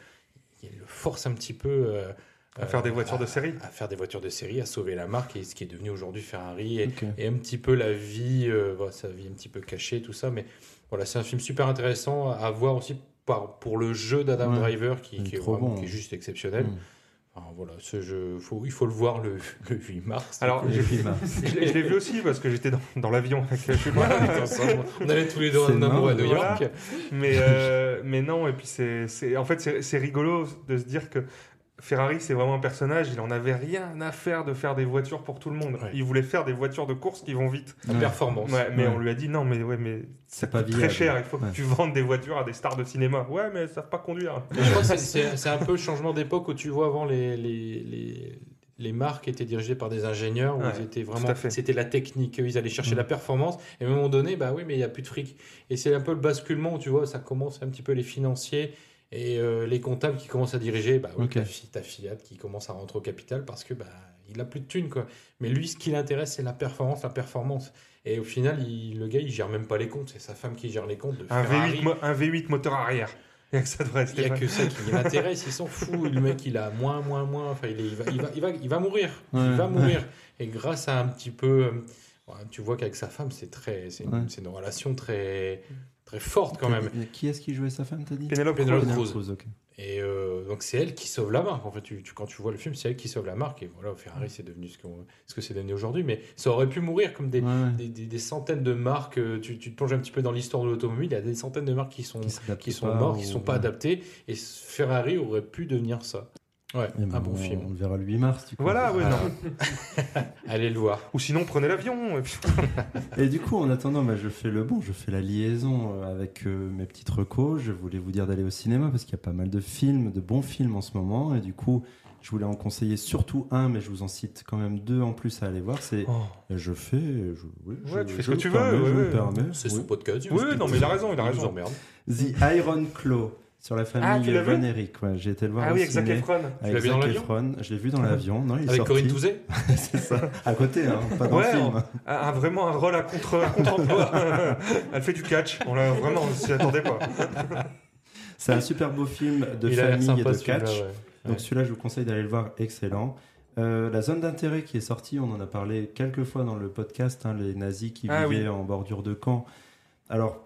[SPEAKER 7] il le force un petit peu euh,
[SPEAKER 6] À faire des voitures de
[SPEAKER 7] à-
[SPEAKER 6] série.
[SPEAKER 7] À faire des voitures de série, à sauver la marque et ce qui est devenu aujourd'hui Ferrari. Et,
[SPEAKER 5] Ok.
[SPEAKER 7] et un petit peu la vie, euh, voilà, sa vie un petit peu cachée, tout ça. Mais voilà, c'est un film super intéressant à voir aussi par, pour le jeu d'Adam
[SPEAKER 5] Ouais.
[SPEAKER 7] Driver qui,
[SPEAKER 5] Il est
[SPEAKER 7] qui est
[SPEAKER 5] trop
[SPEAKER 7] vraiment-
[SPEAKER 5] bon.
[SPEAKER 7] qui est juste exceptionnel.
[SPEAKER 5] Mm.
[SPEAKER 7] Enfin, voilà, ce jeu, faut, il faut le voir le, le 8 mars. euh,
[SPEAKER 6] Alors,
[SPEAKER 5] Et
[SPEAKER 6] j'ai-
[SPEAKER 5] puis, bah,
[SPEAKER 6] je l'ai je l'ai vu aussi parce que j'étais dans, dans l'avion avec Julien.
[SPEAKER 7] Voilà, on était ensemble. On allait tous les deux
[SPEAKER 5] C'est
[SPEAKER 7] en amour
[SPEAKER 5] marrant.
[SPEAKER 7] à New
[SPEAKER 6] Voilà.
[SPEAKER 7] York.
[SPEAKER 6] mais, euh, mais non, et puis c'est, c'est- en fait, c'est c'est rigolo de se dire que Ferrari, c'est vraiment un personnage, il en avait rien à faire de faire des voitures pour tout le monde.
[SPEAKER 7] Ouais.
[SPEAKER 6] Il voulait faire des voitures de course qui vont vite.
[SPEAKER 7] La
[SPEAKER 5] ouais.
[SPEAKER 7] performance.
[SPEAKER 6] Ouais, mais
[SPEAKER 5] Ouais.
[SPEAKER 6] on lui a dit non, mais ouais, mais
[SPEAKER 5] C'est pas
[SPEAKER 6] très
[SPEAKER 5] viable.
[SPEAKER 6] cher, il faut que
[SPEAKER 5] Ouais.
[SPEAKER 6] tu vendes des voitures à des stars de cinéma. Ouais, mais elles savent pas conduire.
[SPEAKER 7] Mais Je crois que c'est- c'est c'est un peu le changement d'époque où tu vois avant les, les, les, les marques étaient dirigées par des ingénieurs où
[SPEAKER 6] Ouais,
[SPEAKER 7] ils étaient
[SPEAKER 6] tout
[SPEAKER 7] vraiment
[SPEAKER 6] à fait.
[SPEAKER 7] c'était la technique ils allaient chercher
[SPEAKER 5] Mm.
[SPEAKER 7] la performance et à un moment donné bah oui mais il y a plus de fric et c'est un peu le basculement où tu vois ça commence un petit peu les financiers et euh, les comptables qui commencent à diriger bah oui
[SPEAKER 5] Ok.
[SPEAKER 7] ta, fi- ta Fiat qui commence à rentrer au capital parce que bah il a plus de thunes quoi mais lui ce qui l'intéresse c'est la performance la performance et au final il- le gars il gère même pas les comptes c'est sa femme qui gère les comptes de
[SPEAKER 6] Un
[SPEAKER 7] Ferrari.
[SPEAKER 6] V8, mo- un V8 moteur arrière. Il y a que ça de vrai,
[SPEAKER 7] Il n'y a
[SPEAKER 6] Stéphane.
[SPEAKER 7] que ça qui l'intéresse, il s'en fout. Le mec, il a moins, moins, moins. Enfin, il, est- il va, il, va, il, va, il va mourir.
[SPEAKER 5] Ouais.
[SPEAKER 7] Il va mourir. Et grâce à un petit peu. euh, ouais, Tu vois qu'avec sa femme, c'est très, c'est une,
[SPEAKER 5] Ouais.
[SPEAKER 7] c'est une relation très, très forte quand même.
[SPEAKER 5] Qui est-ce qui jouait sa femme, t'as dit
[SPEAKER 6] Pénélope Cruz.
[SPEAKER 7] Pénélope
[SPEAKER 5] Penelope
[SPEAKER 7] Cruz.
[SPEAKER 5] Cruz, ok.
[SPEAKER 7] Et euh, donc, c'est elle qui sauve la marque. En fait, tu, tu- quand tu vois le film, c'est elle qui sauve la marque. Et voilà, Ferrari, c'est devenu ce, qu'on- ce que c'est devenu aujourd'hui. Mais ça aurait pu mourir comme des.
[SPEAKER 5] Ouais, ouais.
[SPEAKER 7] Des, des- des centaines de marques, euh, tu, tu te plonges un petit peu dans l'histoire de l'automobile, il y a des centaines de marques qui sont,
[SPEAKER 5] s'adaptent
[SPEAKER 7] qui sont
[SPEAKER 5] pas
[SPEAKER 7] morts,
[SPEAKER 5] au-
[SPEAKER 7] qui sont pas adaptés. Et Ferrari aurait pu devenir ça. Ouais,
[SPEAKER 5] Eh ben,
[SPEAKER 7] un bon
[SPEAKER 5] on-
[SPEAKER 7] film.
[SPEAKER 5] On le verra le 8 mars. du coup.
[SPEAKER 6] Voilà, ouais, non.
[SPEAKER 7] Allez le voir.
[SPEAKER 6] Ou sinon, prenez l'avion. et puis-
[SPEAKER 5] Et du coup, en attendant, bah, je fais le bon, je fais la liaison euh, avec euh, mes petites recos. Je voulais vous dire d'aller au cinéma parce qu'il y a pas mal de films, de bons films en ce moment. Et du coup, je voulais en conseiller surtout un, mais je vous en cite quand même deux en plus à aller voir. C'est
[SPEAKER 6] Oh.
[SPEAKER 5] Je fais. Je, oui,
[SPEAKER 6] Ouais,
[SPEAKER 5] je-
[SPEAKER 6] tu fais ce
[SPEAKER 5] je
[SPEAKER 6] que
[SPEAKER 5] me
[SPEAKER 6] tu veux,
[SPEAKER 5] permets, je
[SPEAKER 6] ouais,
[SPEAKER 5] me
[SPEAKER 6] ouais.
[SPEAKER 5] permets,
[SPEAKER 7] C'est
[SPEAKER 5] oui.
[SPEAKER 7] son podcast.
[SPEAKER 6] Oui,
[SPEAKER 7] parce
[SPEAKER 6] non,
[SPEAKER 7] qu'il
[SPEAKER 6] mais il a
[SPEAKER 7] nous-
[SPEAKER 6] raison, il a
[SPEAKER 7] nous
[SPEAKER 6] raison.
[SPEAKER 7] emmerde.
[SPEAKER 5] The Iron Claw sur la famille
[SPEAKER 6] Ah, tu l'as vu
[SPEAKER 5] Von Eric. Ouais, j'ai été le voir
[SPEAKER 6] Ah
[SPEAKER 5] au
[SPEAKER 6] oui, avec Zac
[SPEAKER 5] ciné
[SPEAKER 6] Efron.
[SPEAKER 5] avec
[SPEAKER 7] l'as vu dans
[SPEAKER 5] Zac
[SPEAKER 7] l'avion
[SPEAKER 5] Efron. Je l'ai vu dans l'avion. Non, il est
[SPEAKER 7] Avec
[SPEAKER 5] sorti.
[SPEAKER 7] Corinne Touzé
[SPEAKER 5] C'est ça. À côté, hein, pas dans
[SPEAKER 6] Ouais,
[SPEAKER 5] le film.
[SPEAKER 6] Un- un- Ah, vraiment un rôle à contre- à contre-emploi. Elle fait du catch. On l'a vraiment, on s'y attendait pas.
[SPEAKER 5] C'est un super beau film de
[SPEAKER 7] Il a l'air
[SPEAKER 5] famille et
[SPEAKER 7] sympa
[SPEAKER 5] de
[SPEAKER 7] celui-là.
[SPEAKER 5] catch.
[SPEAKER 7] ouais.
[SPEAKER 5] Donc celui-là, je vous conseille d'aller le voir, excellent. Euh, la zone d'intérêt qui est sortie, on en a parlé quelques fois dans le podcast, hein, les nazis qui
[SPEAKER 6] Ah
[SPEAKER 5] vivaient
[SPEAKER 6] oui.
[SPEAKER 5] en bordure de camp. Alors,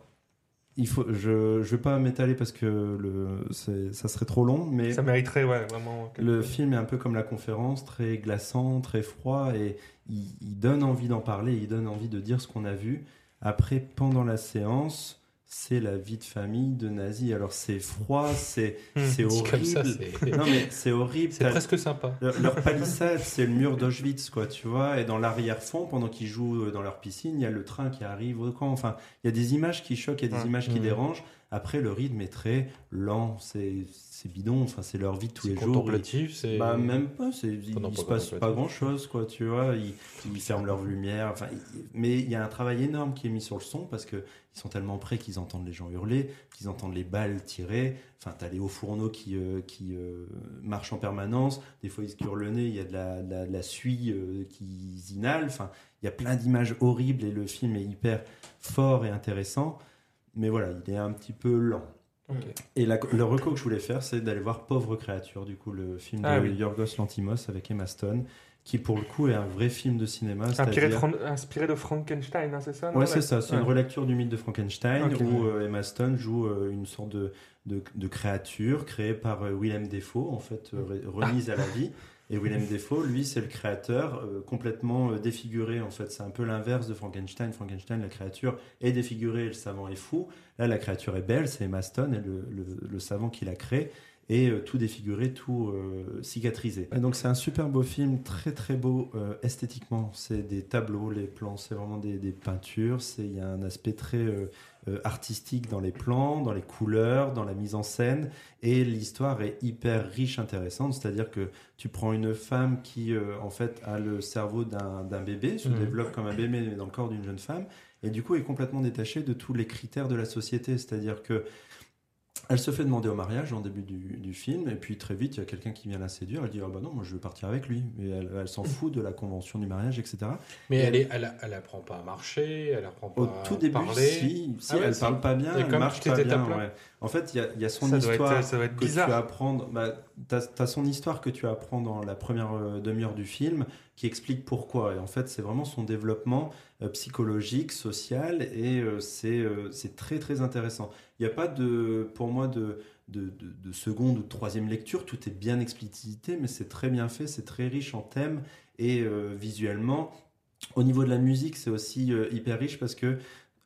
[SPEAKER 5] il faut, je ne vais pas m'étaler parce que le, c'est- ça serait trop long, mais
[SPEAKER 6] Ça mériterait, ouais, vraiment. quelque-
[SPEAKER 5] le film est un peu comme la conférence, très glaçant, très froid, et il, il donne envie d'en parler, il donne envie de dire ce qu'on a vu. Après, pendant la séance, c'est la vie de famille de nazis. Alors c'est froid, c'est
[SPEAKER 6] Hmm,
[SPEAKER 5] c'est
[SPEAKER 7] Dit
[SPEAKER 5] horrible.
[SPEAKER 7] comme ça, c'est
[SPEAKER 5] Non mais c'est horrible.
[SPEAKER 7] c'est
[SPEAKER 5] T'as-
[SPEAKER 7] presque sympa.
[SPEAKER 5] leur, leur palissade, c'est le mur d'Auschwitz, quoi, tu vois. Et dans l'arrière-fond, pendant qu'ils jouent euh, dans leur piscine, il y a le train qui arrive au camp. Enfin, il y a des images qui choquent, il y a des
[SPEAKER 6] Ouais.
[SPEAKER 5] images qui
[SPEAKER 7] Mhm.
[SPEAKER 5] dérangent. Après, le rythme est très lent, c'est c'est bidon. Enfin, c'est leur vie de tous
[SPEAKER 7] C'est
[SPEAKER 5] les jours.
[SPEAKER 7] contemplatif, c'est.
[SPEAKER 5] Ils- Bah, même pas, c'est- il,
[SPEAKER 7] non,
[SPEAKER 5] il
[SPEAKER 7] pas
[SPEAKER 5] se passe
[SPEAKER 7] contemplatif.
[SPEAKER 5] pas grand chose, quoi, tu vois. Ils, ils ferment leur lumière, enfin, ils- mais il y a un travail énorme qui est mis sur le son parce que ils sont tellement près qu'ils entendent les gens hurler, qu'ils entendent les balles tirer. Enfin, t'as les hauts fourneaux qui, euh, qui euh, marchent en permanence. Des fois, ils se curent le nez, il y a de la, de la- de la suie euh, qu'ils inhalent. Enfin, il y a plein d'images horribles et le film est hyper fort et intéressant. Mais voilà, il est un petit peu lent.
[SPEAKER 7] Ok.
[SPEAKER 5] Et la- le recours que je voulais faire, c'est d'aller voir Pauvre créature, du coup, le film
[SPEAKER 6] Ah
[SPEAKER 5] de
[SPEAKER 6] oui.
[SPEAKER 5] Yorgos Lantimos avec Emma Stone, qui pour le coup est un vrai film de cinéma.
[SPEAKER 6] Inspiré, de
[SPEAKER 5] c'est-à-dire-
[SPEAKER 6] Fran- inspiré de Frankenstein, hein, c'est ça non,
[SPEAKER 5] Ouais,
[SPEAKER 6] la- Ah.
[SPEAKER 5] c'est ça. C'est une
[SPEAKER 6] ouais.
[SPEAKER 5] relecture du mythe de Frankenstein
[SPEAKER 6] Ok.
[SPEAKER 5] où euh, Emma Stone joue euh, une sorte de, de, de créature créée par euh, Willem Dafoe, en fait, euh, re- remise à la vie. Et Willem Dafoe, lui, c'est le créateur euh, complètement euh, défiguré, en fait. C'est un peu l'inverse de Frankenstein. Frankenstein, la créature est défigurée, et le savant est fou. Là, la créature est belle, c'est Emma Stone, et le, le- le savant qui l'a créée et euh, tout défiguré, tout euh, cicatrisé. Et donc c'est un super beau film, très très beau euh, esthétiquement. C'est des tableaux, les plans, c'est vraiment des, des peintures. C'est il y a un aspect très euh, euh, artistique dans les plans, dans les couleurs, dans la mise en scène. Et l'histoire est hyper riche, intéressante. C'est-à-dire que tu prends une femme qui euh, en fait a le cerveau d'un d'un bébé, se
[SPEAKER 7] Mhm.
[SPEAKER 5] développe comme un bébé mais dans le corps d'une jeune femme. Et du coup, est complètement détachée de tous les critères de la société. C'est-à-dire que elle se fait demander au mariage en début du, du film, et puis très vite, il y a quelqu'un qui vient la séduire. Elle dit Ah bah non, moi je veux partir avec lui. Mais elle, elle s'en fout de la convention du mariage, etc.
[SPEAKER 7] Mais elle, est, elle, elle apprend pas à marcher, elle apprend pas
[SPEAKER 5] Au
[SPEAKER 7] à
[SPEAKER 5] tout début,
[SPEAKER 7] Euh, parler.
[SPEAKER 5] si, si,
[SPEAKER 7] Ah ouais,
[SPEAKER 5] elle
[SPEAKER 7] si.
[SPEAKER 5] parle pas bien,
[SPEAKER 7] Il y a quand
[SPEAKER 5] elle
[SPEAKER 7] même
[SPEAKER 5] marche
[SPEAKER 7] toutes
[SPEAKER 5] pas
[SPEAKER 7] ces
[SPEAKER 5] bien.
[SPEAKER 7] étapes-là.
[SPEAKER 5] ouais. En fait, il y a, il y a son
[SPEAKER 6] ça, doit
[SPEAKER 5] histoire
[SPEAKER 6] être, euh, ça doit être
[SPEAKER 5] que tu
[SPEAKER 6] bizarre.
[SPEAKER 5] apprends, bah, t'as, t'as son histoire que tu apprends dans la première euh, demi-heure du film qui explique pourquoi. Et en fait, c'est vraiment son développement euh, psychologique, social, et euh, c'est, euh, c'est très très intéressant. Il n'y a pas de, pour moi, de, de, de- de seconde ou de troisième lecture. Tout est bien explicité, mais c'est très bien fait, c'est très riche en thèmes et euh, visuellement. Au niveau de la musique, c'est aussi euh, hyper riche parce que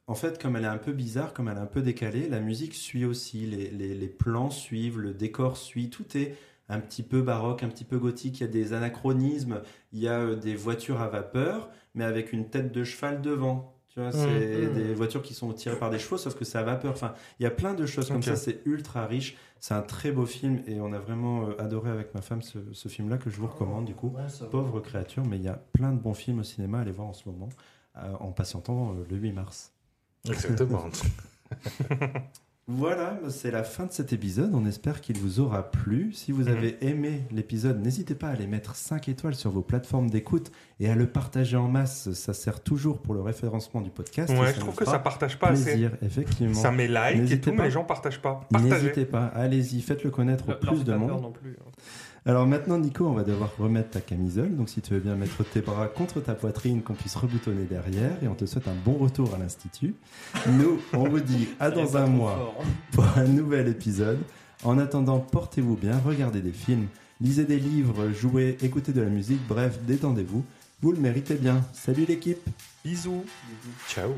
[SPEAKER 5] en fait, comme elle est un peu bizarre, comme elle est un peu décalée, la musique suit aussi, les, les- les plans suivent, le décor suit, tout est un petit peu baroque, un petit peu gothique, il y a des anachronismes, il y a euh, des voitures à vapeur, mais avec une tête de cheval devant. Tu vois, c'est
[SPEAKER 8] mmh.
[SPEAKER 5] des voitures qui sont tirées par des chevaux, sauf que c'est à vapeur. Enfin, il y a plein de choses comme
[SPEAKER 6] Ok.
[SPEAKER 5] ça, c'est ultra riche, c'est un très beau film et on a vraiment euh, adoré avec ma femme ce, ce film-là que je vous recommande du coup.
[SPEAKER 8] Ouais, ça va.
[SPEAKER 5] Pauvre créature, mais il y a plein de bons films au cinéma à aller voir en ce moment, euh, en patientant euh, le 8 mars.
[SPEAKER 7] Exactement.
[SPEAKER 5] Voilà, bah, c'est la fin de cet épisode. On espère qu'il vous aura plu. Si vous avez aimé l'épisode, n'hésitez pas à aller mettre 5 étoiles sur vos plateformes d'écoute et à le partager en masse. Ça sert toujours pour le référencement du podcast. et
[SPEAKER 6] Ouais, je
[SPEAKER 5] nous
[SPEAKER 6] trouve que
[SPEAKER 5] fera
[SPEAKER 6] ça partage pas assez.
[SPEAKER 5] plaisir, effectivement.
[SPEAKER 6] Ça met like et
[SPEAKER 5] N'hésitez
[SPEAKER 6] tout,
[SPEAKER 5] pas.
[SPEAKER 6] mais les gens partagent pas. Partagez.
[SPEAKER 5] N'hésitez pas, allez-y, faites-le connaître au
[SPEAKER 8] Leur- leur
[SPEAKER 5] plus
[SPEAKER 8] fait
[SPEAKER 5] de
[SPEAKER 8] pas peur
[SPEAKER 5] monde.
[SPEAKER 8] non plus. hein.
[SPEAKER 5] Alors maintenant, Nico, on va devoir remettre ta camisole. Donc si tu veux bien mettre tes bras contre ta poitrine, qu'on puisse reboutonner derrière. Et on te souhaite un bon retour à l'Institut. Nous, on vous dit à
[SPEAKER 8] Il est
[SPEAKER 5] Ah, dans
[SPEAKER 8] pas
[SPEAKER 5] un
[SPEAKER 8] trop
[SPEAKER 5] mois
[SPEAKER 8] fort.
[SPEAKER 5] pour un nouvel épisode. En attendant, portez-vous bien, regardez des films, lisez des livres, jouez, écoutez de la musique, bref, détendez-vous. Vous le méritez bien. Salut l'équipe
[SPEAKER 6] Bisous.
[SPEAKER 7] Ciao.